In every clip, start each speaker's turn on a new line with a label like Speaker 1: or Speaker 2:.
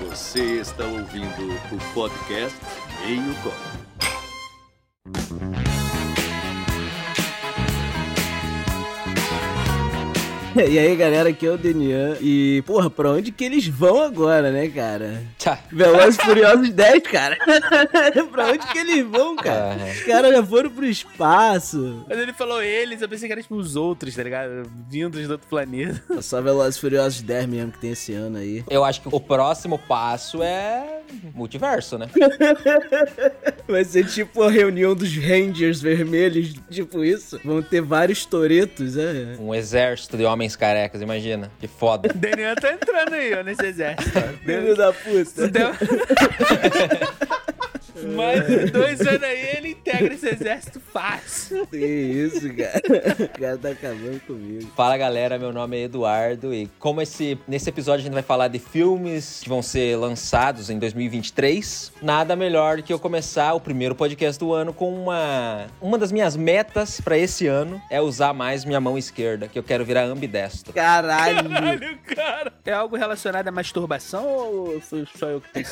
Speaker 1: Você está ouvindo o podcast Meio Copo.
Speaker 2: E aí, galera, aqui é o Denian. E, porra, pra onde que eles vão agora, né, cara?
Speaker 3: Tchá.
Speaker 2: Velozes e Furiosos 10, cara. pra onde que eles vão, cara?
Speaker 3: Ah, é.
Speaker 2: Os caras já foram pro espaço.
Speaker 4: Quando ele falou eles, eu pensei que era tipo os outros, tá ligado? Vindos do outro planeta.
Speaker 2: É só Velozes e Furiosos 10 mesmo que tem esse ano aí.
Speaker 3: Eu acho que o próximo passo é multiverso, né?
Speaker 2: Vai ser tipo a reunião dos Rangers vermelhos, tipo isso. Vão ter vários toretos, é.
Speaker 3: Um exército de homens carecas, imagina. Que foda.
Speaker 4: Daniel tá entrando aí, ó, nesse exército. Então-
Speaker 2: Filho da puta.
Speaker 4: Mais de dois anos aí, ele integra esse exército fácil.
Speaker 2: Que isso, cara. O cara tá acabando comigo.
Speaker 3: Fala galera, meu nome é Eduardo e como esse nesse episódio a gente vai falar de filmes que vão ser lançados em 2023, nada melhor do que eu começar o primeiro podcast do ano com uma uma das minhas metas pra esse ano é usar mais minha mão esquerda, que eu quero virar ambidestro.
Speaker 2: Caralho.
Speaker 4: cara. É algo relacionado à masturbação ou sou só eu que tenho?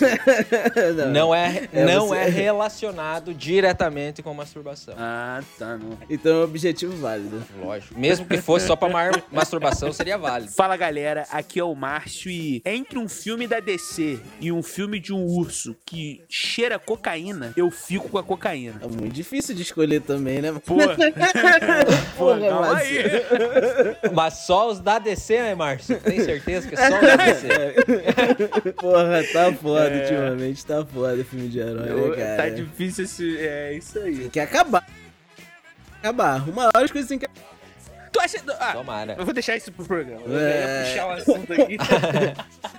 Speaker 3: Não é,
Speaker 2: É,
Speaker 3: não
Speaker 2: você-
Speaker 3: é relacionado diretamente com masturbação.
Speaker 4: Ah, tá, não.
Speaker 2: Então é um objetivo válido.
Speaker 3: Lógico. Mesmo que fosse só pra mar- masturbação, seria válido.
Speaker 4: Fala galera, aqui é o Márcio e entre um filme da DC e um filme de um urso que cheira cocaína, eu fico com a cocaína.
Speaker 2: É muito difícil de escolher também, né?
Speaker 4: Pô, pô, calma
Speaker 2: mas-
Speaker 4: aí.
Speaker 3: Mas só os da DC, né, Márcio? Tem certeza que é só os da DC.
Speaker 2: Porra, tá foda ultimamente, tá foda filme de herói,
Speaker 4: É.
Speaker 3: É,
Speaker 4: Eu-
Speaker 2: né, cara?
Speaker 4: tá difícil esse. É isso aí.
Speaker 2: Tem que acabar. Acabar. Uma hora as coisas têm que acabar.
Speaker 4: Tu acha. Ah,
Speaker 3: Tomara.
Speaker 4: eu vou deixar isso pro programa. Eu
Speaker 2: É.
Speaker 4: ia puxar o assunto aqui.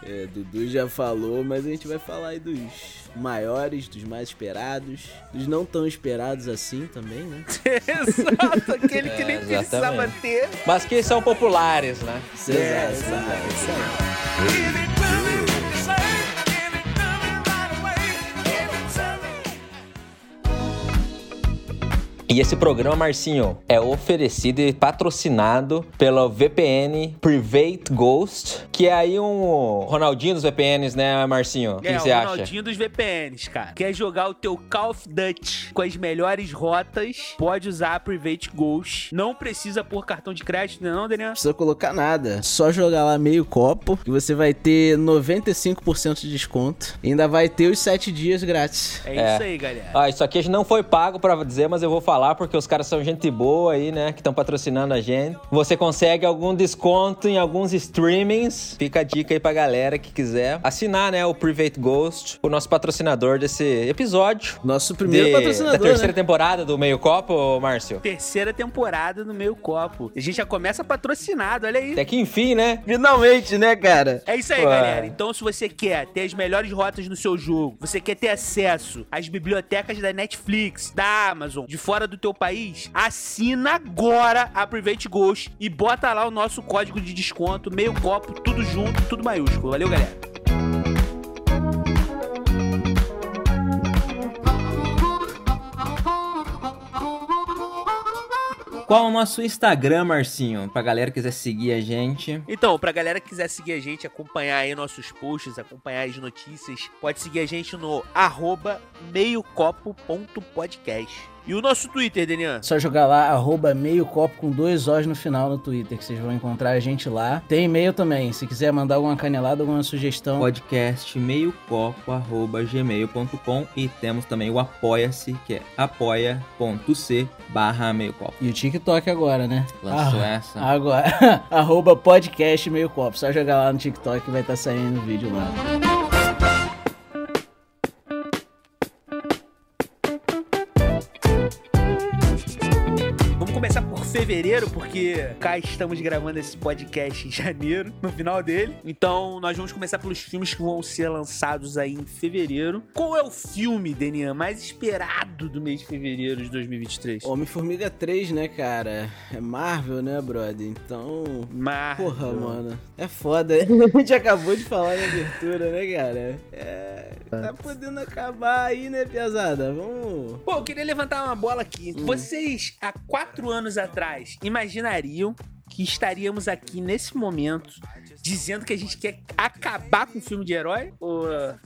Speaker 2: É, Dudu já falou, mas a gente vai falar aí dos maiores, dos mais esperados, dos não tão esperados assim também, né?
Speaker 4: Exato, aquele que nem
Speaker 3: É,
Speaker 4: precisava
Speaker 3: exatamente.
Speaker 4: ter.
Speaker 3: Mas que são populares, né?
Speaker 2: Cesar,
Speaker 4: É,
Speaker 2: Cesar.
Speaker 3: E esse programa, Marcinho, é oferecido e patrocinado pela VPN Private Ghost, que é aí um Ronaldinho dos VPNs, né, Marcinho? O que
Speaker 4: É,
Speaker 3: que
Speaker 4: o
Speaker 3: você acha?
Speaker 4: Ronaldinho dos VPNs, cara. Quer jogar o teu Call of Duty com as melhores rotas? Pode usar a Private Goals. Não precisa pôr cartão de crédito, né não, Daniel?
Speaker 2: Não precisa colocar nada. Só jogar lá meio copo que você vai ter 95% de desconto. E ainda vai ter os 7 dias grátis.
Speaker 4: É,
Speaker 3: É.
Speaker 4: isso aí, galera.
Speaker 3: Ah, isso aqui a gente não foi pago pra dizer, mas eu vou falar porque os caras são gente boa aí, né? Que estão patrocinando a gente. Você consegue algum desconto em alguns streamings. Fica a dica aí pra galera que quiser assinar, né? O Private Ghost, o nosso patrocinador desse episódio.
Speaker 2: Nosso primeiro
Speaker 3: de-
Speaker 2: patrocinador,
Speaker 3: Da terceira
Speaker 2: né?
Speaker 3: temporada do Meio Copo, Márcio.
Speaker 4: Terceira temporada no meio copo. A gente já começa patrocinado, olha aí.
Speaker 3: Até que enfim, né?
Speaker 2: Finalmente, né, cara?
Speaker 4: É isso aí,
Speaker 3: Ué.
Speaker 4: galera. Então, se você quer ter as melhores rotas no seu jogo, você quer ter acesso às bibliotecas da Netflix, da Amazon, de fora do teu país, assina agora a Private Ghost e bota lá o nosso código de desconto, meio copo, tudo junto, tudo maiúsculo. Valeu, galera.
Speaker 3: Qual o nosso Instagram, Marcinho? Pra galera que quiser seguir a gente.
Speaker 4: Então, pra galera que quiser seguir a gente, acompanhar aí nossos posts, acompanhar as notícias, pode seguir a gente no arroba meiocopo.podcast. E o nosso Twitter, Denian?
Speaker 2: Só jogar lá, arroba meio copo com dois Os no final no Twitter, que vocês vão encontrar a gente lá. Tem e-mail também, se quiser mandar alguma canelada, alguma sugestão.
Speaker 5: podcast meiocopo.gmail.com e temos também o apoia-se, que é apoia.c barra meiocopo.
Speaker 2: E o TikTok agora, né?
Speaker 5: Lançou
Speaker 2: Ah,
Speaker 5: essa.
Speaker 2: Agora, arroba podcast meio copo. Só jogar lá no TikTok que vai estar saindo o vídeo lá.
Speaker 4: Vamos começar por fevereiro, porque cá estamos gravando esse podcast em janeiro, no final dele. Então, nós vamos começar pelos filmes que vão ser lançados aí em fevereiro. Qual é o filme, Denian, mais esperado do mês de fevereiro de 2023?
Speaker 2: Homem-Formiga 3, né, cara? É Marvel, né, brother? Então.
Speaker 4: Mar...
Speaker 2: Porra, mano. É foda. A gente acabou de falar na abertura, né, cara? É. Tá podendo acabar aí, né, piazada? Vamos.
Speaker 4: Pô, eu queria levantar uma bola aqui.
Speaker 2: Hum.
Speaker 4: Vocês, há quatro anos atrás, imaginariam que estaríamos aqui nesse momento dizendo que a gente quer acabar com o filme de herói? Pô,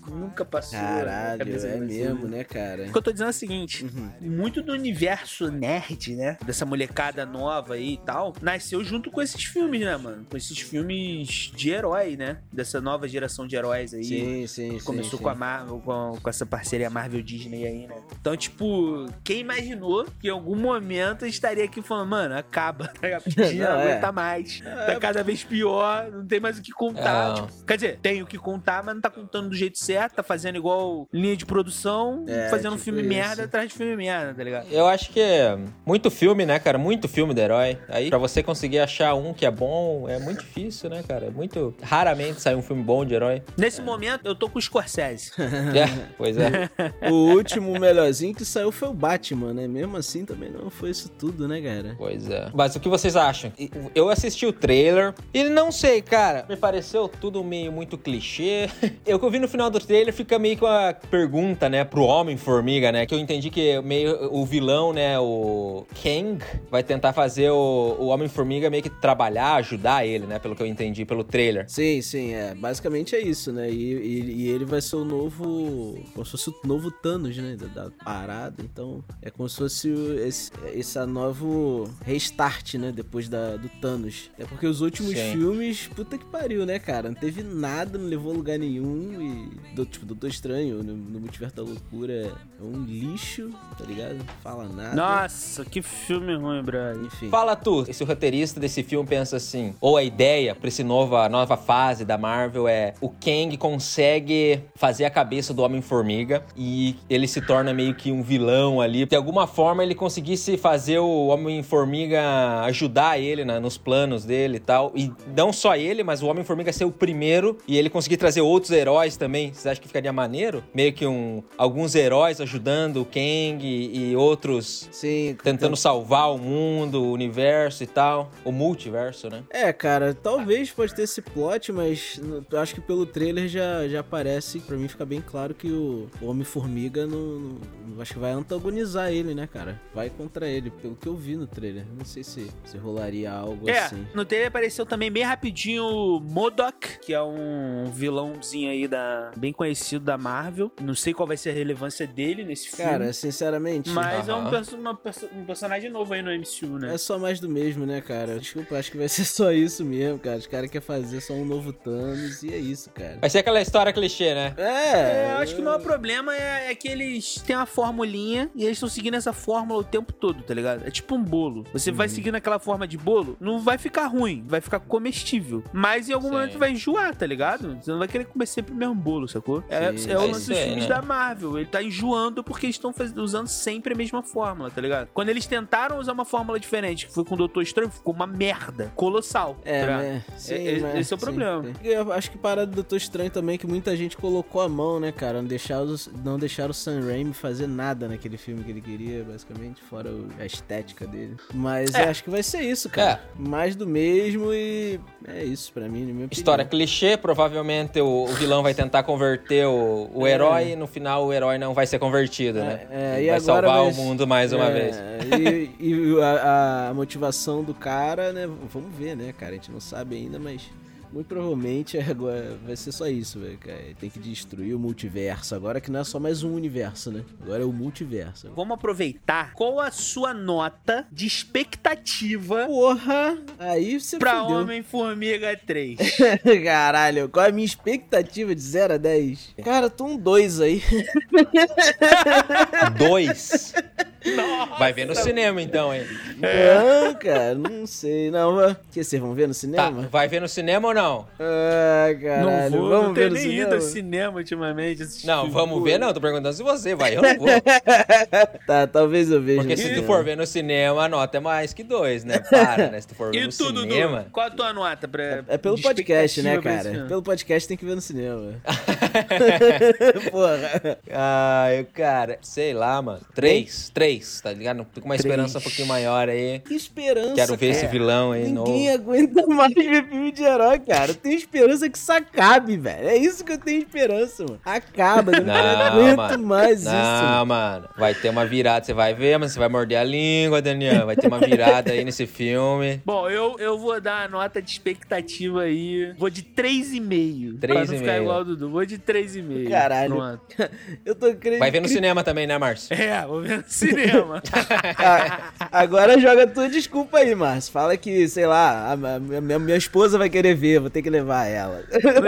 Speaker 4: nunca passou. na
Speaker 2: Caralho,
Speaker 4: cabeça
Speaker 2: é
Speaker 4: do Brasil,
Speaker 2: mesmo, né, cara?
Speaker 4: O que eu tô dizendo é o seguinte: muito do universo nerd, né? Dessa molecada nova aí e tal, nasceu junto com esses filmes, né, mano? Com esses filmes de herói, né? Dessa nova geração de heróis aí.
Speaker 2: Sim, sim, sim.
Speaker 4: Começou
Speaker 2: sim.
Speaker 4: com a Marvel, com, com essa parceria Marvel Disney aí, né? Então, tipo, quem imaginou que em algum momento eu estaria aqui falando, mano, acaba, tá ligado? Disney não,
Speaker 2: Não, é.
Speaker 4: aguenta mais, tá cada vez pior, não tem mais o que
Speaker 3: É.
Speaker 4: contar. tipo, quer dizer, tem o que contar, mas não tá contando do jeito certo, tá fazendo igual linha de produção,
Speaker 2: É,
Speaker 4: fazendo
Speaker 2: tipo
Speaker 4: filme
Speaker 2: isso.
Speaker 4: merda atrás de filme merda, tá ligado?
Speaker 3: Eu acho que é muito filme, né, cara? Muito filme do herói. Aí, pra você conseguir achar um que é bom, é muito difícil, né, cara? É Muito. Raramente sai um filme bom de herói.
Speaker 4: Nesse
Speaker 2: É.
Speaker 4: momento, eu tô com o Scorsese.
Speaker 3: É, pois é.
Speaker 2: O último melhorzinho que saiu foi o Batman, né? Mesmo assim também não foi isso tudo, né, cara?
Speaker 3: Pois é. Mas o que vocês acham? Eu assisti o trailer e não sei, cara. Me pareceu tudo meio muito clichê. Eu que eu vi no final do trailer fica meio com a pergunta, né, pro Homem-Formiga, né? Que eu entendi que meio o vilão, né, o Kang, vai tentar fazer o, o Homem-Formiga meio que trabalhar, ajudar ele, né? Pelo que eu entendi pelo trailer.
Speaker 2: Sim, sim, é. Basicamente é isso, né? E, e- e ele vai ser o novo. Como se fosse o novo Thanos, né? Da, da parada. Então, é como se fosse o- esse, esse novo restart, né? Depois da, do Thanos. É porque os últimos
Speaker 3: Sim.
Speaker 2: filmes, puta que pariu, né, cara? Não teve nada, não levou a lugar nenhum. E, do, tipo, Doutor Estranho, no, no Multiverso da Loucura, é um lixo, tá ligado? Não fala nada.
Speaker 4: Nossa, que filme ruim, brother.
Speaker 2: Enfim.
Speaker 3: Fala tu, se o roteirista desse filme pensa assim, ou a ideia pra esse nova, nova fase da Marvel é o Kang consegue fazer a cabeça do Homem-Formiga e ele se torna meio que um vilão ali. De alguma forma ele conseguisse fazer o Homem-Formiga ajudar ele né, nos planos dele e tal. E não só ele, mas o Homem-Formiga ser o primeiro e ele conseguir trazer outros heróis também. Vocês acham que ficaria maneiro? Meio que um, alguns heróis ajudando o Kang e- e outros
Speaker 2: Sim,
Speaker 3: tentando salvar o mundo, o universo e tal. O multiverso, né?
Speaker 2: É, cara, talvez pode ter esse plot, mas n- eu acho que pelo trailer já, já parece, pra mim fica bem claro que o o Homem-Formiga não, não- Acho que vai antagonizar ele, né, cara? Vai contra ele, pelo que eu vi no trailer. Não sei se, se rolaria algo
Speaker 4: É,
Speaker 2: assim.
Speaker 4: no trailer apareceu também bem rapidinho o Modok, que é um vilãozinho aí da bem conhecido da Marvel. Não sei qual vai ser a relevância dele nesse
Speaker 2: Cara, é
Speaker 4: filme.
Speaker 2: sinceramente.
Speaker 4: Mas é um,
Speaker 3: Aham.
Speaker 4: perso- uma perso- um personagem novo aí no MCU, né?
Speaker 2: É só mais do mesmo, né, cara? Desculpa, acho que vai ser só isso mesmo, cara. Os caras querem fazer só um novo Thanos e é isso, cara.
Speaker 3: Vai ser aquela história clichê, né?
Speaker 2: É,
Speaker 4: É, eu acho que o maior problema é, é que eles têm uma formulinha e eles estão seguindo essa fórmula o tempo todo, tá ligado? É tipo um bolo. Você vai seguindo aquela forma de bolo, não vai ficar ruim, vai ficar comestível. Mas em algum
Speaker 3: Sim.
Speaker 4: momento vai enjoar, tá ligado? Você não vai querer comer sempre o mesmo bolo, sacou? É,
Speaker 2: Sim.
Speaker 4: é o
Speaker 3: Vai
Speaker 4: lance dos
Speaker 3: ser,
Speaker 4: filmes
Speaker 3: né?
Speaker 4: da Marvel. Ele tá enjoando porque eles estão faz- usando sempre a mesma fórmula, tá ligado? Quando eles tentaram usar uma fórmula diferente, que foi com o Doutor Estranho, ficou uma merda. Colossal.
Speaker 2: É,
Speaker 4: tá ligado?
Speaker 2: né? Sim,
Speaker 4: esse-
Speaker 2: mas-
Speaker 4: esse é o
Speaker 2: sim,
Speaker 4: problema.
Speaker 2: sim. Eu acho que parada do Doutor Estranho também é que muita gente colocou a mão, né, cara? Não deixaram, os- não deixaram o Sam Raimi fazer nada naquele filme que ele queria, basicamente, fora o- a estética dele. Mas
Speaker 4: É.
Speaker 2: eu acho que vai ser isso,
Speaker 3: É,
Speaker 2: cara. Mais do mesmo e é isso pra mim, na minha opinião.
Speaker 3: História clichê, provavelmente o, o vilão vai tentar converter o, o herói e no final o herói não vai ser convertido, né?
Speaker 2: É, é,
Speaker 3: Ele
Speaker 2: e
Speaker 3: vai
Speaker 2: agora
Speaker 3: salvar
Speaker 2: vai-
Speaker 3: o mundo mais uma
Speaker 2: É,
Speaker 3: vez.
Speaker 2: E, e a, a motivação do cara, né? Vamos ver, né, cara? A gente não sabe ainda, mas muito provavelmente é agora vai ser só isso, velho. cara. Ele Tem que destruir o multiverso. Agora que não é só mais um universo, né? Agora é o multiverso.
Speaker 4: Vamos aproveitar. Qual a sua nota de expectativa
Speaker 2: Porra! Aí você
Speaker 4: pra
Speaker 2: fudeu.
Speaker 4: Homem-Formiga 3?
Speaker 2: Caralho, qual é a minha expectativa de 0 a 10? Cara, eu tô um 2 aí.
Speaker 3: Dois. Vai ver no cinema então, hein?
Speaker 2: Não, cara, não sei. Não, mas- o que vocês vão ver no
Speaker 3: Tá,
Speaker 2: cinema?
Speaker 3: vai ver no cinema ou não?
Speaker 2: Ah, caralho, vamos
Speaker 4: não
Speaker 2: ver
Speaker 4: tenho
Speaker 2: no
Speaker 4: nem
Speaker 2: cinema?
Speaker 4: ido ao cinema ultimamente. assistir
Speaker 3: Não,
Speaker 4: filme.
Speaker 3: vamos ver não. Tô perguntando se você vai. Eu não vou.
Speaker 2: Tá, talvez eu veja.
Speaker 3: Porque
Speaker 2: no
Speaker 3: se tu
Speaker 2: cinema.
Speaker 3: for ver no cinema, a nota é mais que dois, né? Para, né? Se tu for ver
Speaker 4: E
Speaker 3: no
Speaker 4: tu, Dudu?
Speaker 3: cinema...
Speaker 4: Qual a tua nota? Pra,
Speaker 2: É pelo
Speaker 4: de
Speaker 2: podcast, né,
Speaker 4: expectativa pra esse
Speaker 2: cara?
Speaker 4: ano?
Speaker 2: Pelo podcast tem que ver no cinema. Porra.
Speaker 3: Ah, eu, cara, sei lá, mano. Três, três. Três, tá ligado? Fica uma esperança um pouquinho maior aí.
Speaker 2: Que esperança,
Speaker 3: Quero ver
Speaker 2: cara.
Speaker 4: é,
Speaker 3: esse vilão aí
Speaker 2: Ninguém
Speaker 3: novo.
Speaker 2: aguenta mais ver filme de herói, cara. Eu tenho esperança que isso acabe, velho. É isso que eu tenho esperança, mano. Acaba, eu não,
Speaker 3: Não,
Speaker 2: aguento
Speaker 3: mano.
Speaker 2: mais isso. mano.
Speaker 3: Não, mano. Vai ter uma virada, você vai ver, mas você vai morder a língua, Daniel. Vai ter uma virada aí nesse filme.
Speaker 4: Bom, eu, eu vou dar a nota de expectativa aí. Vou de 3,5. Pra não
Speaker 3: 3,5.
Speaker 4: ficar igual ao Dudu. Vou de 3,5.
Speaker 2: Caralho.
Speaker 4: Pronto.
Speaker 2: Eu tô crendo.
Speaker 3: Vai ver no cinema também, né, Márcio?
Speaker 4: É, vou ver no cinema.
Speaker 2: Ah, agora joga a tua desculpa aí, Márcio. Fala que, sei lá, a, a- minha, minha esposa vai querer ver, vou ter que levar ela. É
Speaker 4: É.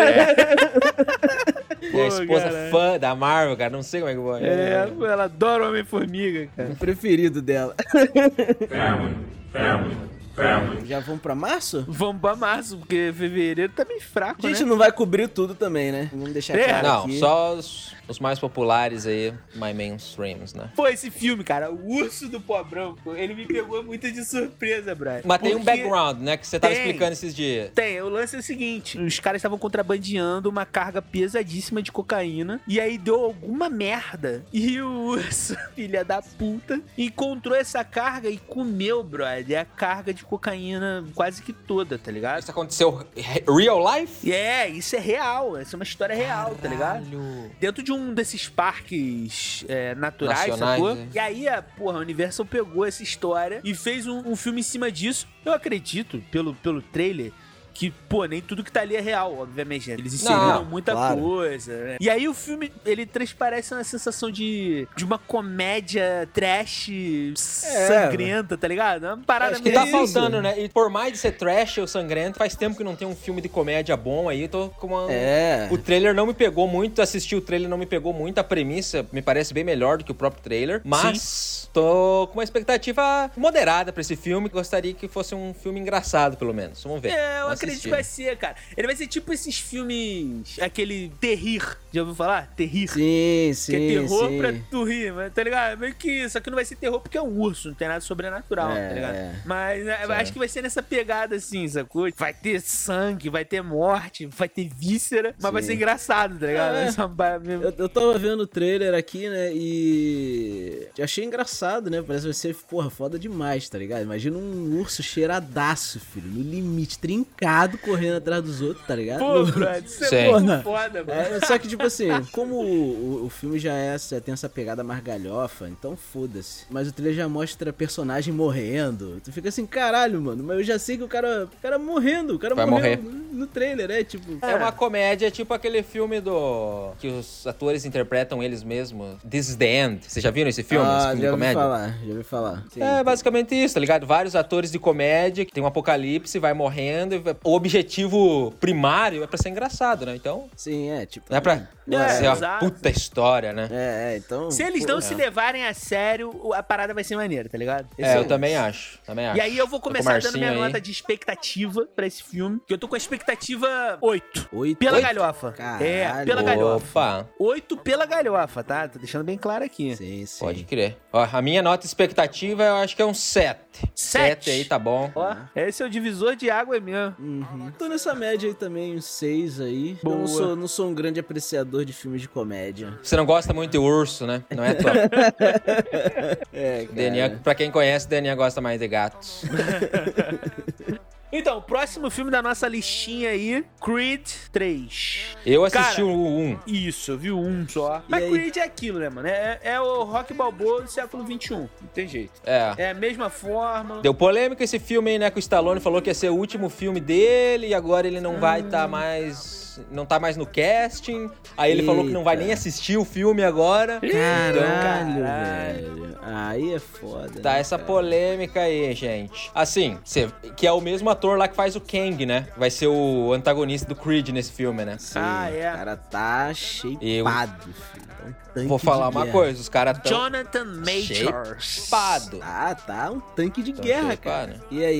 Speaker 3: Minha esposa
Speaker 4: caralho.
Speaker 3: fã da Marvel, cara. Não sei como é que eu vou.
Speaker 4: É, ela adora Homem-Formiga, cara.
Speaker 2: O preferido dela. Já vamos pra março?
Speaker 4: Vamos pra março, porque fevereiro tá meio fraco,
Speaker 2: A gente
Speaker 4: né?
Speaker 2: não vai cobrir tudo também, né? Tipo, Vamos deixar
Speaker 4: É.
Speaker 2: claro
Speaker 3: Não,
Speaker 2: aqui.
Speaker 3: só os, os mais populares aí, my mainstreams, né?
Speaker 4: Pô, esse filme, cara, O Urso do Pó Branco, ele me pegou muito de surpresa, Brian.
Speaker 3: Mas tem um
Speaker 4: Porque-
Speaker 3: background, né? Que você tava
Speaker 4: Tem.
Speaker 3: explicando esses dias.
Speaker 4: Tem, o lance é o seguinte: os caras estavam contrabandeando uma carga pesadíssima de cocaína. E aí deu alguma merda. E o urso, filha da puta, encontrou essa carga e comeu, brother. A carga de cocaína quase que toda, tá ligado?
Speaker 3: Isso aconteceu re- real life?
Speaker 4: E é, isso é real. Essa é uma história real, tá ligado?
Speaker 3: Caralho.
Speaker 4: dentro de um desses parques é, naturais,
Speaker 3: Nacionais,
Speaker 4: sacou?
Speaker 3: né?
Speaker 4: E aí, a, porra, a Universal pegou essa história e fez um, um filme em cima disso. Eu acredito, pelo, pelo trailer, que, pô, nem tudo que tá ali é real, obviamente. né? Eles inseriram
Speaker 3: Não,
Speaker 4: muita
Speaker 2: claro.
Speaker 4: coisa, né? E aí o filme, ele transparece uma sensação de, de uma comédia trash sangrenta, tá ligado? É Uma parada
Speaker 2: Acho
Speaker 4: assim.
Speaker 3: Que
Speaker 2: É
Speaker 3: tá
Speaker 2: isso.
Speaker 3: faltando, né? E por mais de ser trash ou sangrento, faz tempo que não tem um filme de comédia bom aí. Eu tô com uma...
Speaker 2: É.
Speaker 3: O trailer não me pegou muito, assisti o trailer não me pegou muito, a premissa me parece bem melhor do que o próprio trailer, mas tô com uma expectativa moderada pra esse filme, gostaria que fosse um filme engraçado pelo menos. Vamos ver.
Speaker 4: É, eu
Speaker 3: Vamos
Speaker 4: acredito
Speaker 3: assistir.
Speaker 4: que vai ser, cara. Ele vai ser tipo esses filmes, aquele terrir. Já ouviu falar? Terrir.
Speaker 2: Sim, sim,
Speaker 4: Que é terror
Speaker 2: sim.
Speaker 4: pra tu rir, mas, tá ligado? Meio que isso. Só que não vai ser terror porque é um urso, não tem nada sobrenatural,
Speaker 2: É,
Speaker 4: tá
Speaker 2: é.
Speaker 4: ligado? Mas né, eu acho que vai ser nessa pegada assim, sacou? Vai ter sangue, vai ter morte, vai ter víscera, mas vai
Speaker 2: Sim.
Speaker 4: ser engraçado, tá ligado?
Speaker 2: É.
Speaker 4: Vai ser uma parada mesmo.
Speaker 2: Eu, eu tava vendo o trailer aqui, né? E. eu Achei engraçado, né? Parece que vai ser, porra, foda demais, tá ligado? Imagina um urso cheiradaço, filho, no limite, trincado, correndo atrás dos outros, tá ligado?
Speaker 4: Pô,
Speaker 2: No-
Speaker 4: brother, isso
Speaker 3: Sim.
Speaker 4: é muito foda, mano.
Speaker 2: É, só que, tipo assim, como o, o- o filme já, é, já tem essa pegada margalhofa, então foda-se. Mas o trailer já mostra personagem morrendo. Tu fica assim, caralho, mano, mas eu já sei que o cara, o cara morrendo, o cara
Speaker 3: Vai
Speaker 2: morreu no no trailer, é tipo.
Speaker 3: É uma comédia tipo aquele filme do. que os atores interpretam eles mesmos. This is the End. Vocês já viram esse filme? assim, esse
Speaker 2: ah,
Speaker 3: filme
Speaker 2: já ouvi falar, já ouvi falar. Sim.
Speaker 3: É basicamente isso, tá ligado? Vários atores de comédia que tem um apocalipse, vai morrendo. e vai- O objetivo primário é pra ser engraçado, né? Então,
Speaker 2: Sim, é, tipo.
Speaker 3: não é pra
Speaker 4: É,
Speaker 3: ser uma
Speaker 4: exato.
Speaker 3: puta história, né?
Speaker 2: É, é, então.
Speaker 4: Se eles
Speaker 2: pô,
Speaker 4: não se levarem a sério, o- a parada vai ser maneira, tá ligado?
Speaker 3: É, eu também acho. Também acho.
Speaker 4: E aí eu vou
Speaker 3: Tô com o
Speaker 4: começar dando
Speaker 3: Marcinho
Speaker 4: minha
Speaker 3: aí.
Speaker 4: nota de expectativa pra esse filme, que eu tô com a expectativa 8.
Speaker 2: Oito.
Speaker 4: Pela
Speaker 2: Oito?
Speaker 4: galhofa. É,
Speaker 2: Caralho.
Speaker 4: pela galhofa.
Speaker 3: Opa,
Speaker 4: 8 pela galhofa, tá? Tô deixando bem claro aqui.
Speaker 2: Sim, sim.
Speaker 3: pode crer. Ó, a minha nota expectativa eu acho que é um 7.
Speaker 4: Sete.
Speaker 3: aí tá bom.
Speaker 4: Ó, esse é o divisor de água mesmo.
Speaker 2: Uhum. Tô nessa média aí também, uns seis aí. Eu
Speaker 4: Boa.
Speaker 2: não sou, não sou um grande apreciador de filmes de comédia.
Speaker 3: Você não gosta muito de urso, né? Não é tua
Speaker 2: É, cara.
Speaker 3: DNA, pra quem conhece, DNA gosta mais de gatos.
Speaker 4: Então, o próximo filme da nossa listinha aí, Creed 3.
Speaker 3: Eu assisti
Speaker 4: Cara.
Speaker 3: o 1.
Speaker 4: Isso, eu vi um só.
Speaker 2: E
Speaker 4: Mas
Speaker 2: aí?
Speaker 4: Creed é aquilo, né, mano? É, é o rock balboa do século XXI. Não tem jeito.
Speaker 3: É.
Speaker 4: É a mesma forma.
Speaker 3: Deu polêmica esse filme aí, né? Que o Stallone falou que ia ser o último filme dele e agora ele não vai estar mais. Não tá mais no casting. Aí ele falou que não vai
Speaker 2: Eita.
Speaker 3: nem assistir o filme agora.
Speaker 2: Então, Caralho,
Speaker 4: Caralho.
Speaker 2: velho. Aí é foda.
Speaker 3: Tá
Speaker 2: né,
Speaker 3: essa
Speaker 2: cara?
Speaker 3: polêmica aí, gente. Assim, cê- que é o mesmo ator lá que faz o Kang, né? Vai ser o antagonista do Creed nesse filme, né?
Speaker 2: Sim,
Speaker 4: Ah, é.
Speaker 2: assim, O cara tá shapeado, filho. É um tanque
Speaker 3: Vou falar
Speaker 2: de
Speaker 3: uma
Speaker 2: guerra.
Speaker 3: coisa, os caras tão
Speaker 4: Jonathan Majors.
Speaker 3: chapado.
Speaker 2: Ah, tá um tanque de guerra, cara.
Speaker 3: shapeado.
Speaker 2: E aí?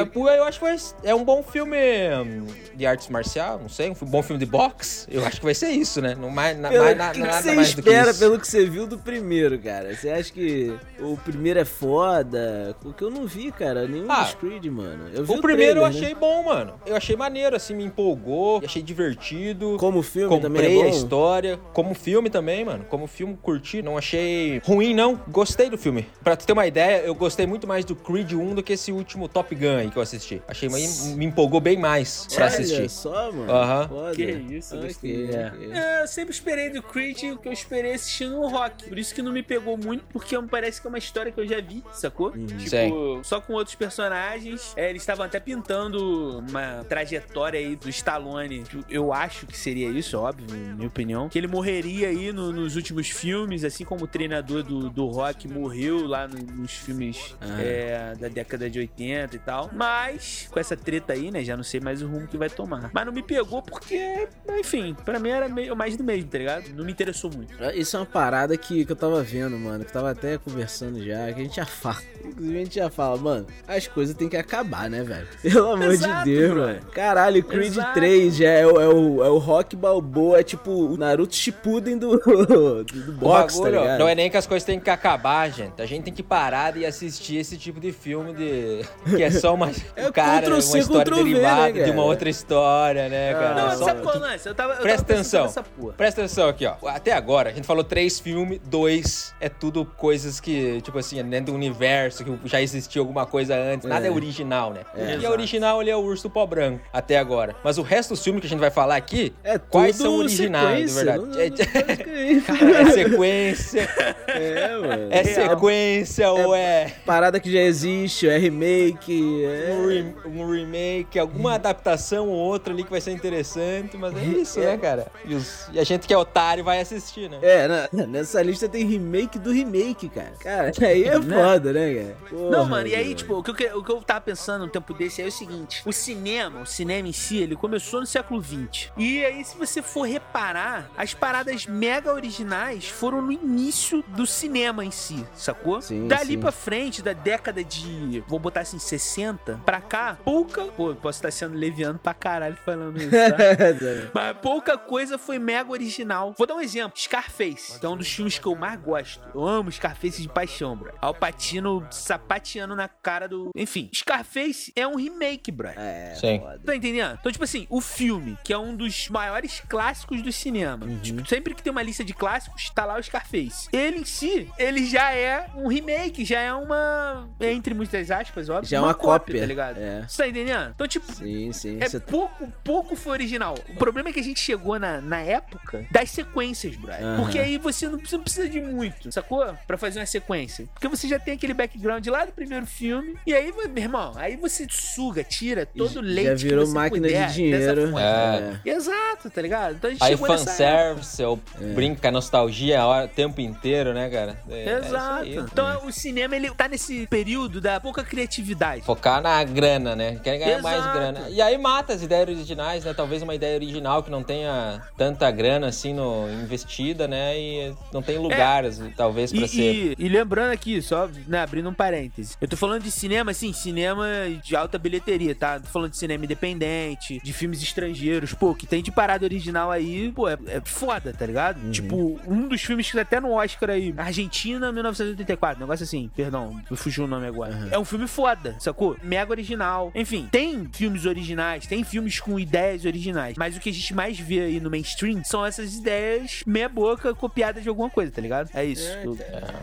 Speaker 2: O que-
Speaker 3: pô, eu acho que foi- é um bom filme hum, de artes marcial, não sei, um bom filme de boxe, eu acho que vai ser isso, né? Não mais, na,
Speaker 2: Pelo
Speaker 3: mais, na-
Speaker 2: que que
Speaker 3: nada
Speaker 2: você
Speaker 3: mais do que
Speaker 2: espera
Speaker 3: isso.
Speaker 2: pelo que você viu do primeiro, cara? Você acha que o primeiro é foda? O que eu não vi, cara, é nenhum
Speaker 3: Ah,
Speaker 2: dos Creed, mano. Eu vi
Speaker 3: O primeiro eu
Speaker 2: trailer, né?
Speaker 3: achei bom, mano. Eu achei maneiro, assim, me empolgou, achei divertido.
Speaker 2: Como filme também
Speaker 3: Comprei
Speaker 2: é bom?
Speaker 3: a história, como filme também, mano. Como filme, curti, não achei ruim, não. Gostei do filme. Pra tu ter uma ideia, eu gostei muito mais do Creed 1 do que esse último Top Gun aí que eu assisti. Achei, me empolgou bem mais pra
Speaker 2: Olha
Speaker 3: assistir.
Speaker 2: só, mano.
Speaker 3: Aham.
Speaker 2: Foda.
Speaker 4: Que isso, gostei.
Speaker 2: Ok,
Speaker 4: É.
Speaker 2: ok.
Speaker 4: É, Eu sempre esperei do Creed o que eu esperei assistindo no rock. Por isso que não me pegou muito, porque me parece que é uma história que eu já vi, sacou? Tipo,
Speaker 3: Sim.
Speaker 4: só com outros personagens. É, eles estavam até pintando uma trajetória aí do Stallone. que Eu acho que seria isso, óbvio, na minha opinião. Que ele morreria aí no- nos últimos filmes, assim como o treinador do, do rock morreu lá no- nos filmes
Speaker 2: Ah.
Speaker 4: é, da década de 80 e tal. Mas, com essa treta aí, né, já não sei mais o rumo que vai tomar. Mas não me pegou porque, enfim, pra mim era meio, mais do mesmo, tá ligado? Não me interessou muito.
Speaker 2: Isso é uma parada que, que eu tava vendo, mano. Que eu tava até conversando já, que a gente já fala. Inclusive, a gente já fala, mano, as coisas têm que acabar, né, velho? Pelo amor
Speaker 4: Exato,
Speaker 2: de Deus,
Speaker 4: bro.
Speaker 2: mano. Caralho, Creed
Speaker 4: Exato.
Speaker 2: 3 já é, o- é o, é o Rock Balboa, é tipo o Naruto Shippuden do, do, do
Speaker 3: O
Speaker 2: box, tá
Speaker 3: bagulho, ó,
Speaker 2: ligado?
Speaker 3: não é nem que as coisas têm que acabar, gente. A gente tem que parar e assistir esse tipo de filme de que é só uma
Speaker 2: É
Speaker 3: o cara,
Speaker 2: Ctrl+C,
Speaker 3: uma história
Speaker 2: Ctrl+V, né,
Speaker 3: derivada de
Speaker 2: cara?
Speaker 3: uma outra história, né, cara?
Speaker 4: Não,
Speaker 3: Só-
Speaker 4: sabe qual é o lance? Eu tava, eu
Speaker 3: Presta
Speaker 4: tava pensando
Speaker 3: atenção.
Speaker 4: nessa porra.
Speaker 3: Presta atenção aqui, ó. Até agora, a gente falou três filmes, dois é tudo coisas que, tipo assim, é dentro do universo, que já existia alguma coisa antes. Nada é,
Speaker 2: É.
Speaker 3: original, né?
Speaker 2: É,
Speaker 3: e
Speaker 2: exato.
Speaker 3: a original ele é o Urso Pó Branco, até agora. Mas o resto dos filmes que a gente vai falar aqui,
Speaker 2: É
Speaker 3: quais
Speaker 2: tudo
Speaker 3: são originais, na
Speaker 2: sequência,
Speaker 3: verdade?
Speaker 2: não- não-
Speaker 3: É-
Speaker 2: não-
Speaker 3: é sequência,
Speaker 2: É, mano.
Speaker 3: é sequência ou é
Speaker 2: Parada que já existe, é remake,
Speaker 3: um,
Speaker 2: é...
Speaker 3: re- um remake, alguma adaptação ou outra ali que vai ser interessante, mas é isso, né, cara? E, os- e a gente que é otário vai assistir, né?
Speaker 2: É, na- nessa lista tem remake do remake, cara. Cara, aí é foda, né, cara? Porra,
Speaker 4: Não, mano, e aí,
Speaker 2: velho.
Speaker 4: tipo, o que, eu, que- o que eu tava pensando um tempo desse é o seguinte: o cinema, o cinema em si, ele começou no século XX. E aí, se você for reparar, as paradas mega originais foram no início do cinema em si, sacou?
Speaker 2: Sim,
Speaker 4: Dali
Speaker 2: sim.
Speaker 4: pra frente, da década de, vou botar assim, 60 pra cá, pouca. Pô, posso estar sendo leviano pra caralho falando isso, tá?
Speaker 2: É,
Speaker 4: Mas pouca coisa foi mega original. Vou dar um exemplo. Scarface. É um dos filmes que eu mais gosto. Eu amo Scarface de paixão, bro. Alpatino sapateando na cara do... Enfim, Scarface é um remake, bro.
Speaker 2: É,
Speaker 3: Sim.
Speaker 2: foda.
Speaker 4: Tá entendendo? Então, tipo assim, o filme, que é um dos maiores clássicos do cinema.
Speaker 2: Uhum.
Speaker 4: Tipo, sempre que tem uma lista de clássicos, tá lá o Scarface. Ele em si, ele já é um remake, já é uma. Entre muitas aspas, óbvio.
Speaker 2: Já é uma cópia,
Speaker 4: tá ligado?
Speaker 2: é.
Speaker 4: Você tá entendendo? Então, tipo,
Speaker 2: Sim, sim. tá-
Speaker 4: é
Speaker 2: Cê-
Speaker 4: pouco, pouco foi original. O problema é que a gente chegou na, na época das sequências, brother.
Speaker 2: Aham.
Speaker 4: Porque aí você não, você não precisa de muito, sacou? Pra fazer uma sequência. Porque você já tem aquele background lá do primeiro filme. E aí, meu irmão, aí você suga, tira todo o leite
Speaker 2: Já
Speaker 4: que
Speaker 2: virou
Speaker 4: você
Speaker 2: máquina
Speaker 4: puder
Speaker 2: de
Speaker 4: dessa
Speaker 2: dinheiro.
Speaker 4: fonte.
Speaker 3: É.
Speaker 4: Exato, tá ligado? Então a gente
Speaker 3: Aí
Speaker 4: chegou nessa época.
Speaker 3: fanservice, eu brinco com a nostalgia a hora- o tempo inteiro, né, cara? É, é isso
Speaker 4: Exato.
Speaker 3: aí.
Speaker 4: então o cinema, ele tá nesse período da pouca criatividade.
Speaker 3: Focar na grana, né? Quer ganhar mais
Speaker 4: Exato.
Speaker 3: grana. E aí mata as ideias originais, né? Talvez uma ideia original que não tenha tanta grana assim no, investida, né? E não tem lugares, talvez, pra
Speaker 4: E,
Speaker 3: ser.
Speaker 4: e- e lembrando aqui, só né, abrindo um parêntese. Eu tô falando de cinema, assim, cinema de alta bilheteria, tá? Tô falando de cinema independente, de filmes estrangeiros, pô, que tem de parada original aí, pô, é, é foda, tá ligado? Tipo, um dos filmes que tá até no Oscar aí, Argentina, 1984, negócio assim, perdão, me fugiu o nome agora. É um filme foda, sacou? Mega original. Enfim, tem filmes originais, tem filmes com ideias originais, mas o que a gente mais vê aí no mainstream são essas ideias meia boca copiadas de alguma coisa, tá ligado? É isso. Eu-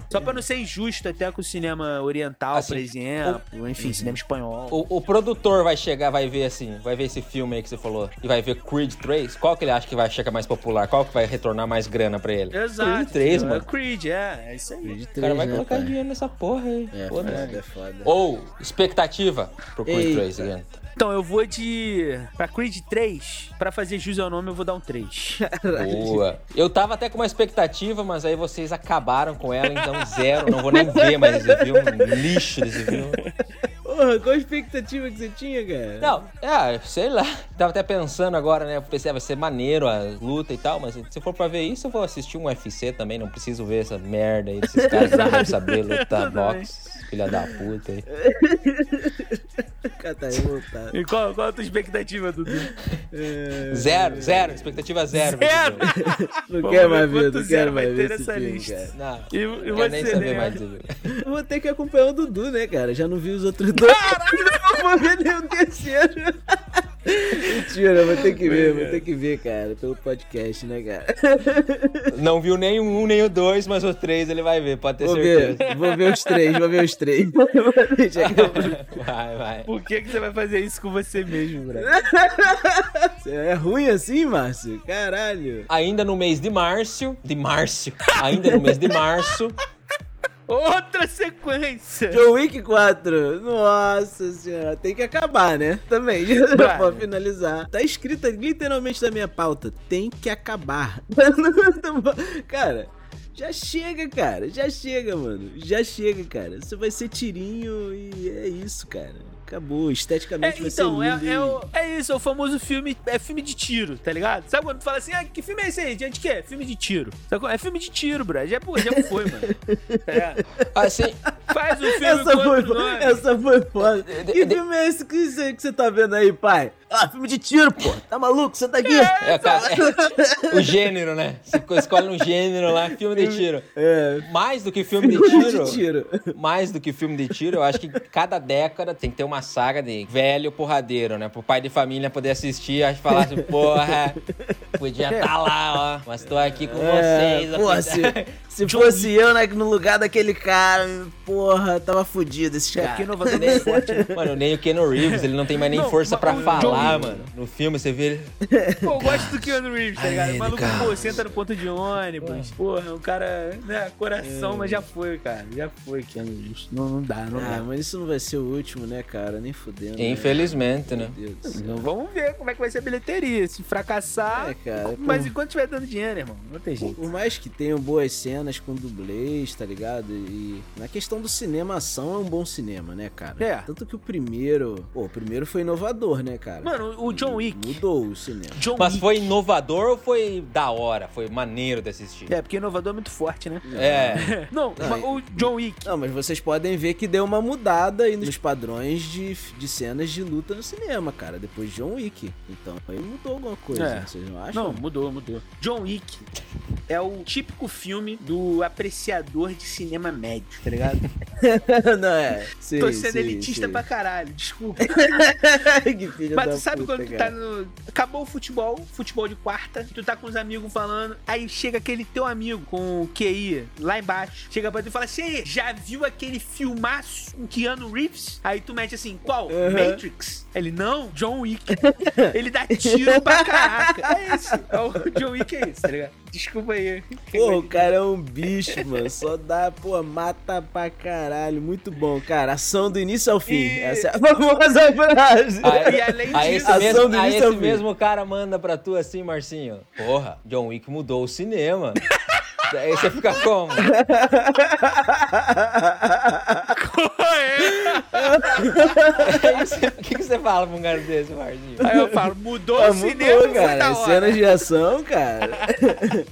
Speaker 4: só pra não ser injusto até com o cinema oriental,
Speaker 3: Assim,
Speaker 4: por exemplo, enfim, cinema espanhol.
Speaker 3: O, o produtor vai chegar, vai ver assim, vai ver esse filme aí que você falou e vai ver Creed 3. Qual que ele acha que vai chegar mais popular? Qual que vai retornar mais grana pra ele? Creed 3,
Speaker 4: é,
Speaker 3: mano.
Speaker 4: Creed, é, é isso aí.
Speaker 2: De
Speaker 3: O cara
Speaker 2: três,
Speaker 3: vai
Speaker 2: né,
Speaker 3: colocar
Speaker 2: pai?
Speaker 3: dinheiro nessa porra aí.
Speaker 2: É
Speaker 3: Foda-se.
Speaker 2: foda, é foda.
Speaker 3: Ou expectativa pro Creed
Speaker 2: Eita.
Speaker 3: 3 again.
Speaker 4: Então eu vou de. Pra Creed 3, pra fazer jus ao nome, eu vou dar um 3.
Speaker 3: Boa. Eu tava até com uma expectativa, mas aí vocês acabaram com ela, então zero. Não vou nem ver mais esse filme. Lixo desse filme.
Speaker 2: Porra, qual a expectativa que você tinha, cara?
Speaker 3: Não, é, sei lá. Tava até pensando agora, né? Pensei, ah, vai ser maneiro a luta e tal, mas se for pra ver isso, eu vou assistir um UFC também. Não preciso ver essa merda aí desses caras que não vão saber lutar boxe. Filha da puta aí.
Speaker 2: Cara, tá revoltado.
Speaker 4: E qual, qual a tua expectativa, Dudu?
Speaker 3: Zero, zero. Expectativa zero.
Speaker 4: Zero!
Speaker 3: Vitor.
Speaker 2: Não
Speaker 4: Vamos
Speaker 2: quero
Speaker 4: ver
Speaker 2: mais ver, não
Speaker 4: quanto
Speaker 2: quero
Speaker 4: zero
Speaker 2: mais
Speaker 4: vai
Speaker 2: ver
Speaker 4: ter
Speaker 2: esse
Speaker 4: nessa
Speaker 2: filme,
Speaker 4: lista.
Speaker 2: cara.
Speaker 3: Não.
Speaker 4: E, e
Speaker 3: Eu
Speaker 4: você, né?
Speaker 3: nem saber
Speaker 4: Daniel?
Speaker 3: mais desse filme.
Speaker 2: Eu vou ter que acompanhar o Dudu, né, cara? Já não vi os outros dois. Caralho! vou ver nenhum terceiro. Mentira, vou ter que ver, vou ter que ver, cara, pelo podcast, né, cara?
Speaker 3: Não viu nem o um, nem o dois, mas o três ele vai ver, pode ter
Speaker 2: Vou ver,
Speaker 3: certeza.
Speaker 2: vou ver os três, vou ver os três. Deixa que
Speaker 3: Vai, vai.
Speaker 4: Por que, que você vai fazer isso com você mesmo, Brad?
Speaker 2: eu- É ruim assim, Márcio? Caralho.
Speaker 3: Ainda no mês de março. De março. Ainda no mês de março.
Speaker 4: Outra sequência!
Speaker 2: John Wick 4. Nossa senhora, tem que acabar, né? Também,
Speaker 4: Vai.
Speaker 2: pra finalizar. Tá escrita literalmente na minha pauta, tem que acabar. cara, já chega, cara. Já chega, mano. Já chega, cara. Você vai ser tirinho e é isso, cara. Acabou. Esteticamente
Speaker 4: É,
Speaker 2: vai
Speaker 4: então,
Speaker 2: ser
Speaker 4: é,
Speaker 2: lindo.
Speaker 4: é
Speaker 2: e-
Speaker 4: o- é isso, é o famoso filme. É filme de tiro, tá ligado? Sabe quando tu fala assim, ah, que filme é esse aí? Gente, que é? Filme de tiro. Sabe qual- É filme de tiro, Brad. Já, pô, já foi, mano. É.
Speaker 3: Assim,
Speaker 4: Faz o filme
Speaker 2: Essa
Speaker 4: com
Speaker 2: foi,
Speaker 4: outro
Speaker 2: foda.
Speaker 4: nome.
Speaker 2: essa foi foda.
Speaker 3: de-
Speaker 2: Que filme é esse que você, que você tá vendo aí, pai? Ah, filme de tiro, pô. Tá maluco? Você tá aqui?
Speaker 3: é, cara, é- o gênero, né? Você escolhe um gênero lá, filme de tiro.
Speaker 2: É,
Speaker 3: Mais do que filme de
Speaker 2: filme
Speaker 3: tiro.
Speaker 2: de tiro.
Speaker 3: Mais do que filme de tiro, eu acho que cada década tem que ter uma saga de velho porradeiro, né? Pro pai de família poder assistir e falar assim, porra, podia estar lá, ó. Mas tô aqui com vocês.
Speaker 2: É, porra, se,
Speaker 3: afinal."
Speaker 2: se fosse eu na- no lugar daquele cara, porra, tava fudido esse cara.
Speaker 4: Aqui É inovador do esporte. né?
Speaker 3: Mano, nem o Keanu Reeves, ele não tem mais nem
Speaker 4: Não,
Speaker 3: força
Speaker 4: mas
Speaker 3: pra
Speaker 4: o
Speaker 3: falar,
Speaker 4: John-
Speaker 3: mano. No filme você vê ele.
Speaker 4: Pô, eu gosto do Keanu Reeves, tá ligado? O maluco,
Speaker 3: Americanos.
Speaker 4: pô, senta no ponto de ônibus. Porra, o cara, né,
Speaker 2: É.
Speaker 4: coração, mas já foi, cara. Já foi, Keanu Reeves. Não, não dá, não
Speaker 2: Ah,
Speaker 4: dá.
Speaker 2: mas isso não vai ser o último, né, cara? Nem fudendo. né?
Speaker 3: Infelizmente, né?
Speaker 2: Meu Deus do céu.
Speaker 4: Então vamos ver como é que vai ser a bilheteria. Se fracassar.
Speaker 2: É, cara,
Speaker 4: mas
Speaker 2: pô.
Speaker 4: enquanto estiver dando dinheiro, irmão, não tem jeito.
Speaker 2: Por mais que tenham boas cenas com dublês, tá ligado? E na questão do cinema, a ação é um bom cinema, né, cara?
Speaker 4: É.
Speaker 2: Tanto que o primeiro. Pô, o primeiro foi inovador, né, cara?
Speaker 4: Mano, o John Wick.
Speaker 2: Mudou o cinema.
Speaker 4: John
Speaker 3: Mas
Speaker 4: Wick.
Speaker 3: foi inovador ou foi da hora? Foi maneiro de assistir?
Speaker 4: É, porque inovador é muito forte, né?
Speaker 3: É.
Speaker 4: Não,
Speaker 2: Ah,
Speaker 4: mas
Speaker 2: e-
Speaker 4: o John Wick.
Speaker 2: Não, mas vocês podem ver que deu uma mudada aí nos padrões de, de cenas de luta no cinema, cara, depois de John Wick. Então, aí mudou alguma coisa,
Speaker 4: É.
Speaker 2: né? vocês não
Speaker 4: Não,
Speaker 2: acham?
Speaker 4: mudou, mudou. John Wick é o típico filme do apreciador de cinema médio, tá ligado?
Speaker 2: Não, é. Sim,
Speaker 4: Tô sendo
Speaker 2: sim,
Speaker 4: elitista
Speaker 2: sim.
Speaker 4: pra caralho, desculpa.
Speaker 2: que filho
Speaker 4: Mas
Speaker 2: da
Speaker 4: tu sabe
Speaker 2: puta,
Speaker 4: quando tu tá
Speaker 2: cara.
Speaker 4: no. Acabou o futebol, futebol de quarta, tu tá com os amigos falando, aí chega aquele teu amigo com o QI lá embaixo, chega pra tu e fala assim: "Ei, já viu aquele filmaço com Keanu Reeves? Aí tu mete assim: qual?
Speaker 2: Uhum.
Speaker 4: Matrix? Ele não, John Wick. Ele dá tiro pra caraca. É isso. É o John Wick é isso, tá ligado? Desculpa aí.
Speaker 2: Pô, o cara é um bicho, mano. Só dá, pô, mata pra caralho. Muito bom, cara. Ação do início ao fim.
Speaker 4: E-
Speaker 2: Essa é a famosa frase.
Speaker 3: Aí,
Speaker 4: E além
Speaker 3: aí esse,
Speaker 4: disso-
Speaker 2: Ação
Speaker 3: mesmo,
Speaker 2: do
Speaker 3: aí
Speaker 2: início ao
Speaker 3: esse
Speaker 2: fim.
Speaker 3: mesmo cara manda pra tu assim, Marcinho. Porra, John Wick mudou o cinema. aí você fica como? Aí você- O que, que você fala pra um cara desse, Marcinho?
Speaker 4: Aí eu falo, mudou
Speaker 2: Ah,
Speaker 4: o cinema,
Speaker 2: mudou,
Speaker 4: foi da
Speaker 2: cara.
Speaker 4: hora.
Speaker 2: Cenas de ação, cara.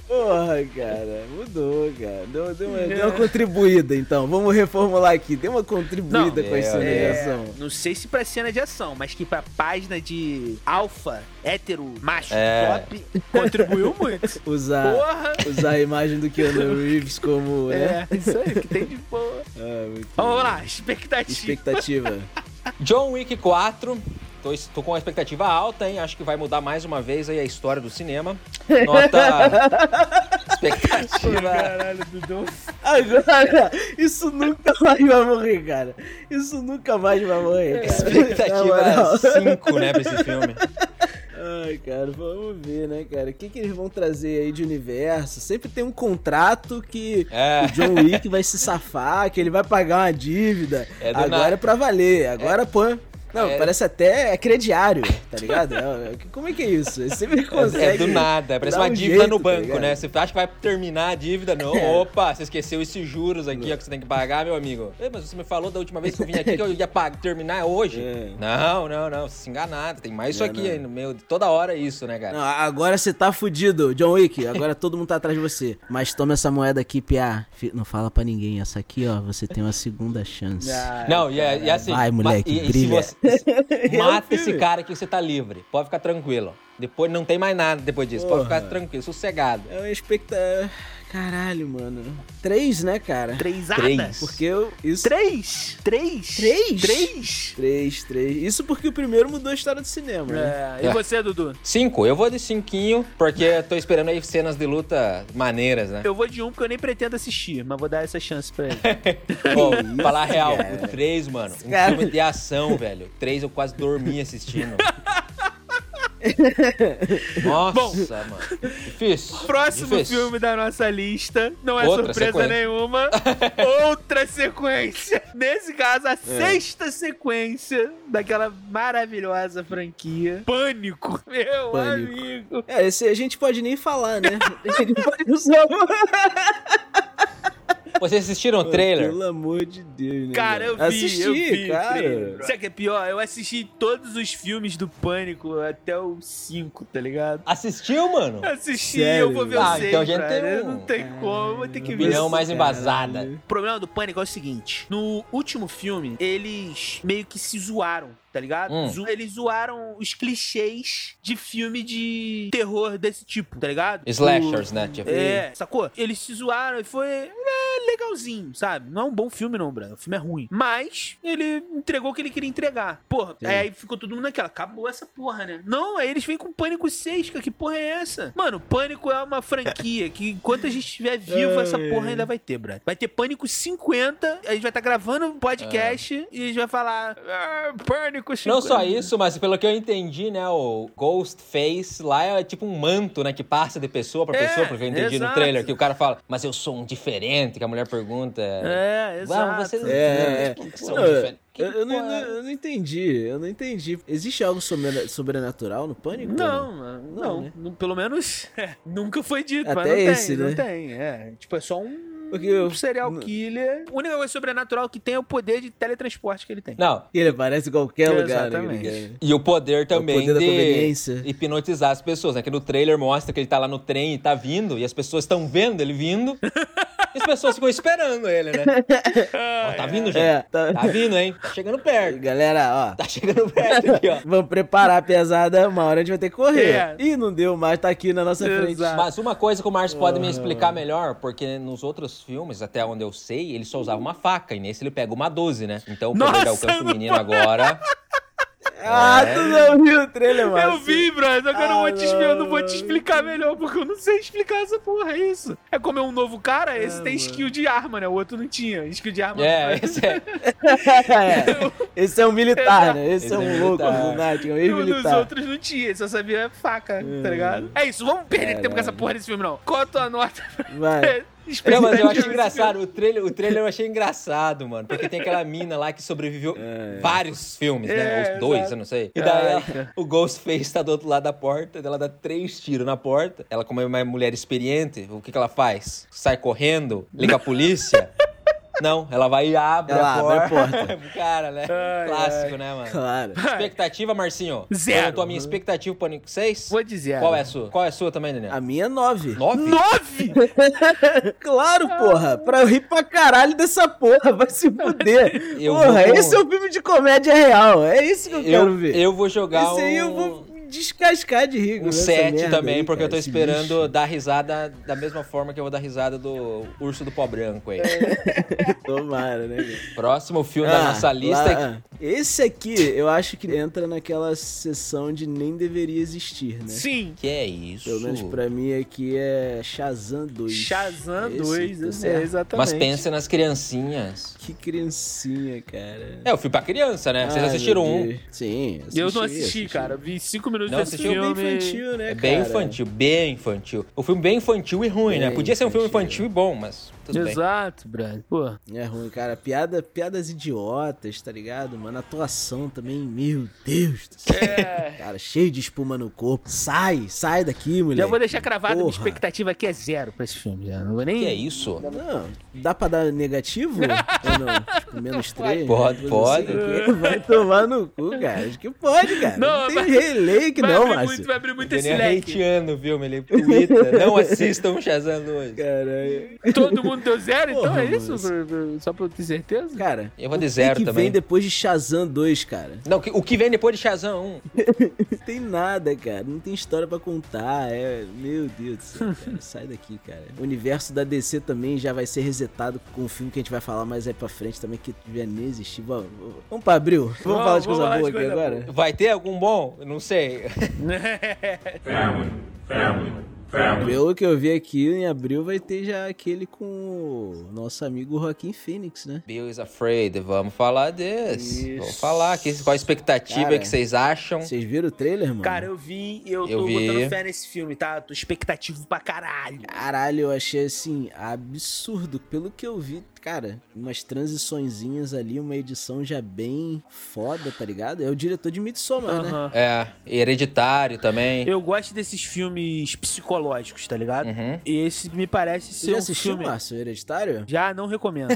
Speaker 2: Porra, cara. Mudou, cara. Deu, deu uma, deu uma contribuída, então. Vamos reformular aqui. Deu uma contribuída
Speaker 3: Não,
Speaker 2: com as
Speaker 3: é,
Speaker 2: cenas
Speaker 4: É,
Speaker 2: de ação.
Speaker 4: Não sei se pra cena de ação, mas que pra página de alfa, hétero, macho,
Speaker 3: É.
Speaker 4: top, contribuiu muito.
Speaker 2: Usar,
Speaker 4: Porra!
Speaker 2: usar a imagem do Keanu Reeves como. Né?
Speaker 4: É, isso aí, que tem de boa.
Speaker 2: Ah, muito
Speaker 4: Vamos
Speaker 2: bom.
Speaker 4: lá, expectativa.
Speaker 2: Expectativa.
Speaker 3: John Wick 4. Tô, tô com uma expectativa alta, hein? Acho que vai mudar mais uma vez aí a história do cinema. Nota. expectativa.
Speaker 4: Caralho, Dudu.
Speaker 2: Agora, isso nunca mais vai morrer, cara. Isso nunca mais vai morrer. Cara. Na moral.
Speaker 3: Expectativa 5, né, pra esse filme.
Speaker 2: Ai, cara, vamos ver, né, cara? O que, que eles vão trazer aí de universo? Sempre tem um contrato que
Speaker 3: É.
Speaker 2: o John Wick vai se safar, que ele vai pagar uma dívida.
Speaker 3: É do
Speaker 2: agora
Speaker 3: nada.
Speaker 2: é pra valer, agora pô. Não,
Speaker 3: É.
Speaker 2: parece até é crediário, tá ligado? É, como é que é isso? Ele sempre consegue.
Speaker 3: É do nada, parece
Speaker 2: dar
Speaker 3: uma
Speaker 2: um
Speaker 3: dívida
Speaker 2: jeito,
Speaker 3: no
Speaker 2: tá
Speaker 3: banco,
Speaker 2: ligado? É.
Speaker 3: né? Você acha que vai terminar a dívida? Não. Opa, você esqueceu esses juros aqui ó, que você tem que pagar, meu amigo. Ei, mas você me falou da última vez que eu vim aqui que eu ia pa- terminar hoje.
Speaker 2: É.
Speaker 3: Não, não, não. Se enganado, tem mais isso aqui
Speaker 2: Enganado.
Speaker 3: ainda. Meu, toda hora é isso, né, cara?
Speaker 2: Não, agora você tá fudido, John Wick. Agora todo mundo tá atrás de você. Mas toma essa moeda aqui, Pia. Fi- Não fala pra ninguém. Essa aqui, ó, você tem uma segunda chance.
Speaker 3: Não, e, é- e assim.
Speaker 2: Vai, moleque,
Speaker 3: mas- e- e se
Speaker 2: brilha.
Speaker 3: você- Mata
Speaker 2: filme.
Speaker 3: esse cara que você tá livre. Pode ficar tranquilo. Depois não tem mais nada depois disso. Pode
Speaker 2: Porra.
Speaker 3: ficar tranquilo, sossegado.
Speaker 2: É uma expecta... Caralho, mano. Três, né, cara?
Speaker 4: Trêsada?
Speaker 3: Três.
Speaker 2: Porque eu... Isso...
Speaker 4: Três? Três?
Speaker 2: Três?
Speaker 4: Três?
Speaker 2: Três, três. Isso porque o primeiro mudou a história do cinema, né?
Speaker 4: É, E
Speaker 3: É.
Speaker 4: você, Dudu?
Speaker 3: Cinco. Eu vou de cinquinho, porque eu tô esperando aí cenas de luta maneiras, né?
Speaker 4: Eu vou de um porque eu nem pretendo assistir, mas vou dar essa chance pra ele.
Speaker 3: Bom, falar a real, o 3, mano, um
Speaker 2: Cara.
Speaker 3: filme de ação, velho. O 3 eu quase dormi assistindo. Nossa, mano. Difícil.
Speaker 4: Próximo
Speaker 3: difícil.
Speaker 4: filme da nossa lista, não é
Speaker 3: Outra
Speaker 4: surpresa
Speaker 3: sequência.
Speaker 4: nenhuma, outra sequência. Nesse caso,
Speaker 3: É.
Speaker 4: a sexta sequência daquela maravilhosa franquia. Pânico, meu
Speaker 2: Pânico.
Speaker 4: amigo.
Speaker 2: É, esse a gente pode nem falar, né?
Speaker 6: Ele pode usar uma-
Speaker 3: Vocês assistiram o trailer?
Speaker 2: Pelo amor de Deus, né?
Speaker 4: Cara, eu vi,
Speaker 2: velho? Assisti,
Speaker 4: eu vi,
Speaker 2: cara.
Speaker 4: trailer. Sabe o que é pior? Eu assisti todos os filmes do Pânico até o 5, tá ligado?
Speaker 3: Assistiu, mano?
Speaker 4: Assisti,
Speaker 2: Sério?
Speaker 4: eu vou ver o
Speaker 3: Ah,
Speaker 4: 6,
Speaker 3: então a gente
Speaker 4: brother.
Speaker 3: tem um-
Speaker 4: Não tem como, vou ter que ver.
Speaker 3: Opinião
Speaker 4: esse
Speaker 3: mais
Speaker 2: Caralho.
Speaker 3: embasada.
Speaker 4: O problema do Pânico é o seguinte: no último filme, eles meio que se zoaram, tá ligado?
Speaker 3: Hum.
Speaker 4: Zo- Eles zoaram os clichês de filme de terror desse tipo, tá ligado?
Speaker 3: Slashers, né? Tipo,
Speaker 4: É, sacou? Eles se zoaram e foi é, legalzinho, sabe? Não é um bom filme, não, Brando. O filme é ruim. Mas ele entregou o que ele queria entregar. Porra, aí ficou todo mundo naquela. Acabou essa porra, né? Não, aí eles vêm com Pânico 6, cara. Que porra é essa? Mano, Pânico é uma franquia que enquanto a gente estiver vivo, essa porra ainda vai ter, Brando. Vai ter Pânico 50, a gente vai estar gravando um podcast e a gente vai falar. "Ah, Pânico 50.
Speaker 3: Não só isso, mas pelo que eu entendi, né? O Ghostface lá é tipo um manto, né? Que passa de pessoa pra
Speaker 4: É,
Speaker 3: pessoa, porque eu entendi
Speaker 4: exato.
Speaker 3: no trailer que o cara fala, mas eu sou um diferente, que a mulher pergunta.
Speaker 4: É, exato.
Speaker 3: Vamos, você não
Speaker 2: É, é.
Speaker 3: que
Speaker 2: Não,
Speaker 3: são diferentes. Que
Speaker 2: Eu, eu não,
Speaker 3: porra é
Speaker 2: eu não entendi, eu não entendi. Existe algo sobre- sobrenatural no Pânico?
Speaker 4: Não, mano,
Speaker 2: né? Não,
Speaker 4: não.
Speaker 2: né?
Speaker 4: Não, Pelo menos nunca foi dito, mas
Speaker 2: Até
Speaker 4: não
Speaker 2: esse,
Speaker 4: tem,
Speaker 2: né?
Speaker 4: não tem. É, tipo, é só um
Speaker 2: Porque eu-
Speaker 4: serial
Speaker 2: n-
Speaker 4: killer. A única coisa sobrenatural que tem é o poder de teletransporte que ele tem.
Speaker 3: Não,
Speaker 2: Ele aparece em qualquer lugar, né?
Speaker 4: Exatamente.
Speaker 2: cara?
Speaker 3: e o poder também
Speaker 2: É poder da conveniência.
Speaker 3: de hipnotizar as pessoas, né? Que no trailer mostra que ele tá lá no trem e tá vindo, e as pessoas estão vendo ele vindo, e as pessoas ficam esperando ele, né? Ó, tá vindo, gente?
Speaker 2: É, tá-
Speaker 3: Tá vindo, hein? Tá chegando perto.
Speaker 2: Galera, ó.
Speaker 3: Tá chegando perto aqui, ó.
Speaker 2: Vamos preparar a pesada, uma hora a gente vai ter que correr.
Speaker 4: É.
Speaker 2: Ih, não deu mais, tá aqui na nossa frente.
Speaker 4: Exato.
Speaker 3: Mas uma coisa que o Márcio pode me explicar melhor, porque nos outros filmes, até onde eu sei, ele só usava uma faca, e nesse ele pega uma 12, né? Então o poder
Speaker 4: Nossa,
Speaker 3: de alcance do
Speaker 4: não
Speaker 3: menino agora.
Speaker 2: Ah, tu não viu o trailer, mano.
Speaker 4: Eu vi, brother, só que eu não vou te, expli- eu não vou te
Speaker 2: Caralho.
Speaker 4: explicar melhor, porque eu não sei explicar essa porra, é isso. É como é um novo cara, esse tem skill de arma, né? O outro não tinha. Skill de arma
Speaker 3: É,
Speaker 4: não
Speaker 3: esse é.
Speaker 2: É, Esse é um militar, né? Esse,
Speaker 3: Esse
Speaker 2: é um
Speaker 3: é
Speaker 2: louco,
Speaker 3: militar.
Speaker 2: um lunático, é um
Speaker 4: E um dos
Speaker 2: ex-militar.
Speaker 4: outros não tinha, ele só sabia faca, tá ligado? É isso, vamos perder tempo com essa porra desse filme, não. Qual a tua nota?
Speaker 2: Vai.
Speaker 3: Não, mas eu
Speaker 4: desse
Speaker 3: achei
Speaker 4: filme?
Speaker 3: engraçado. O trailer, o trailer eu achei engraçado, mano. Porque tem aquela mina lá que sobreviveu
Speaker 2: É.
Speaker 3: vários filmes, né?
Speaker 4: É,
Speaker 3: Os dois,
Speaker 4: exato.
Speaker 3: eu não sei. E daí
Speaker 4: Ai,
Speaker 3: ela-
Speaker 4: cara.
Speaker 3: o Ghostface tá do outro lado da porta, ela dá três tiros na porta. Ela, como é uma mulher experiente, o que, que ela faz? Sai correndo, liga a polícia. Não, ela vai e abre,
Speaker 2: Ela
Speaker 3: a,
Speaker 2: abre a
Speaker 3: porta. Cara, né?
Speaker 4: Ai,
Speaker 3: Clássico, né, mano?
Speaker 2: Claro.
Speaker 3: Expectativa, Marcinho?
Speaker 4: Zero.
Speaker 3: Perguntou a minha expectativa, Pânico 6?
Speaker 4: Vou dizer.
Speaker 3: Qual é a sua? Qual é a sua também, Daniel?
Speaker 2: A minha é nove.
Speaker 3: Nove?
Speaker 4: Nove?
Speaker 2: Claro, porra. Pra eu rir pra caralho dessa porra, vai se fuder.
Speaker 3: Eu
Speaker 2: porra,
Speaker 3: vou com-
Speaker 2: esse é o filme de comédia real. É isso que eu, quero
Speaker 3: Eu,
Speaker 2: ver.
Speaker 3: eu vou jogar
Speaker 2: Esse aí eu
Speaker 3: um-
Speaker 2: vou descascar de rir. com
Speaker 3: Um
Speaker 2: essa
Speaker 3: 7
Speaker 2: merda
Speaker 3: também,
Speaker 2: aí,
Speaker 3: porque
Speaker 2: cara,
Speaker 3: eu tô
Speaker 2: esse
Speaker 3: esperando
Speaker 2: lixo.
Speaker 3: dar risada da mesma forma que eu vou dar risada do Urso do Pó Branco aí.
Speaker 2: É. Tomara, né? cara?
Speaker 3: Próximo filme da nossa lista. é-
Speaker 2: Ah, lá- Esse aqui, eu acho que entra naquela sessão de nem deveria existir, né?
Speaker 4: Sim.
Speaker 3: Que é isso?
Speaker 2: Pelo menos pra mim aqui é Shazam 2.
Speaker 4: Shazam
Speaker 2: Esse,
Speaker 4: 2,
Speaker 2: tá
Speaker 4: é,
Speaker 2: certo.
Speaker 4: exatamente.
Speaker 3: Mas pensa nas criancinhas.
Speaker 2: Que criancinha, cara.
Speaker 3: É, o filme pra criança, né? Vocês
Speaker 2: Ai,
Speaker 3: assistiram
Speaker 2: meu
Speaker 3: um.
Speaker 2: Deus. Sim, assisti,
Speaker 4: Eu não assisti, cara. Vi cinco minutos
Speaker 3: Não
Speaker 4: desse
Speaker 3: assistiu?
Speaker 2: Filme
Speaker 4: filme.
Speaker 2: bem infantil, né,
Speaker 3: É bem
Speaker 2: cara?
Speaker 3: infantil, bem infantil. O filme bem infantil e ruim, né?
Speaker 2: Bem
Speaker 3: Podia ser um filme
Speaker 2: infantil.
Speaker 3: infantil e bom, mas tudo bem.
Speaker 4: Exato, Brad. Pô.
Speaker 2: É ruim, cara. Piada, piadas idiotas, tá ligado? Mano, atuação também, meu Deus do céu.
Speaker 4: É.
Speaker 2: Cara, cheio de espuma no corpo. Sai, sai daqui, mulher.
Speaker 4: Já vou deixar cravado, minha
Speaker 2: Porra.
Speaker 4: expectativa aqui é zero pra esse filme. Já. Não vou
Speaker 3: Que é
Speaker 4: nem.
Speaker 3: isso?
Speaker 2: Não, dá pra dar negativo? Ou não? Tipo, menos três?
Speaker 3: Pode,
Speaker 2: né?
Speaker 3: pode.
Speaker 2: Não sei o quê. Vai tomar no cu, cara. Acho que pode, cara. Não,
Speaker 4: Não,
Speaker 2: tem
Speaker 4: mas-
Speaker 2: relay que
Speaker 4: vai,
Speaker 2: não,
Speaker 4: abrir muito,
Speaker 2: Márcio.
Speaker 4: vai abrir muito esse
Speaker 3: Daniel é
Speaker 4: leque.
Speaker 3: hateando o filme, ele twitta. Não assistam Shazam 2.
Speaker 2: Caralho.
Speaker 4: Todo mundo mundo deu zero, então
Speaker 2: Porra,
Speaker 4: é isso?
Speaker 2: mano.
Speaker 4: Pra- pra- Só pra eu ter certeza?
Speaker 2: Cara,
Speaker 3: Eu vou de
Speaker 2: o que
Speaker 3: zero
Speaker 2: que
Speaker 3: também.
Speaker 2: vem depois de Shazam 2, cara?
Speaker 3: Não, o que- o que vem depois de Shazam 1?
Speaker 2: Não tem nada, cara. Não tem história pra contar. É... Meu Deus do céu, cara. Sai daqui, cara. O universo da DC também já vai ser resetado com o filme que a gente vai falar mais aí pra frente também, que devia nem existir. Vamos, vamos pra Abril. Vamos,
Speaker 4: Vamos,
Speaker 2: falar de
Speaker 4: vamos
Speaker 2: coisa
Speaker 4: falar de
Speaker 2: boa aqui
Speaker 4: coisa
Speaker 2: agora?
Speaker 3: Vai ter algum bom? Eu Não sei.
Speaker 2: Pelo que eu vi aqui, em abril vai ter já aquele com o nosso amigo Joaquim Phoenix, né?
Speaker 3: Bill is Afraid, vamos falar desse.
Speaker 2: Isso.
Speaker 3: Vamos falar que, qual a expectativa
Speaker 2: Cara.
Speaker 3: que vocês acham.
Speaker 2: Vocês viram o trailer, mano?
Speaker 4: É. Cara, eu vi e eu,
Speaker 3: Eu
Speaker 4: tô
Speaker 3: vi.
Speaker 4: botando fé nesse filme, tá? Tô expectativo pra caralho.
Speaker 2: Caralho, eu achei assim, absurdo. Pelo que eu vi, cara, umas transiçõezinhas ali, uma edição já bem foda, tá ligado? É o diretor de Midsommar, né?
Speaker 4: Aham.
Speaker 3: É, hereditário também.
Speaker 4: Eu gosto desses filmes psicológicos, tá ligado?
Speaker 3: Uhum.
Speaker 4: E esse me parece
Speaker 2: Você
Speaker 4: ser
Speaker 2: já
Speaker 4: um
Speaker 2: assistiu,
Speaker 4: filme.
Speaker 2: Márcio, Hereditário?
Speaker 4: Já não recomendo.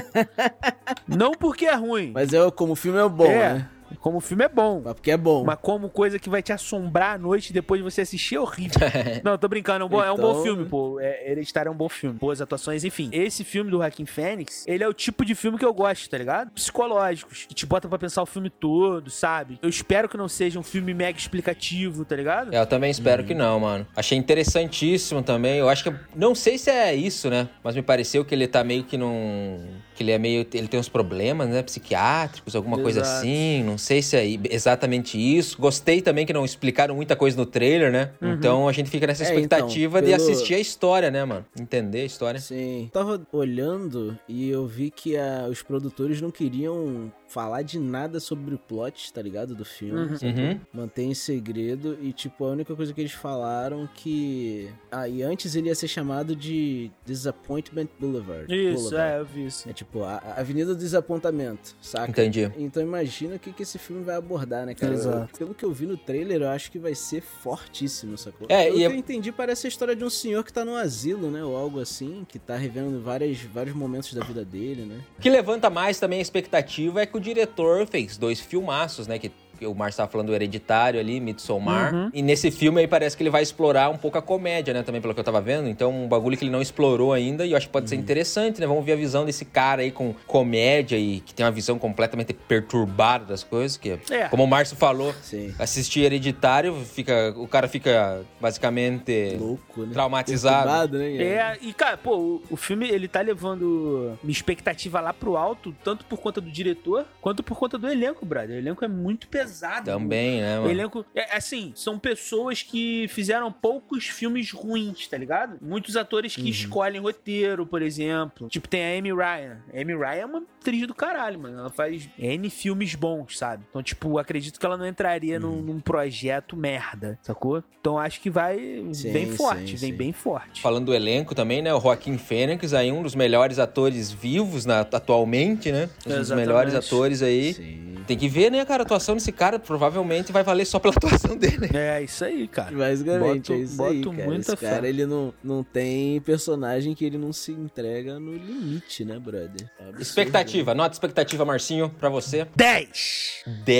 Speaker 4: não porque é ruim.
Speaker 2: Mas é como o filme é bom,
Speaker 4: É.
Speaker 2: né?
Speaker 4: Como o filme é bom.
Speaker 2: Mas porque é bom.
Speaker 4: Mas como coisa que vai te assombrar à noite depois de você assistir é horrível. não, tô brincando, é um bom, é um
Speaker 2: Então-
Speaker 4: bom filme, pô. É, Hereditário é um bom filme. Boas atuações, enfim. Esse filme do Hacking Fênix, ele é o tipo de filme que eu gosto, tá ligado? Psicológicos, que te botam pra pensar o filme todo, sabe? Eu espero que não seja um filme mega explicativo, tá ligado?
Speaker 3: Eu também espero que não, mano. Achei interessantíssimo também. Eu acho que. Não sei se é isso, né? Mas me pareceu que ele tá meio que num. Que ele é meio. Ele tem uns problemas, né? Psiquiátricos, alguma coisa
Speaker 4: Exato.
Speaker 3: assim. Não sei se é i- exatamente isso. Gostei também que não explicaram muita coisa no trailer, né? Então a gente fica nessa
Speaker 2: É, então,
Speaker 3: expectativa de
Speaker 2: pelo-
Speaker 3: assistir a história, né, mano? Entender a
Speaker 4: né?
Speaker 3: história.
Speaker 2: Sim. Tava olhando e eu vi que a- os produtores não queriam falar de nada sobre o plot, tá ligado? Do filme.
Speaker 3: Uhum.
Speaker 2: Mantém em segredo e, tipo, a única coisa que eles falaram que. Ah, e antes ele ia ser chamado de Disappointment Boulevard.
Speaker 4: Isso,
Speaker 2: Boulevard.
Speaker 4: é, eu vi isso.
Speaker 2: É tipo, a a Avenida do Desapontamento, saca?
Speaker 3: Entendi.
Speaker 2: Então imagina o que, que esse filme vai abordar, né, cara?
Speaker 4: Exato.
Speaker 2: Eu- pelo que eu vi no trailer, eu acho que vai ser fortíssimo, sacou?
Speaker 3: É,
Speaker 2: Pelo
Speaker 3: e
Speaker 2: que
Speaker 3: é-
Speaker 2: eu entendi, parece a história de um senhor que tá no asilo, né? Ou algo assim, que tá revendo várias, vários momentos da vida dele, né?
Speaker 3: O que levanta mais também a expectativa é que o diretor fez dois filmaços, né? Que que o Márcio tava falando do Hereditário ali, Midsommar.
Speaker 4: Uhum.
Speaker 3: E nesse filme aí parece que ele vai explorar um pouco a comédia, né? Também pelo que eu tava vendo. Então, um bagulho que ele não explorou ainda e eu acho que pode
Speaker 2: Uhum.
Speaker 3: ser interessante, né? Vamos ver a visão desse cara aí com comédia e que tem uma visão completamente perturbada das coisas. Que,
Speaker 4: É.
Speaker 3: como o Márcio falou,
Speaker 2: Sim.
Speaker 3: assistir Hereditário, fica, o cara fica basicamente...
Speaker 2: Louco, né?
Speaker 3: Traumatizado.
Speaker 2: Perturbado, né? cara?
Speaker 4: É, e cara, pô, o, o filme ele tá levando minha expectativa lá pro alto, tanto por conta do diretor, quanto por conta do elenco, brother. O elenco é muito pesado.
Speaker 3: Também, né,
Speaker 4: O
Speaker 3: mano?
Speaker 4: elenco. É, assim, são pessoas que fizeram poucos filmes ruins, tá ligado? Muitos atores que escolhem roteiro, por exemplo. Tipo, tem a Amy Ryan. A Amy Ryan é uma atriz do caralho, mano. Ela faz N filmes bons, sabe? Então, tipo, acredito que ela não entraria num, num projeto merda, sacou? Então acho que vai.
Speaker 2: Sim,
Speaker 4: bem
Speaker 2: sim,
Speaker 4: forte, vem
Speaker 2: sim.
Speaker 4: bem forte.
Speaker 3: Falando do elenco também, né? O Joaquim Fênix, aí um dos melhores atores vivos na- atualmente, né? Um dos
Speaker 4: Exatamente.
Speaker 3: melhores atores aí.
Speaker 2: Sim.
Speaker 3: Tem que ver, né, cara? A atuação desse cara provavelmente vai valer só pela atuação dele.
Speaker 4: É, isso aí, cara.
Speaker 2: Basicamente,
Speaker 4: Boto-
Speaker 2: é isso
Speaker 4: boto
Speaker 2: aí, cara.
Speaker 4: muita
Speaker 2: Esse cara,
Speaker 4: fé.
Speaker 2: ele não, não tem personagem que ele não se entrega no limite, né, brother? É um absurdo.
Speaker 3: Expectativa, nota expectativa, Marcinho, pra você.
Speaker 4: 10!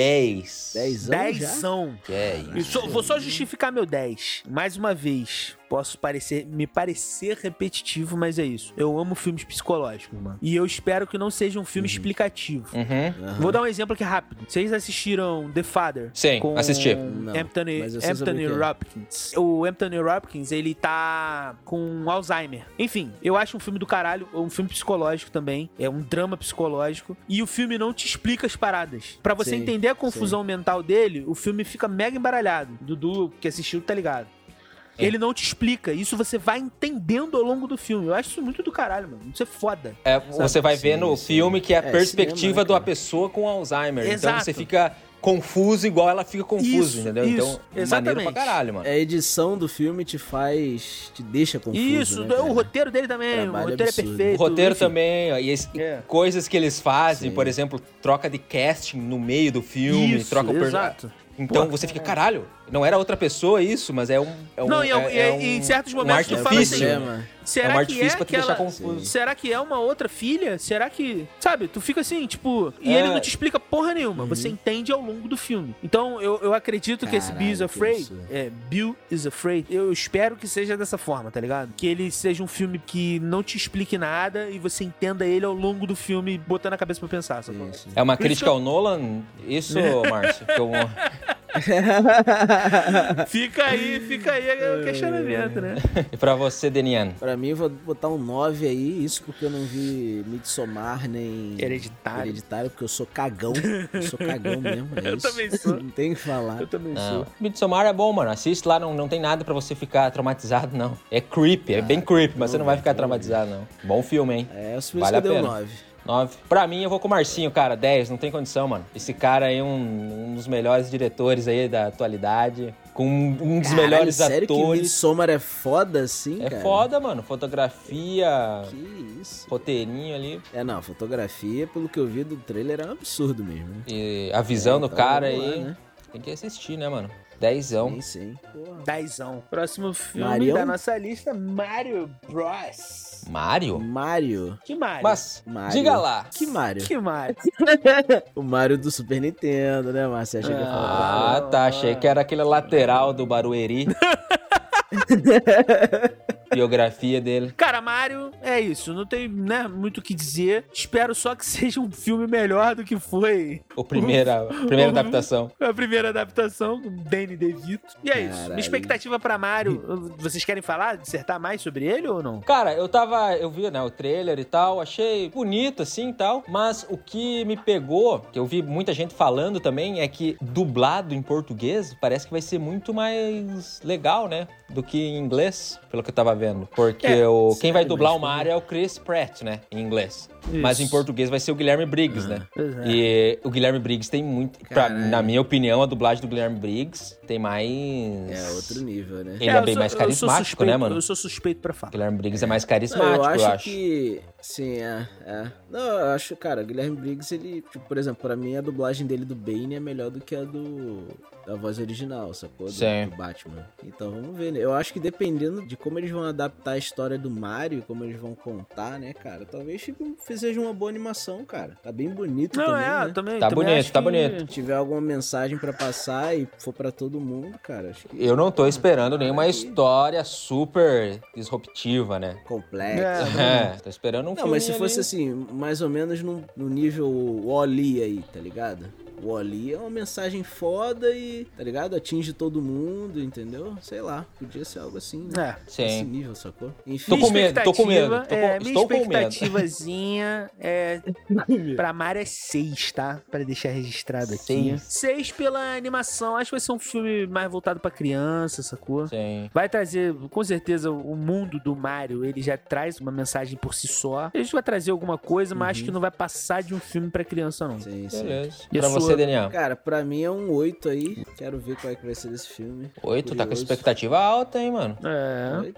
Speaker 2: Dezão já?
Speaker 3: 10.
Speaker 2: Ah,
Speaker 4: Dezão.
Speaker 3: é
Speaker 4: E só- vou só justificar meu 10. Mais uma vez, posso parecer, me parecer repetitivo, mas é isso. Eu amo filmes psicológicos, mano. E eu espero que não seja um filme explicativo.
Speaker 3: Uhum.
Speaker 2: Aham.
Speaker 4: Vou dar um exemplo aqui rápido. Vocês assistiram The Father?
Speaker 3: Sim,
Speaker 4: com
Speaker 3: assisti.
Speaker 2: Não,
Speaker 4: Anthony,
Speaker 2: mas eu sei sobre
Speaker 4: Anthony
Speaker 2: o que é.
Speaker 4: Hopkins. O Anthony Hopkins, ele tá com Alzheimer. Enfim, eu acho um filme do caralho, um filme psicológico também, é um drama psicológico, e o filme não te explica as paradas. Pra você
Speaker 2: Sim,
Speaker 4: entender a confusão mental dele, o filme fica mega embaralhado. Dudu, que assistiu, tá ligado.
Speaker 3: É.
Speaker 4: Ele não te explica, isso você vai entendendo ao longo do filme. Eu acho isso muito do caralho, mano. Isso é foda.
Speaker 3: É, você vai
Speaker 2: Sim,
Speaker 3: vendo o
Speaker 2: sim.
Speaker 3: filme que é a
Speaker 2: É,
Speaker 3: perspectiva
Speaker 2: cinema, né,
Speaker 3: de uma
Speaker 2: cara?
Speaker 3: pessoa com Alzheimer. Então
Speaker 4: Exato.
Speaker 3: você fica confuso igual ela fica confusa,
Speaker 4: Isso,
Speaker 3: entendeu?
Speaker 4: isso,
Speaker 3: então, maneiro pra
Speaker 4: exatamente.
Speaker 3: caralho, mano.
Speaker 2: A edição do filme te faz. te deixa confuso.
Speaker 4: isso, é
Speaker 2: né,
Speaker 4: o
Speaker 2: cara?
Speaker 4: roteiro dele também, o
Speaker 2: Trabalho
Speaker 4: roteiro
Speaker 2: absurdo.
Speaker 4: é
Speaker 2: O
Speaker 4: perfeito.
Speaker 3: O roteiro
Speaker 4: enfim.
Speaker 3: também, ó, e esse-
Speaker 4: É.
Speaker 3: coisas que eles fazem,
Speaker 2: Sim.
Speaker 3: por exemplo, troca de casting no meio do filme,
Speaker 4: Isso,
Speaker 3: troca o perso-
Speaker 4: exato. é.
Speaker 3: Então você fica, caralho, não era outra pessoa isso, mas é um. É um
Speaker 4: Não, e é um-
Speaker 3: é- é
Speaker 4: e- e em certos
Speaker 3: um
Speaker 4: momentos tu
Speaker 2: É o
Speaker 4: fala assim,
Speaker 3: artifício.
Speaker 2: problema.
Speaker 3: É
Speaker 4: Será
Speaker 3: um
Speaker 4: que é
Speaker 3: artifício pra te
Speaker 4: aquela...
Speaker 3: deixar confuso.
Speaker 4: Será que é uma outra filha? Será que. Sabe, tu fica assim, tipo. E
Speaker 3: É.
Speaker 4: ele não te explica porra nenhuma.
Speaker 2: Uhum.
Speaker 4: Você entende ao longo do filme. Então, eu, eu acredito que esse Bill is
Speaker 2: Caralho, que
Speaker 4: Afraid.
Speaker 2: absurdo.
Speaker 4: É, Bill is Afraid. Eu espero que seja dessa forma, tá ligado? Que ele seja um filme que não te explique nada e você entenda ele ao longo do filme, botando a cabeça pra pensar. sacou?
Speaker 2: Sim, sim.
Speaker 3: É uma
Speaker 4: Por isso que
Speaker 3: crítica
Speaker 4: Né? eu-
Speaker 3: ao Nolan? Isso, Márcio? que eu-
Speaker 4: Fica aí, fica aí o questionamento, né?
Speaker 3: E pra você, Denian?
Speaker 2: Pra mim, eu vou botar um 9 aí, isso porque eu não vi Midsommar nem
Speaker 4: Hereditário.
Speaker 2: Hereditário, porque eu sou cagão. Eu sou cagão mesmo, é
Speaker 4: Eu
Speaker 2: isso.
Speaker 4: também sou.
Speaker 2: Não tem o que falar.
Speaker 4: Eu também sou.
Speaker 3: Não. Midsommar é bom, mano. Assiste lá, não, não tem nada pra você ficar traumatizado, não. É creepy, é
Speaker 4: Ah,
Speaker 3: bem creepy, mas você não vai ficar traumatizado, não. Bom filme, hein?
Speaker 2: É, os filmes
Speaker 3: Vale
Speaker 2: que
Speaker 3: a
Speaker 2: eu dei
Speaker 3: pena.
Speaker 2: 9.
Speaker 3: 9. Pra mim, eu vou com o Marcinho, cara. 10, não tem condição, mano. Esse cara aí é um, um dos melhores diretores aí da atualidade. Com um dos melhores
Speaker 2: sério que
Speaker 3: atores.
Speaker 2: Midsommar é foda assim,
Speaker 3: É
Speaker 2: cara?
Speaker 3: foda, mano. Fotografia,
Speaker 2: Que isso.
Speaker 3: roteirinho ali.
Speaker 2: É, não, a fotografia, pelo que eu vi do trailer, é um absurdo mesmo. né?
Speaker 3: E a visão
Speaker 2: É,
Speaker 3: do
Speaker 2: então,
Speaker 3: cara
Speaker 2: vamos lá,
Speaker 3: aí.
Speaker 2: né?
Speaker 3: Tem que assistir, né, mano? Dezão.
Speaker 2: Nem sei. Porra.
Speaker 4: Dezão. Próximo filme
Speaker 2: Marião?
Speaker 4: da nossa lista, Mario Bros.
Speaker 3: Mario?
Speaker 2: Mario.
Speaker 4: Que Mario?
Speaker 3: Mas,
Speaker 2: Mario.
Speaker 3: diga lá.
Speaker 2: Que Mario?
Speaker 4: Que Mario?
Speaker 2: O Mario do Super Nintendo, né, Márcio? Achei que eu falava.
Speaker 3: Ah, tá. Achei que era aquele lateral do Barueri. Biografia dele.
Speaker 4: Cara, Mario, é isso. Não tem né, muito o que dizer. Espero só que seja um filme melhor do que foi
Speaker 3: O primeira, a primeira
Speaker 2: Uhum.
Speaker 3: adaptação.
Speaker 4: a primeira adaptação do Danny DeVito. E é isso.
Speaker 2: Caralho.
Speaker 4: Minha expectativa pra Mario. Vocês querem falar, dissertar mais sobre ele ou não?
Speaker 3: Cara, eu tava. Eu vi, né, o trailer e tal, achei bonito assim e tal. Mas o que me pegou, que eu vi muita gente falando também, é que dublado em português parece que vai ser muito mais legal, né? Do que em inglês, pelo que eu tava vendo. Porque
Speaker 4: É,
Speaker 3: o, quem vai
Speaker 2: sério,
Speaker 3: dublar
Speaker 2: mas
Speaker 3: o Mario é o Chris Pratt, né? Em inglês.
Speaker 4: Isso. é.
Speaker 3: Mas em português vai ser o Guilherme Briggs, né?
Speaker 2: Ah,
Speaker 4: Exato.
Speaker 3: E
Speaker 2: é.
Speaker 3: o Guilherme Briggs tem muito. pra-
Speaker 2: Caralho.
Speaker 3: na minha opinião, a dublagem do Guilherme Briggs tem mais.
Speaker 2: É outro nível, né?
Speaker 3: Ele é,
Speaker 4: eu
Speaker 3: bem
Speaker 4: sou-
Speaker 3: mais
Speaker 4: eu sou
Speaker 3: carismático,
Speaker 4: suspeito-
Speaker 3: né, mano?
Speaker 4: Eu sou suspeito pra falar.
Speaker 3: Guilherme Briggs é mais
Speaker 2: Não,
Speaker 3: carismático,
Speaker 2: eu acho,
Speaker 3: Eu acho.
Speaker 2: que. Sim, é, é. Não, eu acho, cara, o Guilherme Briggs, ele, tipo, por exemplo, pra mim a dublagem dele do Bane é melhor do que a do. da voz original, sacou? Do,
Speaker 3: Sim.
Speaker 2: do Batman. Então vamos ver, né? Eu acho que dependendo de como eles vão adaptar a história do Mario, como eles vão contar, né, cara? Talvez tipo, seja uma boa animação, cara. Tá bem bonito
Speaker 4: Não,
Speaker 2: também.
Speaker 4: é,
Speaker 2: né?
Speaker 4: também.
Speaker 3: Tá
Speaker 4: também
Speaker 3: bonito,
Speaker 4: acho
Speaker 3: tá
Speaker 4: que-
Speaker 3: bonito.
Speaker 2: Se tiver alguma mensagem pra passar e for pra todo mundo, cara, acho que.
Speaker 3: Eu não tô esperando nenhuma
Speaker 2: Aí.
Speaker 3: história super disruptiva, né?
Speaker 2: Complexo.
Speaker 3: É, tô esperando um
Speaker 2: Não,
Speaker 3: filme
Speaker 2: mas se
Speaker 3: ali.
Speaker 2: fosse assim, mais ou menos no, no nível Wally aí, tá ligado? O Wally é uma mensagem foda e, tá ligado? Atinge todo mundo, entendeu? Sei lá, podia ser algo assim, né?
Speaker 4: É.
Speaker 2: Esse
Speaker 3: Sim.
Speaker 2: nível, sacou? Enfim,
Speaker 3: Tô com medo, tô com medo, tô com-
Speaker 4: É, minha
Speaker 3: estou com medo.
Speaker 4: expectativazinha é pra Mario é 6, tá? Pra deixar registrado aqui.
Speaker 3: Seis.
Speaker 4: 6 pela animação. Acho que vai ser um filme mais voltado pra criança, sacou?
Speaker 2: assim,
Speaker 3: Sim.
Speaker 4: Vai trazer, com certeza, o mundo do Mario, ele já traz uma mensagem por si só. Ele vai trazer alguma coisa, mas acho que não vai passar de um filme pra criança, não.
Speaker 2: sim, sim.
Speaker 3: Beleza.
Speaker 4: E a
Speaker 3: pra
Speaker 4: sua?
Speaker 3: você, Daniel.
Speaker 2: Cara, pra mim é um 8 aí. Quero ver qual é que vai ser desse filme.
Speaker 3: Oito, tá com
Speaker 2: Curioso.
Speaker 3: expectativa alta, hein, mano?
Speaker 4: É.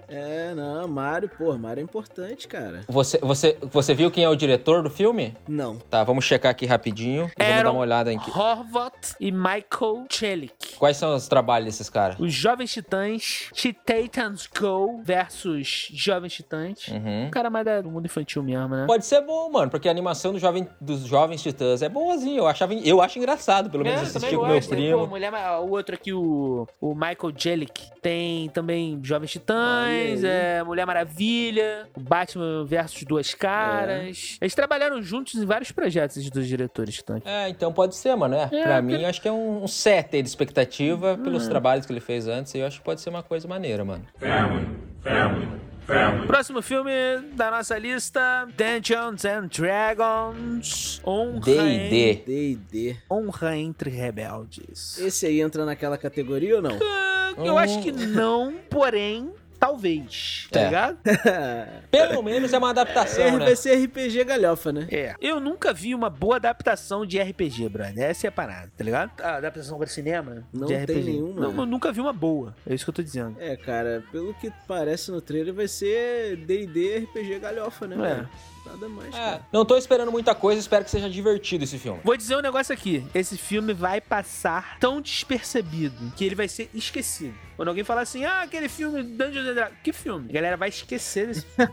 Speaker 2: É, não, Mario, pô, Mario é importante, cara.
Speaker 3: Você, você, você viu quem é o diretor do filme?
Speaker 2: Não.
Speaker 3: Tá, vamos checar aqui rapidinho e vamos
Speaker 4: Aaron
Speaker 3: dar uma olhada em que...
Speaker 4: Horvath e Michael Chelik.
Speaker 3: Quais são os trabalhos desses caras?
Speaker 4: Os Jovens Titãs, Titans Go versus Jovens Titãs.
Speaker 3: Uhum.
Speaker 4: O cara mais da- do mundo infantil mesmo, né?
Speaker 3: Pode ser bom, mano, porque a animação do jovem, dos Jovens Titãs é boazinha. Eu, achava, eu acho engraçado, pelo
Speaker 2: É,
Speaker 3: menos assisti com meu
Speaker 4: né? Pô, a
Speaker 3: primo.
Speaker 4: mulher, mas o outro aqui, o, o Michael Jellic, tem também Jovens Titãs,
Speaker 2: Olha aí.
Speaker 4: é, Mulher Maravilha, o Batman versus Duas Caras. Eles trabalharam juntos em vários projetos, esses dois diretores que estão aqui.
Speaker 3: É, então pode ser, mano. É. pra mim, acho que é um, um set aí de expectativa
Speaker 2: Hum.
Speaker 3: pelos trabalhos que ele fez antes. E eu acho que pode ser uma coisa maneira, mano.
Speaker 4: Próximo filme da nossa lista, Dungeons and Dragons, Honra, em-
Speaker 3: D&D.
Speaker 2: D&D.
Speaker 4: Honra Entre Rebeldes.
Speaker 2: Esse aí entra naquela categoria ou não?
Speaker 4: Eu acho que não, porém, talvez. Tá
Speaker 3: É.
Speaker 4: ligado?
Speaker 3: Pelo menos é uma adaptação, né?
Speaker 2: Vai ser RPG galhofa, né?
Speaker 4: É. Eu nunca vi uma boa adaptação de RPG, brother. Essa é a parada, tá ligado? A adaptação para cinema
Speaker 2: Não
Speaker 4: de
Speaker 2: tem
Speaker 4: RPG.
Speaker 2: nenhuma.
Speaker 4: Não, eu nunca vi uma boa. É isso que eu tô dizendo.
Speaker 2: É, cara, pelo que parece no trailer, vai ser DD RPG galhofa, né?
Speaker 4: É.
Speaker 2: mano? Nada mais,
Speaker 3: É,
Speaker 2: cara.
Speaker 3: não tô esperando muita coisa, espero que seja divertido esse filme.
Speaker 4: Vou dizer um negócio aqui. Esse filme vai passar tão despercebido que ele vai ser esquecido. Quando alguém falar assim, ah, aquele filme Dungeons and Dragons. Que filme? A galera vai esquecer desse filme.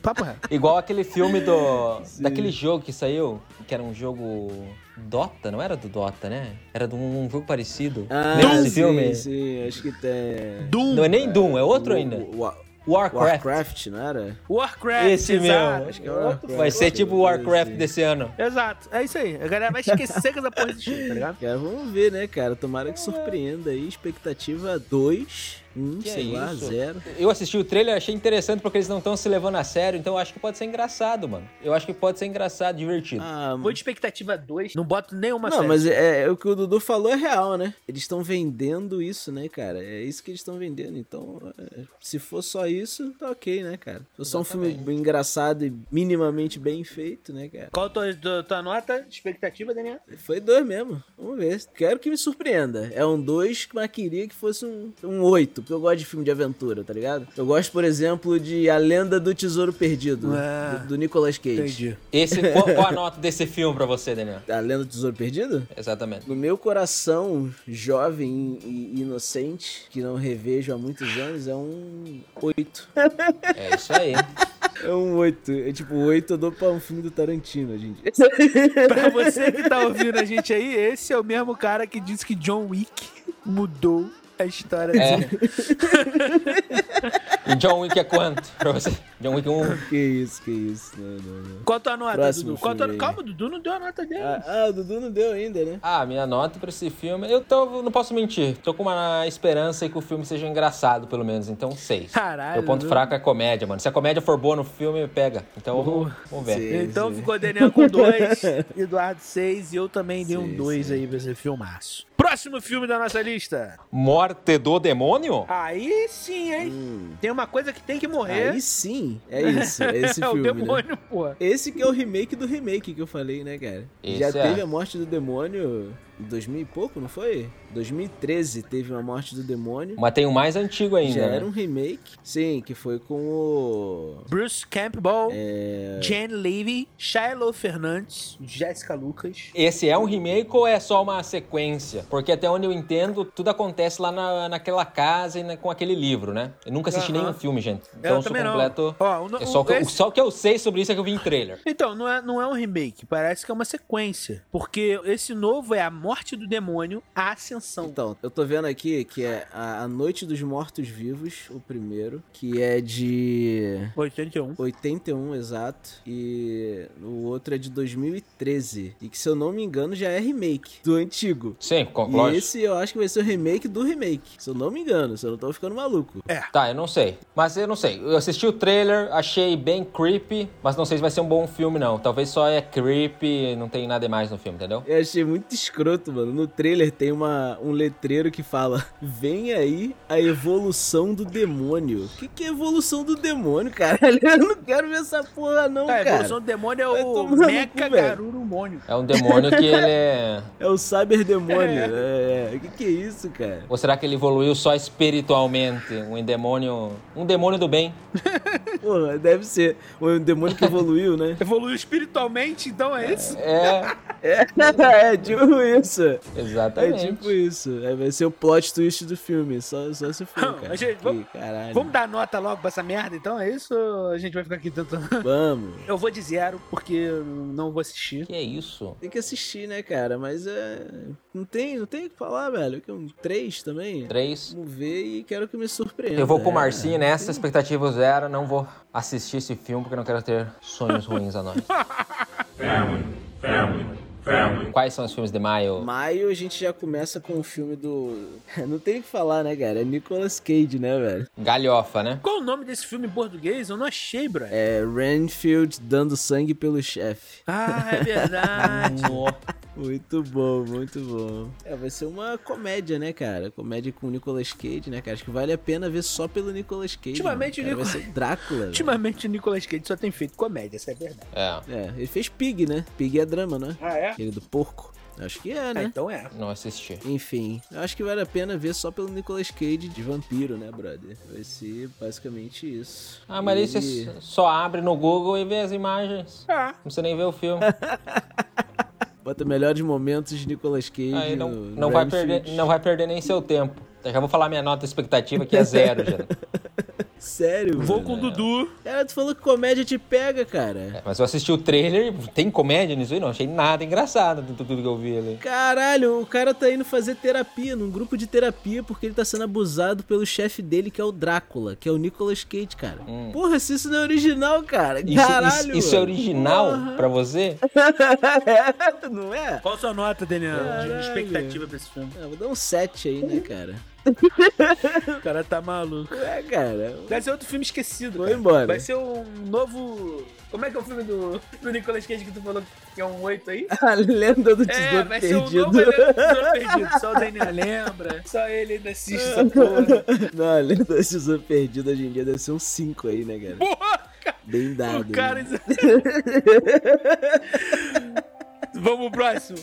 Speaker 4: Papo reto.
Speaker 3: Igual aquele filme do. daquele jogo que saiu, que era um jogo Dota, não era do Dota, né? Era de um jogo parecido. Lembra
Speaker 2: Ah,
Speaker 3: desse um filme?
Speaker 2: sim, sim, acho que tem...
Speaker 4: Doom.
Speaker 3: Não é nem Doom, é outro ainda.
Speaker 2: O- o-
Speaker 3: Warcraft.
Speaker 2: Warcraft, não era?
Speaker 4: Warcraft,
Speaker 3: Esse
Speaker 4: exato.
Speaker 3: meu.
Speaker 2: Acho que é Warcraft.
Speaker 3: Vai ser tipo o Warcraft
Speaker 2: Sim.
Speaker 3: desse ano.
Speaker 4: Exato. É isso aí. A galera vai esquecer que essa porra existiu, tá ligado?
Speaker 2: Cara, vamos ver, né, cara? Tomara
Speaker 3: É.
Speaker 2: que surpreenda aí. Expectativa 2, 1,
Speaker 3: Que
Speaker 2: sei
Speaker 3: é
Speaker 2: lá,
Speaker 3: isso?
Speaker 2: 0.
Speaker 3: Eu assisti o trailer, achei interessante porque eles não estão se levando a sério, então eu acho que pode ser engraçado, mano. Eu acho que pode ser engraçado, divertido.
Speaker 2: Ah,
Speaker 4: Vou de expectativa 2. Não boto nenhuma
Speaker 2: não,
Speaker 4: fé.
Speaker 2: mas é, é o que o Dudu falou é real, né? Eles estão vendendo isso, né, cara? É isso que eles estão vendendo. Então, é, se for só isso, tá ok, né, cara? Se for só um filme
Speaker 3: Exatamente.
Speaker 2: bem engraçado e minimamente bem feito, né, cara?
Speaker 4: Qual a tua, tua, tua nota? Expectativa, Daniel?
Speaker 2: Foi dois mesmo. Vamos ver. Quero que me surpreenda. É um dois, mas queria que fosse um, um oito, porque eu gosto de filme de aventura, tá ligado? Eu gosto, por exemplo, de A Lenda do Tesouro Perdido,
Speaker 4: Ah,
Speaker 2: do, do Nicolas Cage.
Speaker 3: Esse, qual, qual a nota desse filme pra você, Daniel?
Speaker 2: A Lenda do Tesouro Perdido?
Speaker 3: Exatamente.
Speaker 2: No meu coração, jovem e e inocente, que não revejo há muitos anos, é um 8.
Speaker 3: É isso aí.
Speaker 2: É um 8. É tipo, 8 eu dou pra um filme do Tarantino, gente.
Speaker 4: Pra você que tá ouvindo a gente aí, esse é o mesmo cara que disse que John Wick mudou a história
Speaker 3: É.
Speaker 4: dele.
Speaker 3: E John Wick é quanto pra você? John Wick 1.
Speaker 2: Que isso, que isso. né, Não, não, não.
Speaker 4: Qual a tua nota,
Speaker 2: Próximo
Speaker 4: Dudu? Qual a tua...
Speaker 2: filme aí.
Speaker 4: Calma, Dudu não deu a nota dele.
Speaker 2: Ah, ah, o Dudu não deu ainda, né?
Speaker 3: Ah, minha nota pra esse filme. Eu tô, não posso mentir. Tô com uma esperança aí que o filme seja engraçado, pelo menos. Então, seis.
Speaker 4: Caralho.
Speaker 3: Meu ponto
Speaker 4: Dudu.
Speaker 3: fraco é a comédia, mano. Se a comédia for boa no filme, pega. Então,
Speaker 4: Boa.
Speaker 3: vamos ver.
Speaker 2: Sim.
Speaker 4: Então
Speaker 2: Sim.
Speaker 4: ficou Daniel com dois, Eduardo seis e eu também dei um
Speaker 2: Sim,
Speaker 4: dois
Speaker 2: sim.
Speaker 4: aí pra esse filmaço. Próximo filme da nossa lista.
Speaker 3: Morte do Demônio?
Speaker 4: Aí sim, hein?
Speaker 2: Hum.
Speaker 4: Tem uma coisa que tem que morrer.
Speaker 2: Aí sim, é isso, é esse
Speaker 4: é o
Speaker 2: filme, né?
Speaker 4: demônio, porra.
Speaker 2: Esse que é o remake do remake que eu falei, né, cara?
Speaker 3: Esse
Speaker 2: Já
Speaker 3: é.
Speaker 2: teve a morte do demônio em 2000 e pouco, não foi? 2013 teve uma morte do demônio.
Speaker 3: Mas tem o mais antigo
Speaker 2: Já
Speaker 3: ainda,
Speaker 2: era um
Speaker 3: né?
Speaker 2: remake. Sim, que foi com o.
Speaker 4: Bruce Campbell,
Speaker 2: É.
Speaker 4: Jane Levy, Shiloh Fernandes, Jéssica Lucas.
Speaker 3: Esse é um remake ou é só uma sequência? Porque até onde eu entendo, tudo acontece lá na, naquela casa e na- com aquele livro, né? Eu nunca assisti
Speaker 4: Aham. É,
Speaker 3: nenhum filme, gente. Então eu sou completo.
Speaker 4: Ó, o no-
Speaker 3: É só, o que, eu-
Speaker 4: esse-
Speaker 3: só o que eu sei sobre isso é que eu vi em trailer.
Speaker 4: Então, não é, não é um remake, parece que é uma sequência. Porque esse novo é a morte do demônio, a ascensão.
Speaker 2: Então, eu tô vendo aqui que é A a Noite dos Mortos Vivos, o primeiro, que é de
Speaker 4: 81.
Speaker 2: 81, exato. E o outro é de 2013. E que, se eu não me engano, já é remake do antigo.
Speaker 3: Sim, com-
Speaker 2: E
Speaker 3: lógico.
Speaker 2: esse eu acho que vai ser o remake do remake. Se eu não me engano, se eu não tô ficando maluco.
Speaker 3: Tá, eu não sei. Mas eu não sei. Eu assisti o trailer, achei bem creepy, mas não sei se vai ser um bom filme, não. Talvez só é creepy, não tem nada demais no filme, entendeu?
Speaker 2: Eu achei muito escroto, mano. No trailer tem uma, um letreiro que fala: Vem aí a evolução do demônio. O que, que é evolução do demônio, cara? Eu não quero ver essa porra, não,
Speaker 4: Tá, a
Speaker 2: Então, cara.
Speaker 4: evolução do demônio é
Speaker 2: vai
Speaker 4: o
Speaker 2: tomar no
Speaker 4: Mecha
Speaker 2: cu, velho.
Speaker 4: Garurumônio.
Speaker 3: É um demônio que ele é.
Speaker 2: É o cyber demônio. É. é. O que, que é isso, cara?
Speaker 3: Ou será que ele evoluiu só espiritualmente? Um demônio. Um demônio do bem.
Speaker 2: Porra, deve ser um demônio que evoluiu, né?
Speaker 4: Evoluiu espiritualmente, então é isso?
Speaker 3: É,
Speaker 2: É, é tipo isso. É
Speaker 3: exatamente.
Speaker 2: tipo isso. É, vai ser o plot twist do filme. Só, só se for,
Speaker 4: Não,
Speaker 2: cara.
Speaker 4: a gente-
Speaker 2: Que
Speaker 4: vamos-
Speaker 2: caralho.
Speaker 4: Vamos dar nota logo pra essa merda, então? É isso? Ou A gente vai ficar aqui tentando.
Speaker 2: Vamos.
Speaker 4: Eu vou de zero, porque eu não vou assistir.
Speaker 3: Que é isso?
Speaker 2: Tem que assistir, né, cara? Mas é. Não tem, não tem o que falar, velho. Que é um 3 também.
Speaker 3: Três.
Speaker 2: Vamos ver e quero que me surpreenda.
Speaker 3: Eu vou com
Speaker 2: É.
Speaker 3: o Marcinho né? nessa, expectativa zero. Não vou assistir esse filme porque eu não quero ter sonhos ruins a nós. Quais são os filmes de maio?
Speaker 2: Maio a gente já começa com o filme do. Não tem o que falar, né, cara? É Nicolas Cage, né, velho?
Speaker 3: Galhofa, né?
Speaker 4: Qual o nome desse filme em português? Eu não achei, bro.
Speaker 2: É Renfield dando sangue pelo chefe.
Speaker 4: Ah, é verdade.
Speaker 2: Muito bom, muito bom. É, vai ser uma comédia, né, cara? Comédia com o Nicolas Cage, né, cara? Acho que vale a pena ver só pelo Nicolas Cage.
Speaker 4: Ultimamente
Speaker 2: mano,
Speaker 4: o
Speaker 2: cara. Vai ser Drácula. velho.
Speaker 4: Ultimamente o Nicolas Cage só tem feito comédia, isso é verdade.
Speaker 3: É.
Speaker 2: É, ele fez Pig, né? Pig é drama, né?
Speaker 4: Ah, é?
Speaker 2: Aquele do porco. Acho que é,
Speaker 4: Ah,
Speaker 2: né?
Speaker 4: então é.
Speaker 3: Não assisti.
Speaker 2: Enfim, eu acho que vale a pena ver só pelo Nicolas Cage de vampiro, né, brother? Vai ser basicamente isso.
Speaker 3: Ah, mas aí você
Speaker 2: E-
Speaker 3: s- só abre no Google e vê as imagens.
Speaker 4: Ah,
Speaker 3: Não precisa nem ver o filme.
Speaker 2: Bota melhores momentos de Nicolas Cage.
Speaker 3: Aí não,
Speaker 2: no
Speaker 3: não, vai
Speaker 2: Brad
Speaker 3: perder,
Speaker 2: Pitt.
Speaker 3: não vai perder nem seu tempo. Eu já vou falar minha nota expectativa que é zero já.
Speaker 2: Sério,
Speaker 4: vou
Speaker 2: mano?
Speaker 4: com o Dudu.
Speaker 2: Cara, tu falou que comédia te pega, cara.
Speaker 3: É, Mas eu assisti o trailer, tem comédia nisso aí? Não, achei nada engraçado de tudo que eu vi ali.
Speaker 2: Caralho, o cara tá indo fazer terapia num grupo de terapia porque ele tá sendo abusado pelo chefe dele, que é o Drácula, que é o Nicolas Cage, cara. Porra, se isso não é original, cara.
Speaker 3: Isso,
Speaker 2: Caralho.
Speaker 3: isso, isso é
Speaker 2: mano.
Speaker 3: original
Speaker 2: Porra.
Speaker 3: pra você?
Speaker 4: É
Speaker 2: não é?
Speaker 4: Qual a sua nota, Daniel?
Speaker 2: Caralho.
Speaker 4: De expectativa pra esse filme.
Speaker 2: É, vou dar um 7 aí, né, cara?
Speaker 4: O cara tá maluco.
Speaker 2: Ué, cara.
Speaker 4: Vai ser outro filme esquecido.
Speaker 2: Foi
Speaker 4: cara.
Speaker 2: embora.
Speaker 4: Vai ser um novo. Como é que é o filme do, do Nicolas Cage que tu falou que é um 8 aí?
Speaker 6: A lenda do
Speaker 4: É,
Speaker 6: tesouro
Speaker 4: vai ser um
Speaker 6: perdido.
Speaker 4: novo Elenco do Tesouro Perdido. Só o Daniel lembra, só ele ainda assiste essa porra.
Speaker 2: Não, a lenda da Tesouro Perdida hoje em dia deve ser um 5 aí, né, cara?
Speaker 4: Porra,
Speaker 2: Bem dado.
Speaker 4: o cara.
Speaker 2: né?
Speaker 4: Vamos pro próximo.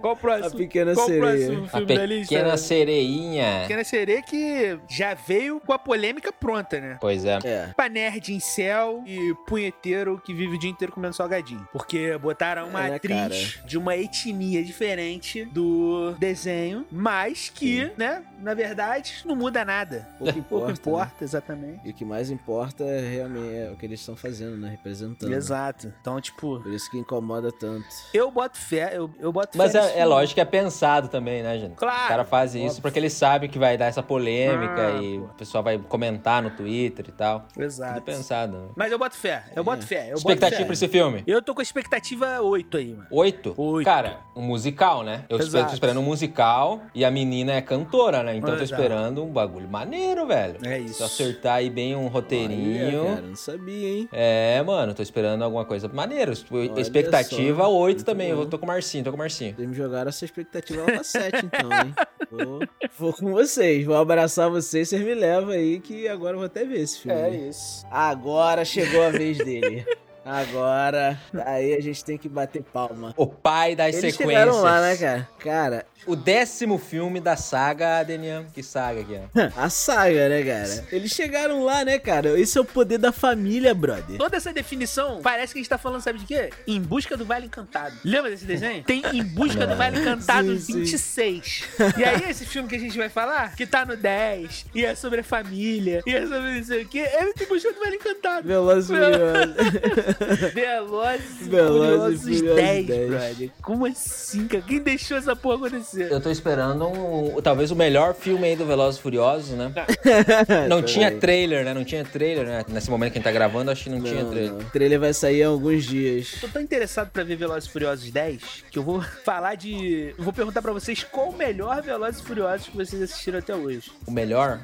Speaker 4: Qual o próximo?
Speaker 2: A Pequena
Speaker 4: Qual o
Speaker 2: Sereia.
Speaker 4: próximo
Speaker 3: A
Speaker 4: filme é. da lista?
Speaker 3: pequena sereinha.
Speaker 4: Pequena Sereia que já veio com a polêmica pronta, né?
Speaker 3: Pois é.
Speaker 2: É.
Speaker 4: Pra nerd em céu e punheteiro que vive o dia inteiro comendo salgadinho. Porque botaram uma
Speaker 2: É, né,
Speaker 4: atriz de uma etnia diferente do desenho, mas que, né, na verdade, não muda nada.
Speaker 2: Pouco
Speaker 4: Pouco
Speaker 2: importa. né?
Speaker 4: importa, exatamente.
Speaker 2: E o que mais importa é realmente é o que eles estão fazendo, né? Representando.
Speaker 4: Exato. Então, tipo,
Speaker 2: Por isso que incomoda tanto.
Speaker 4: eu boto fé, eu, eu boto
Speaker 3: Mas
Speaker 4: fé. nesse
Speaker 3: é, é
Speaker 4: filme.
Speaker 3: lógico que é pensado também, né, gente?
Speaker 4: Claro.
Speaker 3: Os caras fazem isso
Speaker 4: Óbvio.
Speaker 3: porque eles sabem que vai dar essa polêmica
Speaker 4: Ah,
Speaker 3: e
Speaker 4: pô.
Speaker 3: o pessoal vai comentar no Twitter e tal.
Speaker 4: Exato.
Speaker 3: Tudo pensado. né?
Speaker 4: Mas eu boto fé, eu boto
Speaker 2: É.
Speaker 4: fé. Eu
Speaker 3: Expectativa pra
Speaker 4: boto fé.
Speaker 3: esse filme?
Speaker 4: Eu tô com a expectativa 8 aí, mano.
Speaker 3: Oito?
Speaker 4: Oito.
Speaker 3: Cara, um musical, né? Eu espe-
Speaker 4: Exato.
Speaker 3: tô esperando um musical e a menina é cantora, né? Então eu tô
Speaker 4: Exato.
Speaker 3: esperando um bagulho maneiro, velho.
Speaker 4: É
Speaker 3: Se eu
Speaker 4: isso.
Speaker 3: acertar aí bem um roteirinho.
Speaker 2: Olha, cara, não sabia, hein?
Speaker 3: É, mano, tô esperando alguma coisa maneira. Tipo,
Speaker 2: Olha
Speaker 3: Expectativa
Speaker 2: só,
Speaker 3: 8
Speaker 2: muito
Speaker 3: também.
Speaker 2: bom.
Speaker 3: Eu tô com o Marcinho, tô com o Marcinho.
Speaker 2: Vocês me jogaram essa expectativa lá pra 7, então, hein? Vou, vou com vocês, vou abraçar vocês, vocês me levam aí, que agora eu vou até ver esse filme.
Speaker 4: É isso.
Speaker 2: Agora chegou a vez dele. Agora, aí a gente tem que bater palma.
Speaker 3: O pai das
Speaker 2: Eles
Speaker 3: sequências.
Speaker 2: chegaram lá, né, cara? Cara,
Speaker 3: O décimo filme da saga, Denian. Que saga que é?
Speaker 2: a saga, né, cara? Eles chegaram lá, né, cara? Esse é o poder da família, brother.
Speaker 4: Toda essa definição parece que a gente tá falando, sabe de quê? Em busca do Vale Encantado. Lembra desse desenho? Tem Em Busca do Vale Encantado
Speaker 2: Sim, sim.
Speaker 4: 26. E aí, esse filme que a gente vai falar, que tá no 10, e é sobre a família, e é sobre não sei o quê, é Em Busca do Vale Encantado.
Speaker 2: Veloz e Furioso.
Speaker 4: Velozes
Speaker 2: Velozes
Speaker 4: e
Speaker 2: e
Speaker 4: Furiosos
Speaker 2: Furiosos
Speaker 4: 10,
Speaker 2: 10.
Speaker 4: brother. Como assim, cara? Quem deixou essa porra acontecer?
Speaker 3: Eu tô esperando um, talvez o melhor filme aí do Velozes e Furiosos, né?
Speaker 2: É,
Speaker 3: Não
Speaker 2: Tá
Speaker 3: tinha trailer, né? Não tinha trailer, né? Nesse momento que a gente tá gravando, acho que não, tinha trailer.
Speaker 2: O trailer vai sair em alguns dias.
Speaker 4: Tô tão interessado pra ver Velozes e Furiosos 10 que eu vou falar de. Eu vou perguntar pra vocês qual o melhor Velozes e Furiosos que vocês assistiram até hoje.
Speaker 3: O melhor,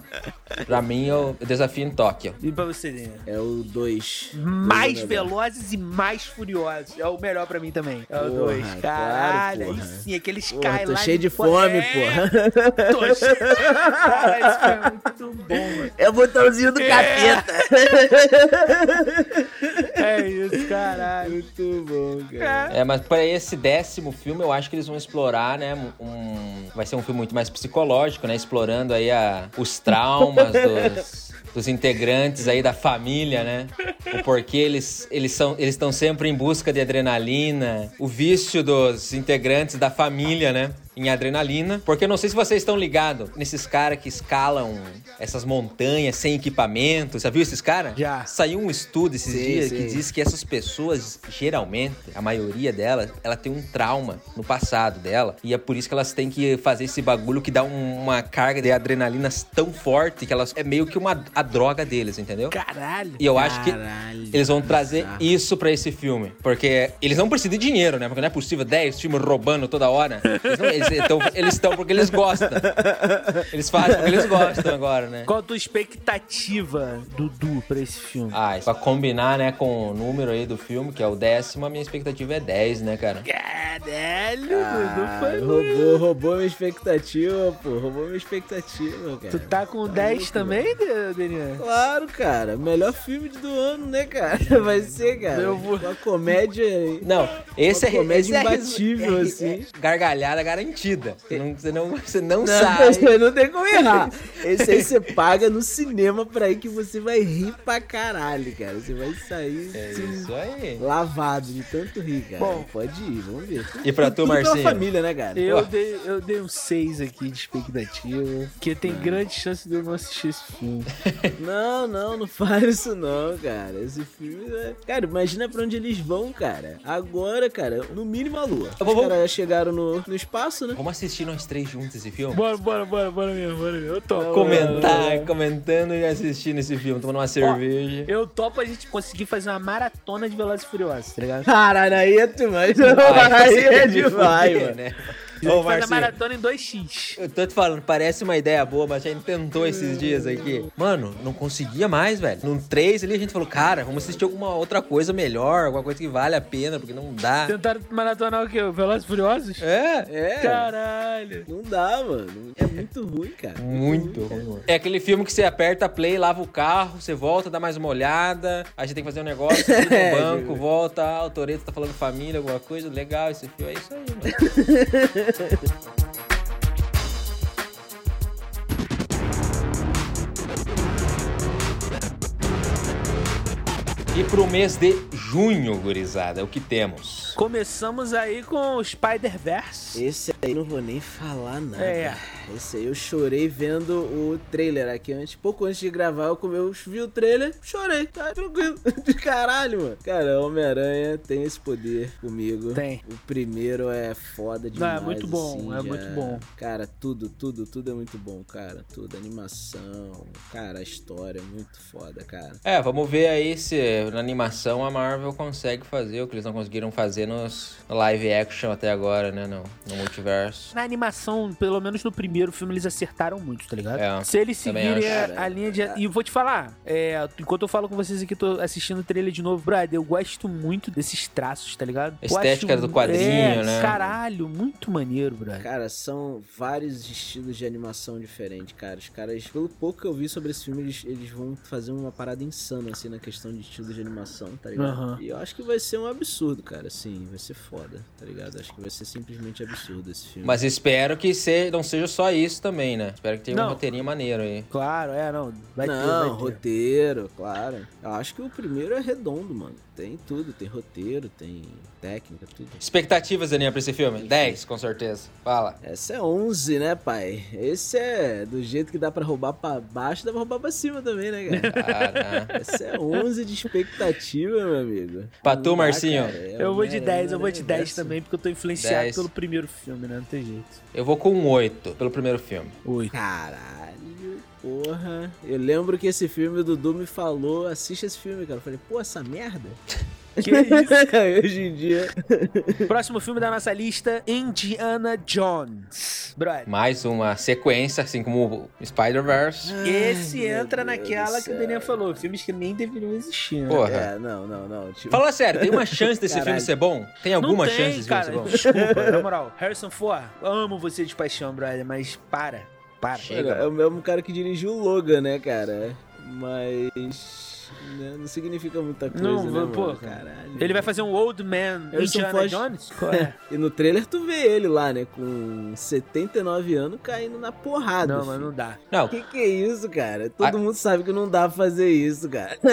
Speaker 3: pra mim, é o Desafio em Tóquio.
Speaker 4: E pra você, Daniel?
Speaker 2: É o 2.
Speaker 4: Mais Velozes e mais Furiosos. É o melhor pra mim também. É o
Speaker 2: Porra,
Speaker 4: 2.
Speaker 2: claro,
Speaker 4: Caralho,
Speaker 2: porra.
Speaker 4: aí sim, aquele Skyline.
Speaker 2: Porra, tô cheio de fome,
Speaker 4: É,
Speaker 2: porra.
Speaker 4: Tô cheio. Cara, esse filme é muito bom, mano.
Speaker 2: É o botãozinho do capeta.
Speaker 4: É isso, caralho.
Speaker 2: Muito bom, cara.
Speaker 4: É.
Speaker 3: É, mas pra esse décimo filme, eu acho que eles vão explorar, né? um- vai ser um filme muito mais psicológico, né? Explorando aí a- os traumas dos, dos integrantes aí da família, né? O porquê eles eles são eles estão sempre em busca de adrenalina, o vício dos integrantes da família, né? Em adrenalina. Porque eu não sei se vocês estão ligados nesses caras que escalam essas montanhas sem equipamento. Já viu esses caras?
Speaker 4: Já.
Speaker 3: Saiu um estudo esses
Speaker 2: Sim,
Speaker 3: dias
Speaker 2: sim.
Speaker 3: que diz que essas pessoas, geralmente, a maioria delas, ela tem um trauma no passado dela. E é por isso que elas têm que fazer esse bagulho que dá um- uma carga de adrenalina tão forte que elas. É meio que uma a droga deles, entendeu?
Speaker 4: Caralho.
Speaker 3: E eu acho que
Speaker 2: Caralho,
Speaker 3: eles vão trazer
Speaker 2: bizarro.
Speaker 3: isso pra esse filme. Porque eles não precisam de dinheiro, né? Porque não é possível 10 filmes roubando toda hora. Eles, não- eles eles estão eles tão porque eles gostam. Eles fazem porque eles gostam agora, né?
Speaker 4: Qual a tua expectativa, Dudu, pra esse filme?
Speaker 3: Ah, isso pra combinar, né, com o número aí do filme, que é o décimo, a minha expectativa é 10, né, cara?
Speaker 4: Caralho, Dudu
Speaker 2: Ah,
Speaker 4: foi muito.
Speaker 2: roubou, roubou minha expectativa, pô. Roubou minha expectativa, cara.
Speaker 4: Tu tá com 10 também, De- Daniel?
Speaker 2: Claro, cara. Melhor filme do ano, né, cara? Vai ser, cara.
Speaker 4: Eu vou-
Speaker 2: Uma comédia.
Speaker 3: Não, esse é
Speaker 2: Uma comédia
Speaker 3: esse é-
Speaker 2: imbatível, assim.
Speaker 3: Gargalhada garantida. Você não, você não, você não
Speaker 2: Não,
Speaker 3: sai.
Speaker 2: você não tem como errar. Esse aí você paga no cinema pra ir que você vai rir pra caralho, cara. Você vai sair
Speaker 3: É
Speaker 2: assim,
Speaker 3: isso aí.
Speaker 2: lavado de tanto rir, cara.
Speaker 4: Bom.
Speaker 2: pode ir, vamos ver.
Speaker 3: E pra tu,
Speaker 2: Tudo pela
Speaker 3: Marcinho?
Speaker 2: família, né, cara?
Speaker 4: Eu dei, eu dei um 6 aqui de expectativa, porque tem
Speaker 3: Hum.
Speaker 4: grande chance de eu não assistir esse filme.
Speaker 2: Não, não, não faz isso não, cara. Esse filme é... Cara, imagina pra onde eles vão, cara. Agora, cara, no mínimo a lua.
Speaker 3: vou-
Speaker 2: Os caras chegaram no, no espaço, né?
Speaker 3: Vamos assistir nós três juntos esse filme?
Speaker 4: Bora, bora, bora, bora mesmo, bora mesmo. Eu topo.
Speaker 3: Comentar, comentando e assistindo esse filme, tomando uma cerveja.
Speaker 4: Eu topo a gente conseguir fazer uma maratona de Velozes e Furiosos, tá ligado?
Speaker 2: Caralho, aí é tu, mas
Speaker 3: Ai,
Speaker 2: aí é
Speaker 3: você
Speaker 2: demais,
Speaker 3: fuder,
Speaker 2: mano.
Speaker 3: né?
Speaker 4: A
Speaker 3: Ô,
Speaker 4: gente faz a
Speaker 3: Marcinho,
Speaker 4: maratona em 2x.
Speaker 3: eu tô te falando, parece uma ideia boa, mas a gente tentou esses dias aqui. Mano, não conseguia mais, velho. No 3 ali a gente falou, cara, vamos assistir alguma outra coisa melhor, alguma coisa que vale a pena, porque não dá.
Speaker 4: Tentaram maratonar o quê? O Velozes e Furiosos?
Speaker 3: É?
Speaker 2: É,
Speaker 4: Caralho.
Speaker 2: não dá, mano. É muito ruim,
Speaker 3: Hum.
Speaker 2: cara.
Speaker 3: Muito ruim. É aquele filme que você aperta play, lava o carro, você volta, dá mais uma olhada, aí você tem que fazer um negócio, você liga
Speaker 2: É,
Speaker 3: no banco, volta, ah, o Toreto tá falando família, alguma coisa, legal esse filme, é isso aí, mano. E pro mês de junho, gurizada, é o que temos?
Speaker 4: Começamos aí com o Spider-Verse.
Speaker 2: Esse aí não vou nem falar nada.
Speaker 4: É.
Speaker 2: Esse aí eu chorei vendo o trailer aqui antes. Pouco antes de gravar, eu, come- eu vi o trailer, chorei. Tá tranquilo. De caralho, mano. Cara, Homem-Aranha tem esse poder comigo.
Speaker 4: Tem.
Speaker 2: O primeiro é foda demais.
Speaker 4: muito bom,
Speaker 2: assim,
Speaker 4: é muito bom.
Speaker 2: Cara, tudo, tudo, tudo é muito bom, cara. Tudo, animação, cara, a história é muito foda, cara.
Speaker 3: É, vamos ver aí se na animação a Marvel consegue fazer o que eles não conseguiram fazer nos live action até agora, né? No, no multiverso.
Speaker 4: Na animação, pelo menos no primeiro filme, eles acertaram muito, tá ligado?
Speaker 3: É,
Speaker 4: Se eles
Speaker 3: também
Speaker 4: seguirem
Speaker 2: acho.
Speaker 4: a, a linha de. E vou te falar, é, enquanto eu falo com vocês aqui, tô assistindo o trailer de novo, brother, eu gosto muito desses traços, tá ligado? Eu
Speaker 3: Estética
Speaker 4: acho-
Speaker 3: do quadrinho,
Speaker 4: é,
Speaker 3: né?
Speaker 4: Caralho, muito maneiro, brother.
Speaker 2: Cara, são vários estilos de animação diferentes, cara. Os caras, pelo pouco que eu vi sobre esse filme, eles, eles vão fazer uma parada insana, assim, na questão de estilo de animação, tá ligado?
Speaker 4: Aham.
Speaker 2: E eu acho que vai ser um absurdo, cara, assim, vai ser foda, tá ligado? Acho que vai ser simplesmente absurdo esse filme.
Speaker 3: Mas espero que se, não seja só isso também, né? Espero que tenha
Speaker 4: Não.
Speaker 3: um roteirinho maneiro aí.
Speaker 4: Claro, é, não. Vai
Speaker 2: Não,
Speaker 4: ter, vai ter.
Speaker 2: roteiro, claro. Eu acho que o primeiro é redondo, mano. Tem tudo, tem roteiro, tem técnica, tudo.
Speaker 3: Expectativas, Daniel, pra esse filme? 10, com certeza. Fala.
Speaker 2: Essa é 11, né, pai? Esse é do jeito que dá pra roubar pra baixo, dá pra roubar pra cima também, né, cara?
Speaker 3: Ah, né?
Speaker 2: Essa é 11 de expectativa, meu amigo. Não
Speaker 3: Pra Ah, tu,
Speaker 2: dá,
Speaker 3: Marcinho?
Speaker 2: cara. É
Speaker 4: Eu vou de
Speaker 2: Homem-Aranha,
Speaker 4: 10, eu vou de
Speaker 2: Homem-Aranha
Speaker 4: 10
Speaker 2: verso.
Speaker 4: também, porque eu tô influenciado
Speaker 3: 10.
Speaker 4: pelo primeiro filme, né? Não tem jeito.
Speaker 3: Eu vou com 8 pelo primeiro filme.
Speaker 4: 8.
Speaker 2: Caralho, porra. Eu lembro que esse filme, o Dudu me falou, assiste esse filme, cara. Eu falei, pô, essa merda?
Speaker 4: Que isso?
Speaker 2: Hoje em dia.
Speaker 4: Próximo filme da nossa lista: Indiana Jones. Brother.
Speaker 3: Mais uma sequência, assim como o Spider-Verse.
Speaker 4: Esse
Speaker 2: meu
Speaker 4: entra
Speaker 2: Deus
Speaker 4: naquela
Speaker 2: do
Speaker 4: que o
Speaker 2: céu.
Speaker 4: Daniel falou, filmes que nem deveriam existir. Né?
Speaker 3: Porra.
Speaker 2: É, não, não, não. Tipo,
Speaker 3: Fala sério, tem uma chance desse
Speaker 2: Caralho.
Speaker 3: filme ser bom? Tem alguma
Speaker 4: não tem,
Speaker 3: chance desse
Speaker 4: cara.
Speaker 3: filme ser bom?
Speaker 4: Desculpa, na moral. Harrison Ford, eu amo você de paixão, brother, mas para. Para.
Speaker 3: Chega.
Speaker 2: cara, é o mesmo cara que dirigiu o Logan, né, cara? Mas. né, não significa muita coisa,
Speaker 4: Não,
Speaker 2: né,
Speaker 4: pô,
Speaker 2: mano? Caralho.
Speaker 4: Ele vai fazer um Old Man
Speaker 2: Harrison
Speaker 4: Indiana
Speaker 2: Ford.
Speaker 4: Jones? Qual é?
Speaker 2: E no trailer tu vê ele lá, né? Com 79 anos caindo na porrada.
Speaker 4: não,
Speaker 2: filho.
Speaker 4: mas não dá.
Speaker 3: Não,
Speaker 2: Que que é isso, cara? Todo
Speaker 3: Ah.
Speaker 2: mundo sabe que não dá pra fazer isso, cara. Todo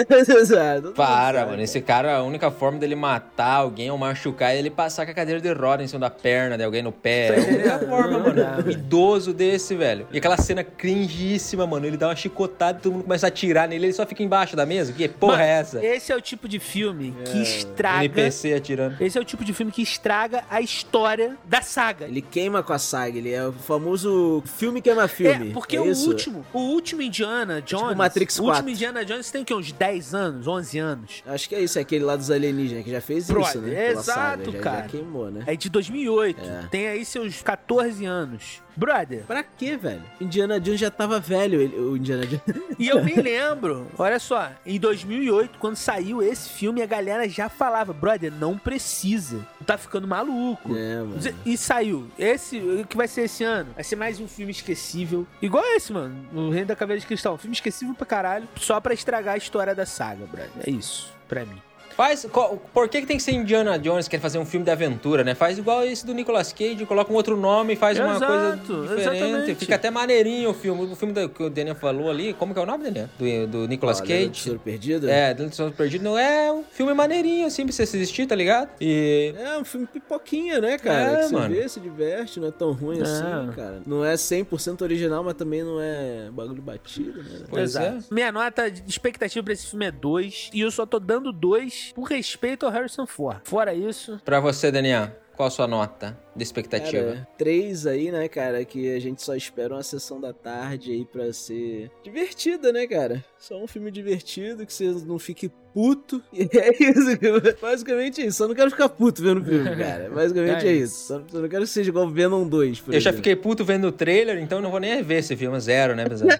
Speaker 2: mundo
Speaker 3: Para,
Speaker 2: sabe,
Speaker 3: mano. Esse cara, a única forma dele matar alguém ou machucar é ele passar com a cadeira de roda em cima da perna de alguém no pé. É a única forma,
Speaker 4: Não,
Speaker 3: mano.
Speaker 4: não.
Speaker 3: Um idoso desse, velho. E aquela cena cringíssima, mano. Ele dá uma chicotada e todo mundo começa a atirar nele, ele só fica embaixo da mesa? Que porra
Speaker 4: Mano,
Speaker 3: é essa?
Speaker 4: Esse é o tipo de filme
Speaker 2: É.
Speaker 4: que estraga.
Speaker 3: NPC atirando.
Speaker 4: Esse é o tipo de filme que estraga a história da saga.
Speaker 2: Ele queima com a saga, ele é o famoso filme queima filme.
Speaker 4: É, porque
Speaker 2: é
Speaker 4: o
Speaker 2: isso? É tipo
Speaker 4: último, o último Indiana Jones.
Speaker 2: Matrix
Speaker 4: o
Speaker 2: 4.
Speaker 4: último Indiana Jones tem o quê? Uns 10 anos, 11 anos.
Speaker 2: Acho que é isso, é aquele lá dos alienígenas que já fez isso,
Speaker 4: Brother,
Speaker 2: né? Pela
Speaker 4: exato,
Speaker 2: saga, já- Já,
Speaker 4: cara.
Speaker 2: queimou, né?
Speaker 4: É de 2008.
Speaker 2: É.
Speaker 4: Tem aí seus 14 anos. Brother,
Speaker 2: Pra quê, velho? Indiana Jones já tava velho, ele- o Indiana Jones.
Speaker 4: e eu me lembro, olha só, em 2008, quando saiu esse filme, a galera já falava, brother, não precisa. Tá ficando maluco.
Speaker 2: é, mano.
Speaker 4: E saiu. Esse, o que vai ser esse ano? Vai ser mais um filme esquecível. Igual esse, mano. O Reino da Caveira de Cristal. Um filme esquecível pra caralho. Só pra estragar a história da saga, brother. É isso, pra mim.
Speaker 3: Faz. co- Por que, que tem que ser Indiana Jones, quer fazer um filme de aventura, né? Faz igual esse do Nicolas Cage, coloca um outro nome e faz uma
Speaker 4: Exato,
Speaker 3: coisa diferente.
Speaker 4: exatamente.
Speaker 3: Fica até maneirinho o filme. O filme do- que o Daniel falou ali, como que é o nome, Daniel? Do, do Nicolas
Speaker 2: Ó, Leandro do
Speaker 3: Cage.
Speaker 2: Tesouro Perdido?
Speaker 3: É, Dentro do Tesouro Perdido não é um filme maneirinho, assim, pra você assistir, tá ligado? E.
Speaker 2: É um filme pipoquinha, né, cara?
Speaker 3: É,
Speaker 2: que você
Speaker 3: mano.
Speaker 2: vê, se diverte, não é tão ruim assim, cara. Não é 100% original, mas também não é bagulho batido, né?
Speaker 3: Pois é.
Speaker 4: Minha nota de expectativa pra esse filme é 2. E eu só tô dando 2 por respeito ao Harrison Ford. Fora isso,
Speaker 3: Pra você, Daniel, qual a sua nota de expectativa?
Speaker 2: Cara, três aí, né, cara, que a gente só espera uma sessão da tarde aí pra ser divertida, né, cara? Só um filme divertido, que você não fique puto. E é isso, cara. basicamente é isso. Só não quero ficar puto vendo o filme, cara. Basicamente é,
Speaker 4: É
Speaker 2: isso. Só não- Só não quero que seja igual Venom 2, por
Speaker 3: Eu já
Speaker 2: exemplo.
Speaker 3: fiquei puto vendo o trailer, então não vou nem ver esse filme. Zero, né, pessoal?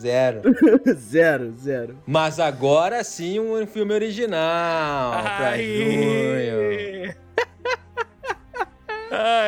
Speaker 3: Zero.
Speaker 2: zero, zero.
Speaker 3: Mas agora sim um filme original pra junho.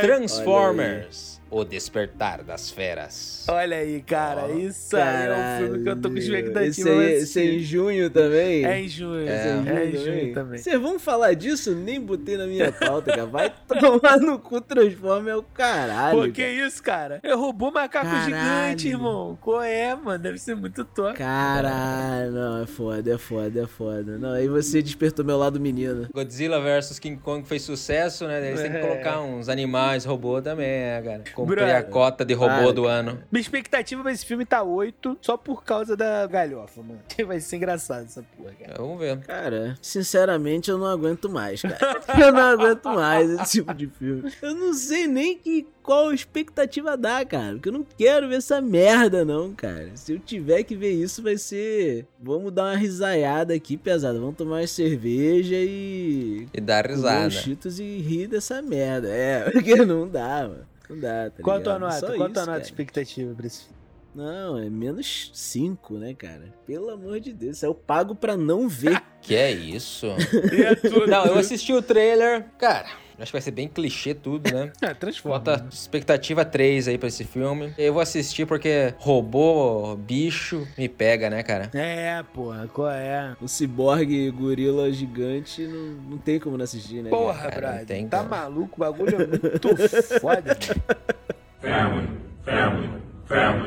Speaker 3: Transformers. O Despertar das Feras.
Speaker 4: olha aí, cara.
Speaker 3: Ó,
Speaker 4: isso aí é um filme que eu tô com expectativa.
Speaker 2: Esse, aí,
Speaker 4: mas-
Speaker 2: esse é em junho também?
Speaker 4: é em junho. É, em junho também.
Speaker 2: Vocês vão falar disso? Nem botei na minha pauta, cara. Vai tomar no cu, transforma é o caralho.
Speaker 4: Pô, que isso, cara? Eu roubou um macaco
Speaker 2: Caralho.
Speaker 4: gigante, irmão. Qual é, mano? Deve ser muito top.
Speaker 2: Caralho, não, é foda, é foda, é foda. Não, aí você despertou meu lado menino.
Speaker 3: Godzilla vs King Kong fez sucesso, né? Eles têm que
Speaker 4: É.
Speaker 3: colocar uns animais robô também, é, cara. Comprei
Speaker 4: Bruno.
Speaker 3: a cota de robô
Speaker 2: Claro,
Speaker 3: do ano.
Speaker 4: Minha expectativa pra esse filme tá 8, só por causa da galhofa, mano. Vai ser engraçado essa porra, cara.
Speaker 3: É, Vamos ver.
Speaker 2: Cara, sinceramente eu não aguento mais, cara. Eu não aguento mais esse tipo de filme. Eu não sei nem que qual expectativa dar, cara. Porque eu não quero ver essa merda, não, cara. Se eu tiver que ver isso, vai ser. Vamos dar uma risaiada aqui, pesada. Vamos tomar uma cerveja e.
Speaker 3: E dá
Speaker 2: comer
Speaker 3: risada.
Speaker 2: uns Cheetos e rir dessa merda. É, porque não dá, mano. Não dá, tá
Speaker 4: Qual a tua
Speaker 2: ligado?
Speaker 4: nota?
Speaker 2: Só isso,
Speaker 4: Qual a tua nota de
Speaker 2: cara.
Speaker 4: expectativa pra esse filme?
Speaker 2: Não, é menos 5, né, cara? Pelo amor de Deus, isso aí eu pago pra não ver.
Speaker 3: Que é isso?
Speaker 4: E a tua?
Speaker 3: Não, eu assisti o trailer. Cara, acho que vai ser bem clichê tudo, né?
Speaker 4: É, transforma.
Speaker 3: Bota expectativa 3 aí pra esse filme. Eu vou assistir porque robô, bicho, me pega, né, cara?
Speaker 4: É, porra, qual é?
Speaker 2: um ciborgue gorila gigante não, não tem como não assistir, né? cara?
Speaker 4: Porra,
Speaker 3: cara, não tem
Speaker 4: brother.
Speaker 3: como.
Speaker 4: Tá maluco? O bagulho é muito foda. mano.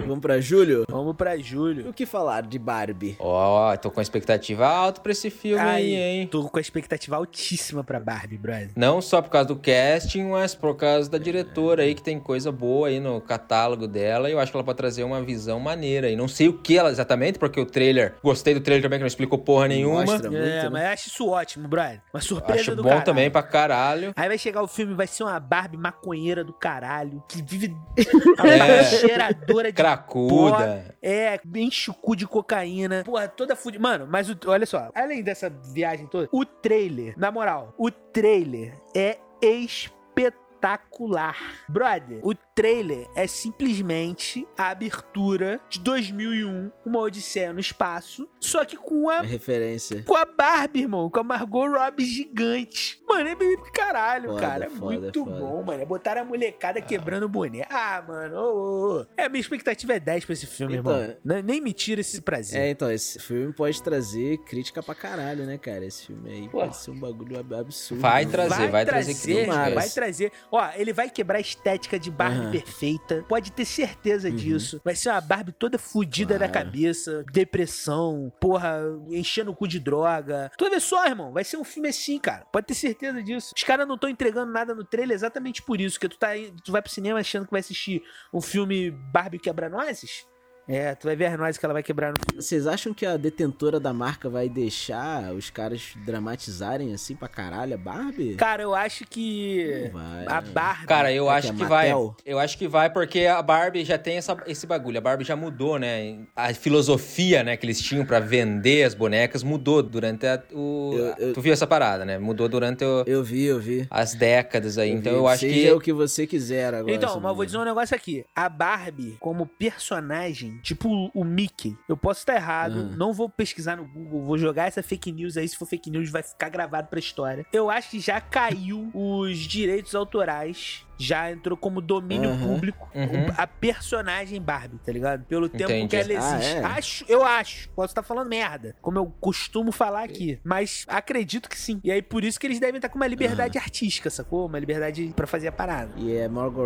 Speaker 2: Vamos pra Júlio?
Speaker 4: Vamos pra Júlio.
Speaker 2: O que falar de Barbie?
Speaker 3: Ó, tô com expectativa alta pra esse filme aí,
Speaker 4: Ai,
Speaker 3: hein?
Speaker 4: Tô com a expectativa altíssima pra Barbie, brother.
Speaker 3: Não só por causa do casting, mas por causa da diretora aí, que tem coisa boa aí no catálogo dela. E eu acho que ela pode trazer uma visão maneira. E não sei o que ela exatamente, porque o trailer. Gostei do trailer também, que não explicou porra nenhuma.
Speaker 2: Mostra muito,
Speaker 4: É,
Speaker 2: né?
Speaker 4: mas eu acho isso ótimo, brother. Uma surpresa
Speaker 3: Acho
Speaker 4: do
Speaker 3: bom
Speaker 4: caralho.
Speaker 3: também pra caralho.
Speaker 4: Aí vai chegar o filme, vai ser uma Barbie maconheira do caralho, que vive
Speaker 3: É.
Speaker 4: uma cheiradora de...
Speaker 3: Cracuda.
Speaker 4: É, enche o cu de cocaína. Porra, toda fudida. Mano, mas o- olha só. Além dessa viagem toda, o trailer, na moral, o trailer é espetacular. Brother, o trailer é simplesmente a abertura de 2001, Uma Odisseia no Espaço, só que com a
Speaker 2: É referência.
Speaker 4: com a Barbie, irmão. Com a Margot Robbie gigante. Mano, é meio caralho,
Speaker 2: Foda,
Speaker 4: cara. É
Speaker 2: foda,
Speaker 4: muito
Speaker 2: foda.
Speaker 4: bom, mano. É botar a molecada quebrando o boné. Ah, mano. ô, ô, ô. É, minha expectativa é 10 pra esse filme,
Speaker 2: Então,
Speaker 4: irmão. Ne- Nem me tira esse prazer.
Speaker 2: É, então, esse filme pode trazer crítica pra caralho, né, cara? Esse filme aí pode ser um bagulho ab- absurdo.
Speaker 3: Vai
Speaker 2: né?
Speaker 3: trazer. trazer crítica,
Speaker 4: cara,
Speaker 2: é
Speaker 4: vai
Speaker 2: isso.
Speaker 4: trazer. Ó, ele vai quebrar a estética de Barbie
Speaker 2: Aham.
Speaker 4: perfeita. Pode ter certeza
Speaker 3: Uhum.
Speaker 4: disso. Vai ser uma Barbie toda fudida da
Speaker 2: Claro.
Speaker 4: cabeça, depressão, porra, enchendo o cu de droga. Tu vai ver só, irmão. Vai ser um filme assim, cara. Pode ter certeza disso. Os caras não estão entregando nada no trailer exatamente por isso. Que tu, tá, aí- tu vai pro cinema achando que vai assistir um filme Barbie quebra nozes. É, tu vai ver as nozes que ela vai quebrar no filme.
Speaker 2: Vocês acham que a detentora da marca vai deixar os caras dramatizarem assim pra caralho a Barbie?
Speaker 4: Cara, eu acho que.
Speaker 2: Não vai.
Speaker 4: A Barbie.
Speaker 3: É. Hum. Cara, eu
Speaker 2: É que
Speaker 3: acho
Speaker 2: é
Speaker 3: que vai.
Speaker 2: Mattel?
Speaker 3: Eu acho que vai porque a Barbie já tem essa- esse bagulho. A Barbie já mudou, né? A filosofia, né, que eles tinham pra vender as bonecas mudou durante a, o.
Speaker 2: Eu- eu-
Speaker 3: Tu viu essa parada, né? Mudou durante o-
Speaker 2: Eu vi, eu vi.
Speaker 3: as décadas aí. então
Speaker 2: vi.
Speaker 3: eu acho
Speaker 2: Seja
Speaker 3: que
Speaker 2: o que você quiser agora.
Speaker 4: Então,
Speaker 2: sobre
Speaker 4: mas eu vou
Speaker 2: isso.
Speaker 4: dizer um negócio aqui. A Barbie, como personagem, tipo o Mickey, eu posso estar errado,
Speaker 2: Aham.
Speaker 4: não vou pesquisar no Google, vou jogar essa fake news aí, se for fake news vai ficar gravado pra história. Eu acho que já caiu os direitos autorais, já entrou como domínio
Speaker 2: Aham.
Speaker 4: público
Speaker 3: Uhum.
Speaker 4: a personagem Barbie, tá ligado? Pelo tempo
Speaker 3: Entendi.
Speaker 4: que ela
Speaker 2: Ah,
Speaker 4: existe.
Speaker 2: é?
Speaker 4: Acho, eu acho, posso estar falando merda, como eu costumo falar aqui, mas acredito que sim. E aí por isso que eles devem estar com uma
Speaker 2: Ah.
Speaker 4: liberdade artística, sacou? Uma liberdade pra fazer a parada.
Speaker 2: E é Margot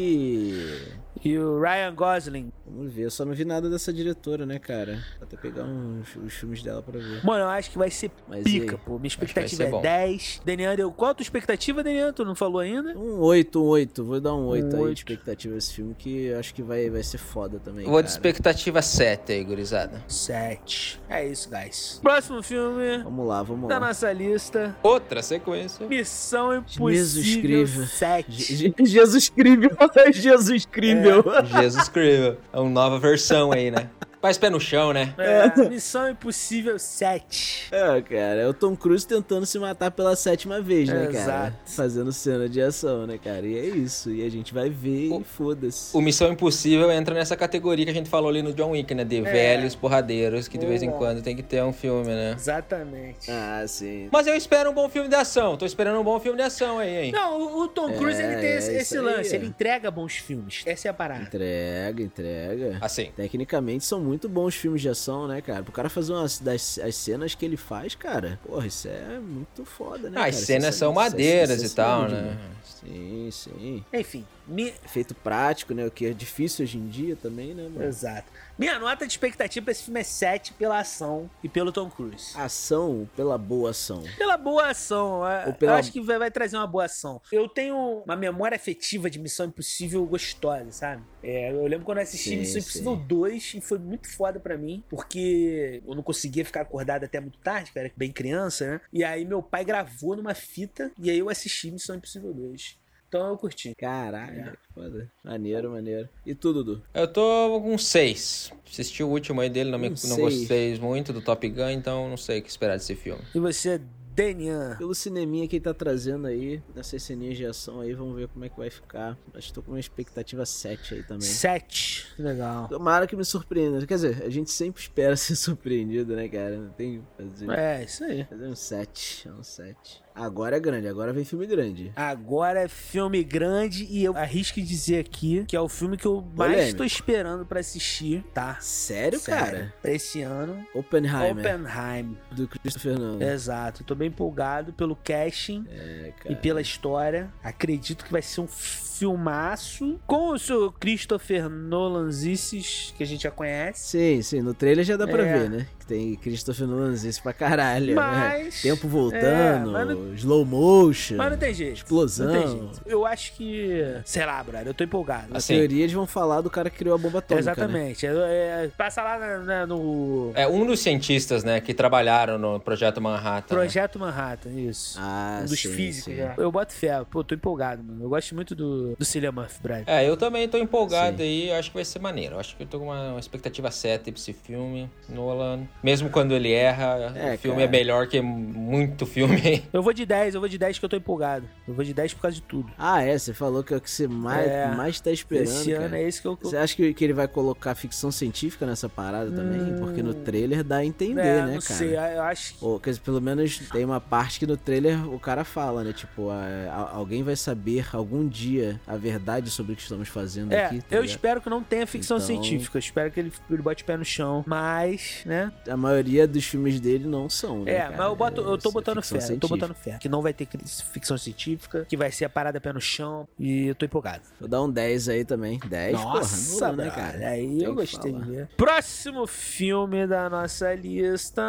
Speaker 2: Robbie.
Speaker 4: E o Ryan Gosling.
Speaker 2: Vamos ver, eu só não vi nada dessa diretora, né, cara? Vou até pegar uns, os filmes dela pra ver.
Speaker 4: Mano, eu acho que vai ser
Speaker 2: Mas
Speaker 4: pica,
Speaker 2: e
Speaker 4: pô. Minha
Speaker 3: que vai
Speaker 4: expectativa
Speaker 3: ser
Speaker 4: é
Speaker 3: bom.
Speaker 4: 10. Daniel, deu qual a tua expectativa, Daniel? Tu não falou ainda?
Speaker 2: aí? Um 8, um 8. Vou dar um 8 aí
Speaker 4: oito.
Speaker 2: de expectativa desse filme, que eu acho que vai, vai ser foda também.
Speaker 3: vou de
Speaker 2: cara.
Speaker 3: expectativa 7 aí, gurizada.
Speaker 4: 7. É isso, guys. Próximo filme
Speaker 2: Vamos lá, vamos
Speaker 4: da
Speaker 2: lá.
Speaker 4: nossa lista.
Speaker 3: Outra sequência.
Speaker 4: Missão
Speaker 2: Jesus
Speaker 4: Impossível
Speaker 2: Cristo.
Speaker 4: 7.
Speaker 2: Je- Je- Jesus crível, Jesus crível.
Speaker 4: É.
Speaker 3: Jesus Cristo. É uma nova versão aí, né? Mas pé no chão, né?
Speaker 4: É, Missão Impossível 7.
Speaker 2: É, cara, é o Tom Cruise tentando se matar pela sétima vez, né, cara?
Speaker 4: Exato.
Speaker 2: Fazendo cena de ação, né, cara? E é isso. E a gente vai ver
Speaker 3: O-
Speaker 2: e foda-se.
Speaker 3: O Missão Impossível entra nessa categoria que a gente falou ali no John Wick, né?
Speaker 2: É.
Speaker 3: De velhos porradeiros que de vez em
Speaker 4: Boa.
Speaker 3: quando tem que ter um filme, né?
Speaker 4: Exatamente.
Speaker 2: Ah, sim.
Speaker 3: Mas eu espero um bom filme de ação. Tô esperando um bom filme de ação aí, hein?
Speaker 4: Não, o- o Tom Cruise
Speaker 2: É,
Speaker 4: ele tem
Speaker 2: é
Speaker 4: esse,
Speaker 2: isso
Speaker 4: esse
Speaker 2: aí,
Speaker 4: lance,
Speaker 2: é.
Speaker 4: ele entrega bons filmes. Essa é a parada.
Speaker 2: Entrega, entrega.
Speaker 3: Assim.
Speaker 2: Tecnicamente são muito bons filmes de ação, né, cara? Pro cara fazer umas das as cenas que ele faz, cara, porra, isso é muito foda, né?
Speaker 3: Ah,
Speaker 2: cara?
Speaker 3: as
Speaker 2: Isso
Speaker 3: cenas
Speaker 2: é-
Speaker 3: são
Speaker 2: isso é-
Speaker 3: madeiras
Speaker 2: isso é
Speaker 3: e tal,
Speaker 2: saúde,
Speaker 3: né?
Speaker 2: Sim, sim.
Speaker 4: Enfim, mi-
Speaker 2: Efeito prático, né? O que é difícil hoje em dia também, né, mano?
Speaker 4: Exato. Minha nota de expectativa pra esse filme é 7 pela ação e pelo Tom Cruise.
Speaker 2: Ação pela boa ação.
Speaker 4: Pela boa ação, é-
Speaker 2: Ou pela-
Speaker 4: eu acho que vai, vai trazer uma boa ação. Eu tenho uma memória afetiva de Missão Impossível gostosa, sabe? É, eu lembro quando eu assisti
Speaker 2: Sim,
Speaker 4: Missão
Speaker 2: sim.
Speaker 4: Impossível 2 e foi muito foda pra mim, porque eu não conseguia ficar acordado até muito tarde, que eu era bem criança, né? E aí meu pai gravou numa fita e aí eu assisti Missão Impossível 2. Então eu curti.
Speaker 2: Caralho, que foda. Maneiro, maneiro. E tu, Dudu?
Speaker 3: Eu tô com um seis. Assisti o último aí dele, não, me,
Speaker 2: Um
Speaker 3: não
Speaker 2: seis.
Speaker 3: gostei muito do Top Gun, então não sei o que esperar desse filme.
Speaker 4: E você, Denian?
Speaker 2: Pelo cineminha que ele tá trazendo aí, nessas ceninhas de ação aí, vamos ver como é que vai ficar. Acho que tô com uma expectativa 7 aí também.
Speaker 4: 7. Legal.
Speaker 2: Tomara que me surpreenda. Quer dizer, a gente sempre espera ser surpreendido, né, cara? Não tem o que fazer.
Speaker 4: É, isso aí.
Speaker 2: Fazer um 7, é um 7. Agora é grande, agora vem filme grande.
Speaker 4: Agora é filme grande e eu arrisco dizer aqui que é o filme que eu mais
Speaker 2: Polêmico.
Speaker 4: tô esperando pra assistir, tá?
Speaker 2: Sério, cara?
Speaker 4: Pra esse ano.
Speaker 2: Oppenheimer, Hum.
Speaker 4: Oppenheim.
Speaker 2: do Christopher Nolan.
Speaker 4: É. Exato. Tô bem empolgado pelo casting
Speaker 2: É,
Speaker 4: e
Speaker 2: cara.
Speaker 4: pela história. Acredito que vai ser um filmaço com o seu Christopher Nolanzices, que a gente já conhece.
Speaker 2: Sim, sim, no trailer já dá pra
Speaker 4: É.
Speaker 2: ver, né? Que tem Christopher Nolan isso pra caralho, né?
Speaker 4: Mas.
Speaker 2: Tempo
Speaker 4: É,
Speaker 2: voltando,
Speaker 4: mas não-
Speaker 2: slow motion.
Speaker 4: Mas não tem jeito.
Speaker 2: Explosão.
Speaker 4: Não tem jeito. Eu acho que. Sei lá, brother. Eu tô empolgado.
Speaker 2: Na
Speaker 3: Assim.
Speaker 2: teoria eles vão falar do cara que criou a bomba atômica, né?
Speaker 4: Exatamente. É, é, passa lá na- na- no.
Speaker 3: É um dos cientistas, né, que trabalharam no Projeto Manhattan. né?
Speaker 4: Projeto Manhattan, isso.
Speaker 2: Tá. Ah,
Speaker 4: Um dos
Speaker 2: sim,
Speaker 4: físicos,
Speaker 2: sim.
Speaker 4: né? Eu boto fé, pô, tô empolgado, mano. Eu gosto muito do, do Cillian Murphy, Brian.
Speaker 3: É, eu também tô empolgado
Speaker 2: Sim.
Speaker 3: aí, eu acho que vai ser maneiro. Eu acho que eu tô com uma, uma expectativa certa pra esse filme. Nolan, mesmo quando ele erra,
Speaker 2: É,
Speaker 3: o filme
Speaker 2: cara.
Speaker 3: é melhor que muito filme.
Speaker 4: Eu vou de 10, eu vou de 10 que eu tô empolgado. Eu vou de 10 por causa de tudo.
Speaker 2: Ah, é, você falou que é o que você mais,
Speaker 4: É.
Speaker 2: mais tá esperando,
Speaker 4: Esse
Speaker 2: cara.
Speaker 4: ano é esse que eu...
Speaker 2: Você acha que, que ele vai colocar ficção científica nessa parada também? Porque no trailer dá a entender,
Speaker 4: Hum, É,
Speaker 2: né,
Speaker 4: não
Speaker 2: cara?
Speaker 4: sei, eu acho que...
Speaker 2: Ou, quer dizer, pelo menos tem uma parte que no trailer o cara fala, né? Tipo, a- a- alguém vai saber algum dia a verdade sobre o que estamos fazendo
Speaker 4: É,
Speaker 2: aqui. tá
Speaker 4: eu
Speaker 2: ligado?
Speaker 4: espero que não tenha ficção
Speaker 2: Então-
Speaker 4: científica. Eu espero que ele, ele bote o pé no chão. Mas, né?
Speaker 2: A maioria dos filmes dele não são, né?
Speaker 4: É,
Speaker 2: cara?
Speaker 4: mas eu, boto, eu tô
Speaker 2: É
Speaker 4: botando fé.
Speaker 2: ficção
Speaker 4: Eu tô
Speaker 2: científica.
Speaker 4: botando fé. Que não vai ter cri- ficção científica. Que vai ser a parada pé no chão. E eu tô empolgado.
Speaker 2: Vou dar um 10 aí também. 10, porra, não, né,
Speaker 4: brother,
Speaker 2: É cara?
Speaker 4: Aí
Speaker 2: Tem
Speaker 4: eu
Speaker 2: que
Speaker 4: gostei de
Speaker 2: falar.
Speaker 4: ver. Próximo filme da nossa lista.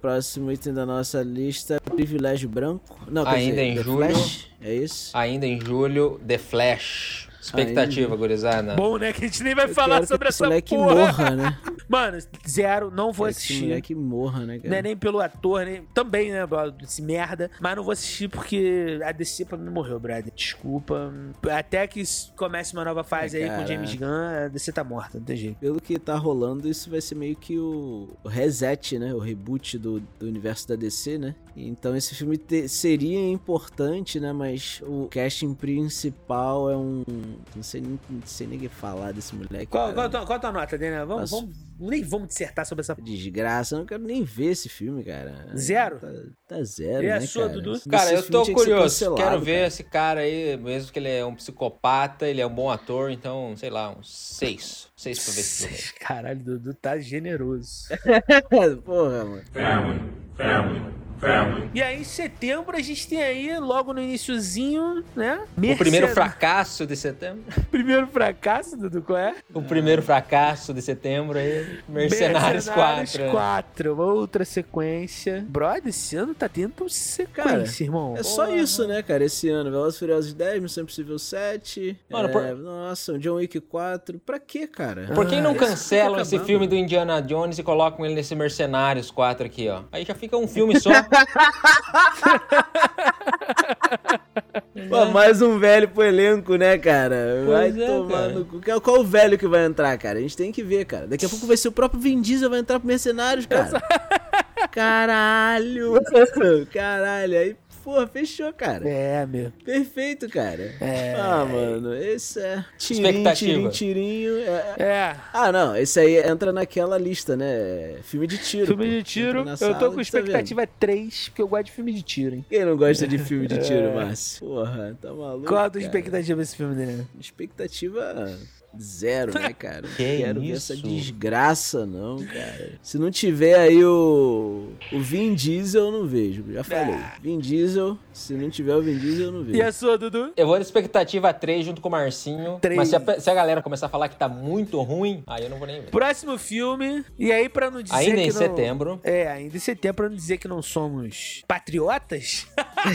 Speaker 2: Próximo item da nossa lista: Privilégio Branco. Não, quer
Speaker 3: Ainda
Speaker 2: dizer,
Speaker 3: em
Speaker 2: The
Speaker 3: julho.
Speaker 2: Flash, é isso?
Speaker 3: Ainda em julho, The Flash. Expectativa, gurizada.
Speaker 4: Bom, né? Que a gente nem vai
Speaker 2: Eu
Speaker 4: falar
Speaker 2: quero que
Speaker 4: sobre
Speaker 2: esse
Speaker 4: essa
Speaker 2: moleque
Speaker 4: porra.
Speaker 2: morra, né?
Speaker 4: Mano, zero, não vou
Speaker 2: Quero que Esse
Speaker 4: assistir.
Speaker 2: moleque morra, né, cara?
Speaker 4: Não é nem pelo ator, nem. Também, né, bro, desse merda. Mas não vou assistir porque a DC pra mim morreu, brother. Desculpa. Até que s- comece uma nova fase
Speaker 2: Ai,
Speaker 4: aí com
Speaker 2: É, cara.
Speaker 4: o James Gunn, a DC tá morta, não tem jeito.
Speaker 2: Pelo que tá rolando, isso vai ser meio que o, o reset, né? O reboot do, do universo da DC, né? Então esse filme te- seria importante, né? Mas o casting principal é um. Não sei nem, não sei nem o que falar desse moleque.
Speaker 4: Qual,
Speaker 2: cara.
Speaker 4: qual, a tua- qual a tua nota, Daniel? Vamos,
Speaker 2: É. Nossa.
Speaker 4: vamos, nem vamos dissertar sobre essa.
Speaker 2: Desgraça, eu não quero nem ver esse filme, cara.
Speaker 4: Zero?
Speaker 2: Tá, tá zero.
Speaker 4: E a
Speaker 2: né,
Speaker 4: sua,
Speaker 2: cara?
Speaker 4: Dudu?
Speaker 2: Esse
Speaker 3: Cara, eu
Speaker 2: filme tinha
Speaker 3: tô
Speaker 2: que ser
Speaker 3: curioso.
Speaker 2: cancelado,
Speaker 3: Quero ver
Speaker 2: cara.
Speaker 3: esse cara aí, mesmo que ele é um psicopata, ele é um bom ator, então, sei lá, uns seis. Seis pra ver esse filme.
Speaker 4: Caralho, Dudu tá generoso.
Speaker 2: Porra, mano.
Speaker 4: E aí, em setembro, a gente tem aí, logo no iniciozinho, né?
Speaker 3: O primeiro
Speaker 4: Mercenário-
Speaker 3: fracasso de setembro.
Speaker 4: Primeiro fracasso, Dudu, qual é?
Speaker 3: O
Speaker 2: Ah.
Speaker 3: primeiro fracasso de setembro aí. Mercenários 4.
Speaker 4: 4. Outra sequência. Brother, esse ano tá tendo sequência, irmão.
Speaker 2: É só isso, né, cara? Esse ano, Velozes e Furiosos 10, Missão Impossível 7.
Speaker 3: Mano,
Speaker 2: é,
Speaker 3: por-
Speaker 2: Nossa, o John Wick 4. Pra quê, cara?
Speaker 3: Por que não
Speaker 2: esse
Speaker 3: cancelam
Speaker 2: tá
Speaker 3: esse
Speaker 2: acabando.
Speaker 3: filme do Indiana Jones e colocam ele nesse Mercenários 4 aqui, ó? Aí já fica um filme só.
Speaker 2: Pô, mais um velho pro elenco, né, cara? Vai
Speaker 3: é. Pois é,
Speaker 2: tomar
Speaker 3: cara.
Speaker 2: no cu. Qual, qual o velho que vai entrar, cara? A gente tem que ver, cara. Daqui a pouco vai ser o próprio Vin Diesel vai entrar pro Mercenários, cara. Caralho! Caralho, aí, porra, fechou, cara.
Speaker 4: É, meu.
Speaker 2: Perfeito, cara.
Speaker 4: É.
Speaker 2: Ah, mano, esse é. Tirinho, tirinho,
Speaker 3: Expectativa.
Speaker 2: tirinho. é-
Speaker 4: É.
Speaker 2: Ah, não, esse aí entra naquela lista, né? Filme de tiro.
Speaker 4: Filme
Speaker 2: pô.
Speaker 4: de tiro,
Speaker 2: Entra na
Speaker 4: eu
Speaker 2: sala,
Speaker 4: tô com
Speaker 2: a gente tá vendo.
Speaker 4: expectativa 3, porque eu gosto de filme de tiro, hein?
Speaker 2: Quem não gosta de filme de tiro, Márcio? Porra, tá maluco.
Speaker 4: É. Qual a tua
Speaker 2: cara?
Speaker 4: expectativa desse filme, Daniel?
Speaker 2: Expectativa zero, né, cara? Não
Speaker 3: Que
Speaker 2: quero ver
Speaker 3: isso?
Speaker 2: essa desgraça, não, cara. Se não tiver aí o. O Vin Diesel, eu não vejo. Já falei. Vin Diesel, se não tiver o Vin Diesel, eu não vejo.
Speaker 4: E assim, a sua, Dudu?
Speaker 3: Eu vou na expectativa 3 junto com o Marcinho.
Speaker 4: Três.
Speaker 3: Mas se a, pe- se a galera começar a falar que tá muito ruim, aí eu não vou nem ver.
Speaker 4: Próximo filme, e aí pra não dizer
Speaker 3: Ainda
Speaker 4: que
Speaker 3: em
Speaker 4: não...
Speaker 3: setembro.
Speaker 4: É, ainda em setembro, pra não dizer que não somos patriotas,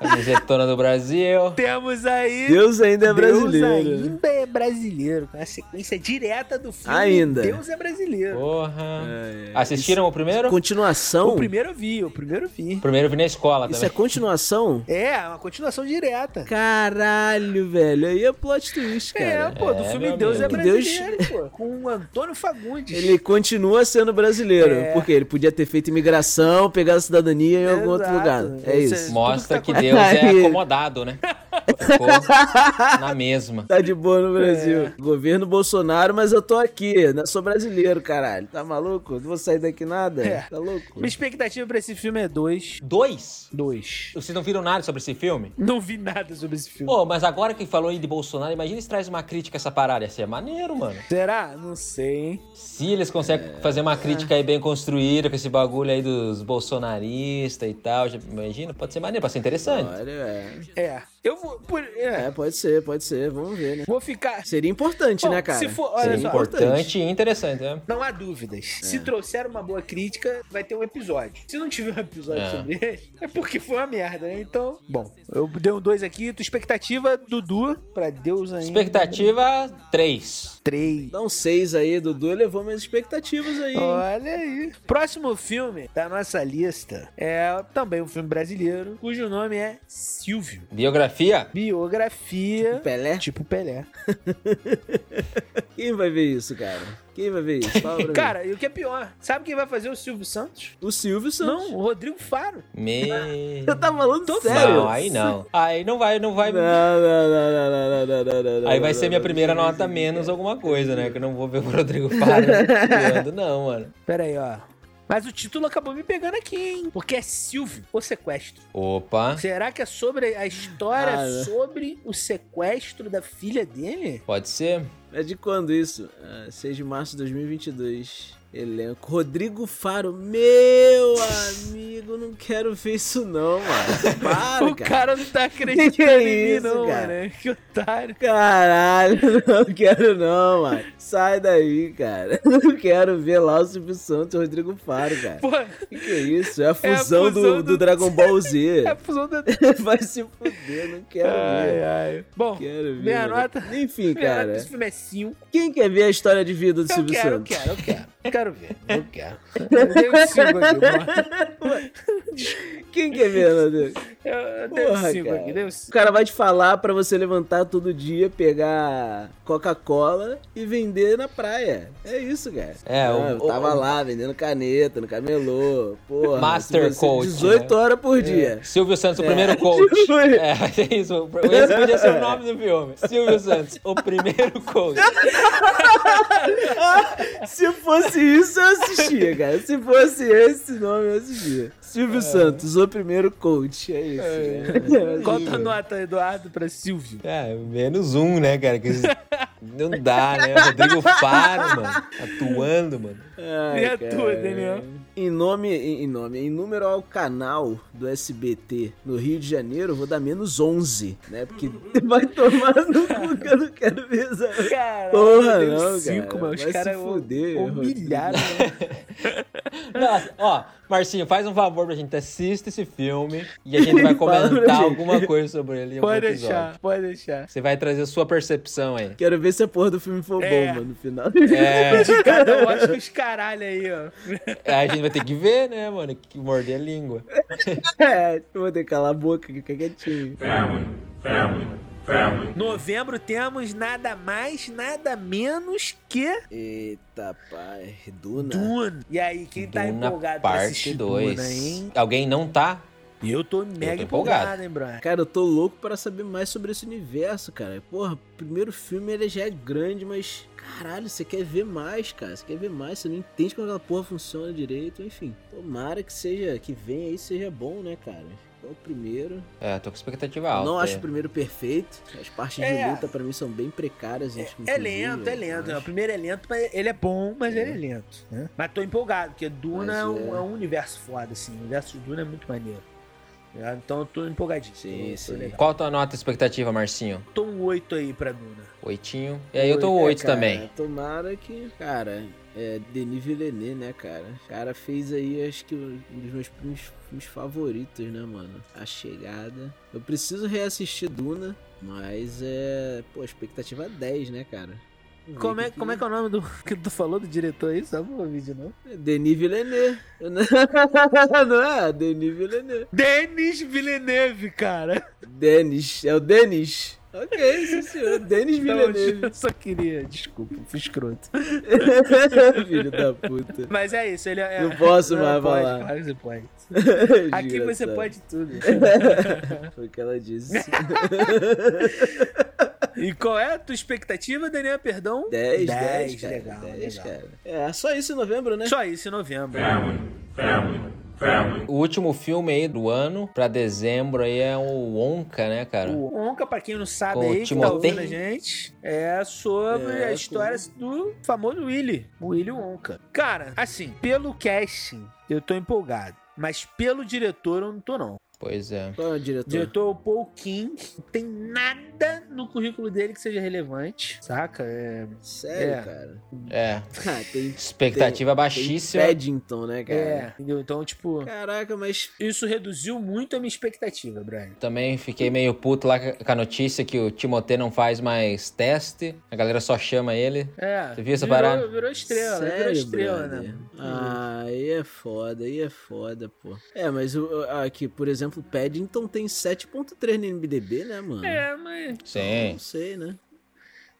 Speaker 3: Camisetona do Brasil.
Speaker 4: temos aí...
Speaker 2: Deus ainda é brasileiro.
Speaker 4: Deus ainda é brasileiro, com a sequência direta do filme.
Speaker 2: Ainda.
Speaker 4: Deus é brasileiro.
Speaker 3: Porra.
Speaker 2: É, é.
Speaker 3: Assistiram o
Speaker 2: Isso-
Speaker 3: primeiro?
Speaker 2: Continuação?
Speaker 4: O primeiro eu vi, o primeiro eu vi.
Speaker 3: Primeiro eu vi na escola
Speaker 2: Isso é
Speaker 3: também.
Speaker 2: continuação?
Speaker 4: É, uma continuação direta.
Speaker 2: Caralho, velho. Aí é plot twist,
Speaker 4: É,
Speaker 2: cara.
Speaker 4: pô, do
Speaker 3: É,
Speaker 4: filme
Speaker 3: meu
Speaker 4: Deus é
Speaker 2: amigo. Que Deus-
Speaker 4: brasileiro, pô. Com o Antônio Fagundes.
Speaker 2: Ele é continua sendo brasileiro.
Speaker 4: É.
Speaker 2: Porque ele podia ter feito imigração, pegar a cidadania em algum outro
Speaker 4: Exato.
Speaker 2: lugar. É
Speaker 4: Isso é-
Speaker 2: isso.
Speaker 3: Mostra
Speaker 4: tudo que
Speaker 3: que
Speaker 4: tá
Speaker 3: Deus é
Speaker 2: acontecendo.
Speaker 3: acomodado, né? Ficou na mesma.
Speaker 2: Tá de boa no
Speaker 4: É.
Speaker 2: Brasil. Governo Bolsonaro, mas eu tô aqui. né? Sou brasileiro, caralho. Tá maluco? Não vou sair daqui nada?
Speaker 4: É.
Speaker 2: Tá louco?
Speaker 4: Minha expectativa pra esse filme é dois.
Speaker 3: Dois?
Speaker 4: Dois.
Speaker 3: Vocês não viram nada sobre esse filme?
Speaker 4: Não vi nada sobre esse filme.
Speaker 3: Pô, mas agora que falou aí de Bolsonaro, imagina se traz uma crítica a essa parada. Ia ser maneiro, mano.
Speaker 4: Será? Não sei, hein?
Speaker 3: Se eles conseguem fazer uma crítica aí bem construída com esse bagulho aí dos bolsonaristas e tal, já- imagina, pode ser maneiro, pode ser interessante.
Speaker 2: Olha, é.
Speaker 4: É. Eu vou. por- é,
Speaker 2: é, pode ser, pode ser. Vamos ver, né?
Speaker 4: Vou ficar.
Speaker 2: Seria importante,
Speaker 4: Bom,
Speaker 2: né, cara?
Speaker 4: se for- olha
Speaker 2: Seria
Speaker 4: só.
Speaker 3: Importante e interessante, né?
Speaker 4: Não há dúvidas. Se trouxer uma boa crítica, vai ter um episódio. Se não tiver um episódio
Speaker 3: É.
Speaker 4: sobre ele, é porque foi uma merda, né? Então. Bom, eu dei um dois aqui. Tua expectativa, Dudu, pra Deus ainda.
Speaker 3: Expectativa 3.
Speaker 4: Três.
Speaker 2: Dá um 6 aí, Dudu elevou minhas expectativas aí. hein?
Speaker 4: Olha aí. Próximo filme da nossa lista é também um filme brasileiro, cujo nome é Silvio.
Speaker 3: Biografia?
Speaker 4: Biografia.
Speaker 2: Pelé?
Speaker 4: Tipo Pelé.
Speaker 2: Quem vai ver isso, cara? Quem vai ver isso? Fala pra mim.
Speaker 4: Cara, e o que é pior? Sabe quem vai fazer o Silvio Santos?
Speaker 2: o Silvio Santos.
Speaker 4: Não, o Rodrigo Faro.
Speaker 3: Me...
Speaker 2: Eu tava falando sério.
Speaker 3: Não, aí não. Aí não vai, não vai.
Speaker 2: Não, não, não, não, não, não, não, não, não,
Speaker 3: Aí vai
Speaker 2: não,
Speaker 3: ser minha
Speaker 2: não,
Speaker 3: primeira
Speaker 2: não,
Speaker 3: nota
Speaker 2: não,
Speaker 3: menos alguma coisa, né? Que eu não vou ver o Rodrigo Faro. não, mano.
Speaker 4: Pera aí, ó. Mas o título acabou me pegando aqui, hein? Porque é Silvio, o sequestro.
Speaker 3: Opa,
Speaker 4: Será que é sobre a história
Speaker 2: Ah, né?
Speaker 4: sobre o sequestro da filha dele?
Speaker 3: pode ser.
Speaker 2: É de quando isso? Ah, 6 de março de 2022. Elenco. Rodrigo Faro. Meu amigo, não quero ver isso não, mano. Para,
Speaker 4: o
Speaker 2: cara.
Speaker 4: cara não tá
Speaker 2: Que
Speaker 4: acreditando
Speaker 2: que
Speaker 4: em
Speaker 2: é
Speaker 4: mim,
Speaker 2: isso,
Speaker 4: não,
Speaker 2: cara?
Speaker 4: mano. Que otário.
Speaker 2: Caralho, não quero não, mano. Sai daí, cara. Não quero ver lá o Silvio Santos e o Rodrigo Faro, cara.
Speaker 4: Pô,
Speaker 2: Que que é isso? É a fusão, do, do
Speaker 4: fusão do-
Speaker 2: É. Dragon Ball Z.
Speaker 4: é a é fusão da
Speaker 2: Vai se fuder, não quero ver.
Speaker 4: ai. Bom,
Speaker 2: Quero ver.
Speaker 4: Ah, é. minha nota.
Speaker 2: Enfim,
Speaker 4: Minha nota
Speaker 2: né? cara.
Speaker 4: desse filme é 5.
Speaker 2: Quem quer ver a história de vida do
Speaker 4: Eu
Speaker 2: Silvio
Speaker 4: quero, eu
Speaker 2: Santos?
Speaker 4: quero, eu quero. Eu quero ver. Eu quero. Eu dei 5 aqui, mano.
Speaker 2: Quem quer ver, meu Deus?
Speaker 4: Eu, eu dei
Speaker 2: Porra,
Speaker 4: 5
Speaker 2: cara.
Speaker 4: aqui, dei um
Speaker 2: O
Speaker 4: 5.
Speaker 2: cara vai te falar pra você levantar todo dia, pegar Coca-Cola e vender na praia. É isso, cara.
Speaker 3: É,
Speaker 2: Ah,
Speaker 3: o-
Speaker 2: eu tava
Speaker 3: o-
Speaker 2: lá vendendo caneta no camelô. Porra.
Speaker 3: Master
Speaker 2: se você-
Speaker 3: coach,
Speaker 2: 18
Speaker 3: né?
Speaker 2: horas
Speaker 4: É.
Speaker 2: por dia.
Speaker 3: Silvio Santos, o primeiro coach. É, é isso. Esse podia ser o nome do filme. Silvio Santos, o primeiro coach.
Speaker 2: Se fosse isso, eu assistia, cara. Se fosse esse nome, eu assistia. Silvio
Speaker 4: É.
Speaker 2: Santos, o primeiro coach. É isso. cara.
Speaker 4: Qual tua nota, Eduardo, pra Silvio?
Speaker 3: É, menos um, né, cara? Que isso- não dá, né? Rodrigo Faro, mano. Atuando, mano.
Speaker 2: Ai,
Speaker 4: Nem a tua,
Speaker 2: cara.
Speaker 4: Daniel.
Speaker 2: Em nome, em em nome, em número ao canal do SBT no Rio de Janeiro, eu vou dar menos 11, né? Porque vai tomar no cu que eu não quero ver essa...
Speaker 4: Cara,
Speaker 2: Porra,
Speaker 4: eu dei
Speaker 2: não,
Speaker 4: cinco,
Speaker 2: cara.
Speaker 4: mano. Os
Speaker 2: Vai se
Speaker 4: caras
Speaker 2: fuder,
Speaker 4: humilharam. né?
Speaker 3: Nossa, ó, Marcinho, faz um favor pra gente. Assista esse filme e a gente vai
Speaker 2: Fala pra
Speaker 3: comentar
Speaker 2: gente.
Speaker 3: alguma coisa sobre ele. em algum
Speaker 4: Pode
Speaker 3: episódio.
Speaker 4: deixar, pode deixar.
Speaker 3: Você vai trazer a sua percepção aí.
Speaker 2: Quero ver se a porra do filme for
Speaker 4: É.
Speaker 2: bom, mano, no final.
Speaker 3: É,
Speaker 4: Cada um acha os caralho aí, ó.
Speaker 3: a gente vai ter que ver, né, mano? Que morder a língua.
Speaker 2: É, eu vou ter que calar a boca, que fica quietinho.
Speaker 4: Novembro temos nada mais, nada menos que
Speaker 2: Eita, pai, Duna.
Speaker 4: Duna. E aí, quem tá
Speaker 3: Duna
Speaker 4: empolgado pra
Speaker 3: parte
Speaker 4: assistir
Speaker 3: 2.
Speaker 4: Duna, hein?
Speaker 3: Alguém não tá?
Speaker 4: Eu tô
Speaker 3: empolgado.
Speaker 4: mega empolgado, hein, Brian?
Speaker 2: Cara, eu tô louco pra saber mais sobre esse universo, cara. Porra, o primeiro filme ele já é grande, mas caralho, você quer ver mais, cara. Você quer ver mais, você não entende como aquela porra funciona direito, enfim. Tomara que seja, que venha aí seja bom, né, cara? É o primeiro.
Speaker 3: É, tô com expectativa alta.
Speaker 2: não acho
Speaker 3: é.
Speaker 2: o primeiro perfeito. As partes
Speaker 4: É.
Speaker 2: de luta pra mim são bem precárias, gente.
Speaker 4: É
Speaker 2: inclusive,
Speaker 4: lento, é
Speaker 2: eu
Speaker 4: lento.
Speaker 2: acho.
Speaker 4: O primeiro é lento, mas ele é bom, mas ele é lento. né? Mas tô empolgado, porque Duna
Speaker 2: Mas
Speaker 4: é um,
Speaker 2: é.
Speaker 4: é um universo foda, assim. O universo de Duna é muito maneiro. Tá? Então eu tô empolgadíssimo.
Speaker 2: Sim,
Speaker 4: tô,
Speaker 2: sim.
Speaker 4: Tô, legal.
Speaker 3: Qual a tua nota expectativa, Marcinho?
Speaker 4: Tô um 8 aí pra Duna.
Speaker 3: Oitinho. E aí eu tô
Speaker 2: Oito, é,
Speaker 3: oito
Speaker 2: cara,
Speaker 3: também.
Speaker 2: Tomara que, cara, é Denis Villeneuve, né, cara? O cara fez aí, acho que um dos meus filmes, filmes favoritos, né, mano? A Chegada. Eu preciso reassistir Duna, mas é. Pô, a expectativa é 10, né, cara? Vamos ver
Speaker 4: Como
Speaker 2: o
Speaker 4: é, como é que é o nome do que tu falou do diretor aí? Só vou ouvir de novo.
Speaker 2: É Denis Villeneuve. Não é? Denis Villeneuve.
Speaker 4: Denis Villeneuve, cara.
Speaker 2: Denis. É o Denis. Ok, sim senhor. Denis
Speaker 4: Tá
Speaker 2: Villeneuve.
Speaker 4: Não, Então, eu só queria, desculpa, fui escroto.
Speaker 2: Filho da puta.
Speaker 4: Mas é isso, ele é.
Speaker 2: Não posso mais
Speaker 4: pode,
Speaker 2: falar.
Speaker 4: Claro que você pode. Aqui você
Speaker 2: Desgraçado.
Speaker 4: pode tudo.
Speaker 2: Foi o que ela disse.
Speaker 4: E qual é a tua expectativa, Daniel? Perdão?
Speaker 2: 10, 10,
Speaker 4: Dez,
Speaker 2: cara.
Speaker 4: legal,
Speaker 2: 10,
Speaker 4: legal.
Speaker 2: cara. É, só isso em novembro, né?
Speaker 4: Só isso em novembro.
Speaker 3: O último filme aí do ano, pra dezembro, aí é o Onca, né, cara?
Speaker 4: O Onca, pra quem não sabe
Speaker 3: Com o
Speaker 4: aí, que tá
Speaker 3: Timothée.
Speaker 4: ouvindo a gente, é sobre
Speaker 2: É,
Speaker 4: a história do famoso Willy, o Willy Onca. Cara, assim, pelo casting, eu tô empolgado. Mas pelo diretor, eu não tô, não.
Speaker 3: Pois é.
Speaker 2: Qual é o diretor?
Speaker 4: O diretor é o Paul King. Não tem nada no currículo dele que seja relevante, saca? É,
Speaker 2: Sério,
Speaker 4: É.
Speaker 2: cara.
Speaker 3: É.
Speaker 2: Ah, tem,
Speaker 3: Expectativa
Speaker 2: tem
Speaker 3: baixíssima.
Speaker 2: Paddington, né, cara?
Speaker 4: é, entendeu? Então, tipo,
Speaker 2: Caraca, mas
Speaker 4: isso reduziu muito a minha expectativa, Brian.
Speaker 3: Também fiquei meio puto lá com a notícia que o Timothée não faz mais teste. A galera só chama ele.
Speaker 4: É.
Speaker 3: Você viu essa
Speaker 4: virou,
Speaker 3: parada?
Speaker 4: Virou estrela, virou
Speaker 2: sério,
Speaker 4: estrela,
Speaker 2: brother?
Speaker 4: né?
Speaker 2: Ah, aí é foda, aí é foda, pô. É, mas o- aqui, por exemplo, o Paddington tem 7.3 no MDB, né, mano?
Speaker 4: É, mas.
Speaker 3: Sim.
Speaker 2: Não sei, né?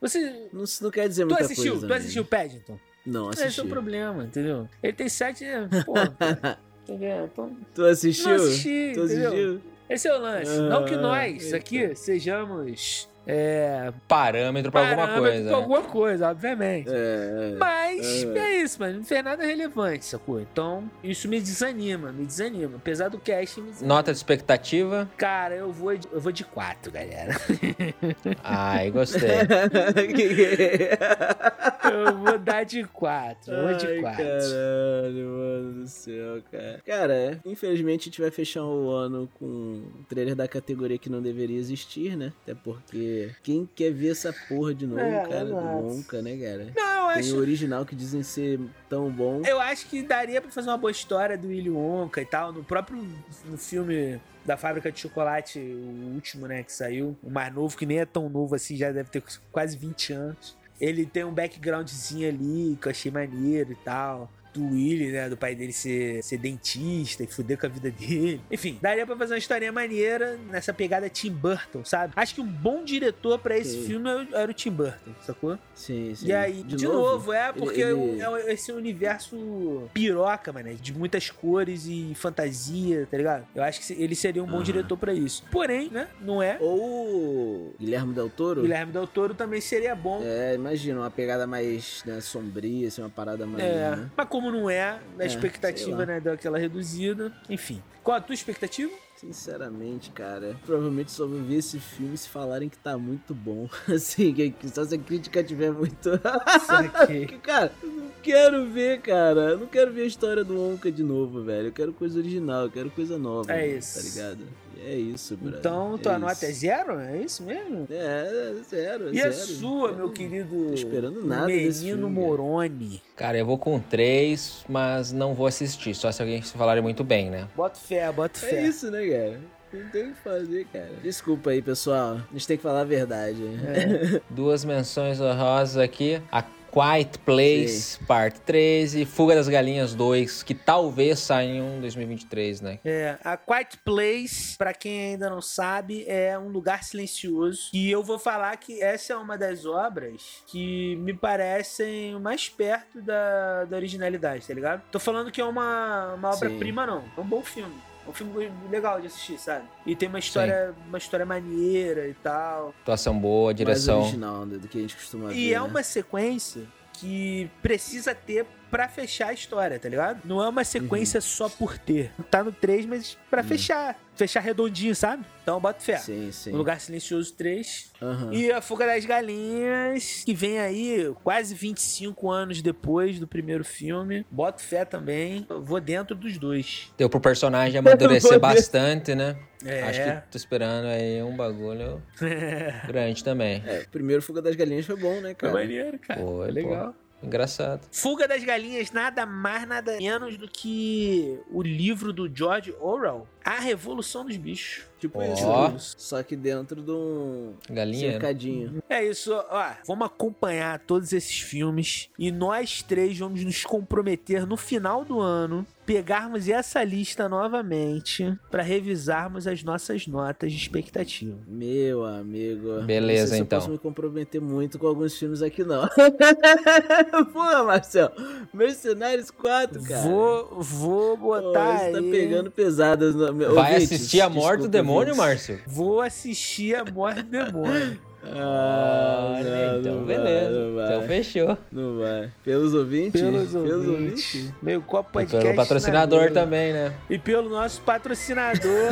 Speaker 4: Você.
Speaker 2: Não, isso não quer dizer
Speaker 4: Tu
Speaker 2: muita
Speaker 4: assistiu,
Speaker 2: coisa.
Speaker 4: tu
Speaker 2: né?
Speaker 4: assistiu o Paddington?
Speaker 2: Não,
Speaker 4: Esse é
Speaker 2: assisti.
Speaker 4: o problema, entendeu? Ele tem sete. né? Pô, tá vendo? Então,
Speaker 2: tu assistiu?
Speaker 4: Não assisti,
Speaker 2: tu
Speaker 4: entendeu?
Speaker 2: assistiu?
Speaker 4: Esse é o lance.
Speaker 2: Ah,
Speaker 4: Não que nós
Speaker 2: eita.
Speaker 4: aqui sejamos. É.
Speaker 3: Parâmetro pra alguma
Speaker 4: parâmetro
Speaker 3: coisa.
Speaker 4: pra
Speaker 3: né?
Speaker 4: alguma coisa, obviamente.
Speaker 2: É, é.
Speaker 4: Mas
Speaker 2: É.
Speaker 4: é. isso, mano. Não fez nada relevante, sacou? Então, isso me desanima, me desanima. Apesar do casting, me desanima.
Speaker 3: Nota de expectativa.
Speaker 4: Cara, eu vou, de- eu vou de quatro, galera.
Speaker 3: Ai, gostei.
Speaker 2: é?
Speaker 4: Eu vou dar de quatro. Eu vou de
Speaker 2: Ai,
Speaker 4: quatro.
Speaker 2: Caralho, mano do céu, cara. Cara, é, infelizmente a gente vai fechar o ano com um trailer da categoria que não deveria existir, né? Até porque quem quer ver essa porra de novo,
Speaker 4: É,
Speaker 2: cara,
Speaker 4: exato.
Speaker 2: nunca, né, cara?
Speaker 4: Não, eu
Speaker 2: Tem
Speaker 4: acho. É,
Speaker 2: o original que dizem ser tão bom.
Speaker 4: Eu acho que daria pra fazer uma boa história do Willy Wonka e tal, no próprio no filme da fábrica de chocolate, o último, né, que saiu. O mais novo, que nem é tão novo assim, já deve ter quase 20 anos. Ele tem um backgroundzinho ali que eu achei maneiro e tal. Do Willy, né? Do pai dele ser, ser dentista e fuder com a vida dele. Enfim, daria pra fazer uma historinha maneira nessa pegada Tim Burton, sabe? Acho que um bom diretor pra esse
Speaker 2: Sim.
Speaker 4: filme era o- era o Tim Burton, sacou?
Speaker 2: Sim, sim.
Speaker 4: E aí, de, novo? é, porque
Speaker 2: ele-
Speaker 4: é um- é esse universo piroca, mano, de muitas cores e fantasia, tá ligado? Eu acho que se- ele seria um bom
Speaker 5: Aham.
Speaker 4: diretor pra isso. Porém, né, não é.
Speaker 2: Ou o Guilherme Del Toro?
Speaker 4: Guilherme Del Toro também seria bom. É.
Speaker 2: É, imagina, uma pegada mais né, sombria, assim, uma parada mais. né?
Speaker 4: mas como não é, a
Speaker 2: É, sei
Speaker 4: expectativa,
Speaker 2: lá.
Speaker 4: né, deu aquela reduzida. Enfim. Qual a tua expectativa?
Speaker 2: Sinceramente, cara, provavelmente só vou ver esse filme se falarem que tá muito bom. Assim, que, que só se a crítica tiver muito.
Speaker 4: Saquei.
Speaker 2: Que, cara, eu não quero ver, cara. Eu não quero ver a história do Onca de novo, velho. Eu quero coisa original, eu quero coisa nova.
Speaker 4: É
Speaker 2: mano,
Speaker 4: isso.
Speaker 2: Tá ligado? É isso, brother.
Speaker 4: Então, tua
Speaker 2: é
Speaker 4: nota é
Speaker 2: isso.
Speaker 4: zero? É isso mesmo?
Speaker 2: É, é zero. é
Speaker 4: E a
Speaker 2: zero.
Speaker 4: sua,
Speaker 2: Eu
Speaker 4: meu
Speaker 2: não
Speaker 4: querido
Speaker 2: Tô esperando nada desse filme.
Speaker 4: menino
Speaker 2: cara.
Speaker 4: Moroni?
Speaker 3: Cara, eu vou com três, mas não vou assistir, só se alguém se falarem muito bem, né?
Speaker 4: Bota fé, bota fé.
Speaker 2: É isso, né, cara? Não tem o que fazer, cara. Desculpa aí, pessoal. A gente tem que falar a verdade. É
Speaker 3: Duas menções honrosas aqui. A Quiet Place, parte 13. Fuga das Galinhas 2, que talvez saiam em 2023, né?
Speaker 4: É, a Quiet Place, pra quem ainda não sabe, é um lugar silencioso. E eu vou falar que essa é uma das obras que me parecem mais perto da, da originalidade, tá ligado? Tô falando que é uma, uma
Speaker 2: Sim.
Speaker 4: obra-prima, não. É um bom filme. É um filme legal de assistir, sabe? E tem uma história, uma história maneira e tal.
Speaker 3: Atuação boa,
Speaker 2: Mais
Speaker 3: direção.
Speaker 2: original do do que a gente costuma ver.
Speaker 4: E é
Speaker 2: né?
Speaker 4: uma sequência que precisa ter pra fechar a história, tá ligado? Não é uma sequência só por ter. Tá no 3, mas pra fechar. Fechar redondinho, sabe? Então bota fé.
Speaker 2: Sim, sim. Uhum.
Speaker 4: O Lugar Silencioso 3.
Speaker 2: Aham.
Speaker 4: E a Fuga das Galinhas, que vem aí quase 25 anos depois do primeiro filme. Boto fé também. Eu Vou dentro dos dois.
Speaker 3: Deu pro personagem amadurecer
Speaker 6: Meu Deus.
Speaker 3: bastante, né?
Speaker 4: É.
Speaker 3: Acho que tô esperando aí um bagulho grande também.
Speaker 2: É, o primeiro Fuga das Galinhas foi bom, né, cara?
Speaker 4: É maneiro, cara.
Speaker 3: Pô,
Speaker 4: legal.
Speaker 3: pô, engraçado.
Speaker 4: Fuga das Galinhas, nada mais, nada menos do que o livro do George Orwell, A Revolução dos Bichos.
Speaker 2: Tipo
Speaker 3: Ó.
Speaker 2: isso. Só que dentro de um
Speaker 3: Galinha. né?
Speaker 2: cercadinho.
Speaker 4: É isso, ó. Vamos acompanhar todos esses filmes e nós três vamos nos comprometer no final do ano pegarmos essa lista novamente pra revisarmos as nossas notas de expectativa.
Speaker 2: Meu amigo.
Speaker 3: Beleza,
Speaker 2: não sei se
Speaker 3: então.
Speaker 2: Eu posso me comprometer muito com alguns filmes aqui, não. Pô, Marcel. Mercenários 4, cara.
Speaker 4: Vou, vou
Speaker 2: Pô,
Speaker 4: botar
Speaker 2: você tá
Speaker 4: aí.
Speaker 2: pegando pesadas. No...
Speaker 3: Vai
Speaker 2: Ouvintes,
Speaker 3: assistir a morte
Speaker 2: desculpa,
Speaker 3: do demônio,
Speaker 2: ouvintes.
Speaker 3: Márcio?
Speaker 4: Vou assistir a Morte do Demônio.
Speaker 2: Ah,
Speaker 3: Olha,
Speaker 2: não,
Speaker 3: então
Speaker 2: não
Speaker 3: beleza.
Speaker 2: Vai, não, vai,
Speaker 3: então fechou.
Speaker 2: não vai. Pelos ouvintes?
Speaker 4: Pelos ouvintes. Meu copo
Speaker 3: E
Speaker 4: podcast.
Speaker 2: né,
Speaker 3: pelo
Speaker 4: na
Speaker 3: patrocinador
Speaker 4: mesa.
Speaker 3: também, né?
Speaker 4: E pelo nosso patrocinador.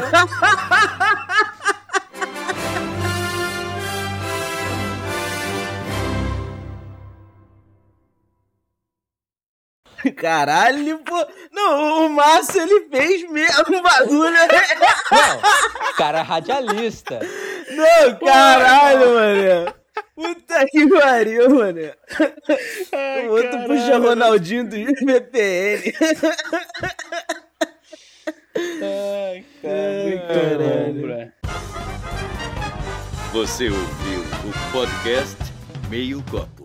Speaker 2: Caralho, pô. Não, o Márcio, ele fez mesmo o bagulho.
Speaker 3: Não, cara radialista.
Speaker 2: Não, caralho, mané. Puta que pariu, mané.
Speaker 4: Ai,
Speaker 2: o outro
Speaker 4: caralho.
Speaker 2: puxa Ronaldinho do IBPN.
Speaker 4: Ai,
Speaker 2: Ai,
Speaker 4: cara, muito
Speaker 2: caralho.
Speaker 4: bom, bro.
Speaker 1: Você ouviu o podcast Meio Copo.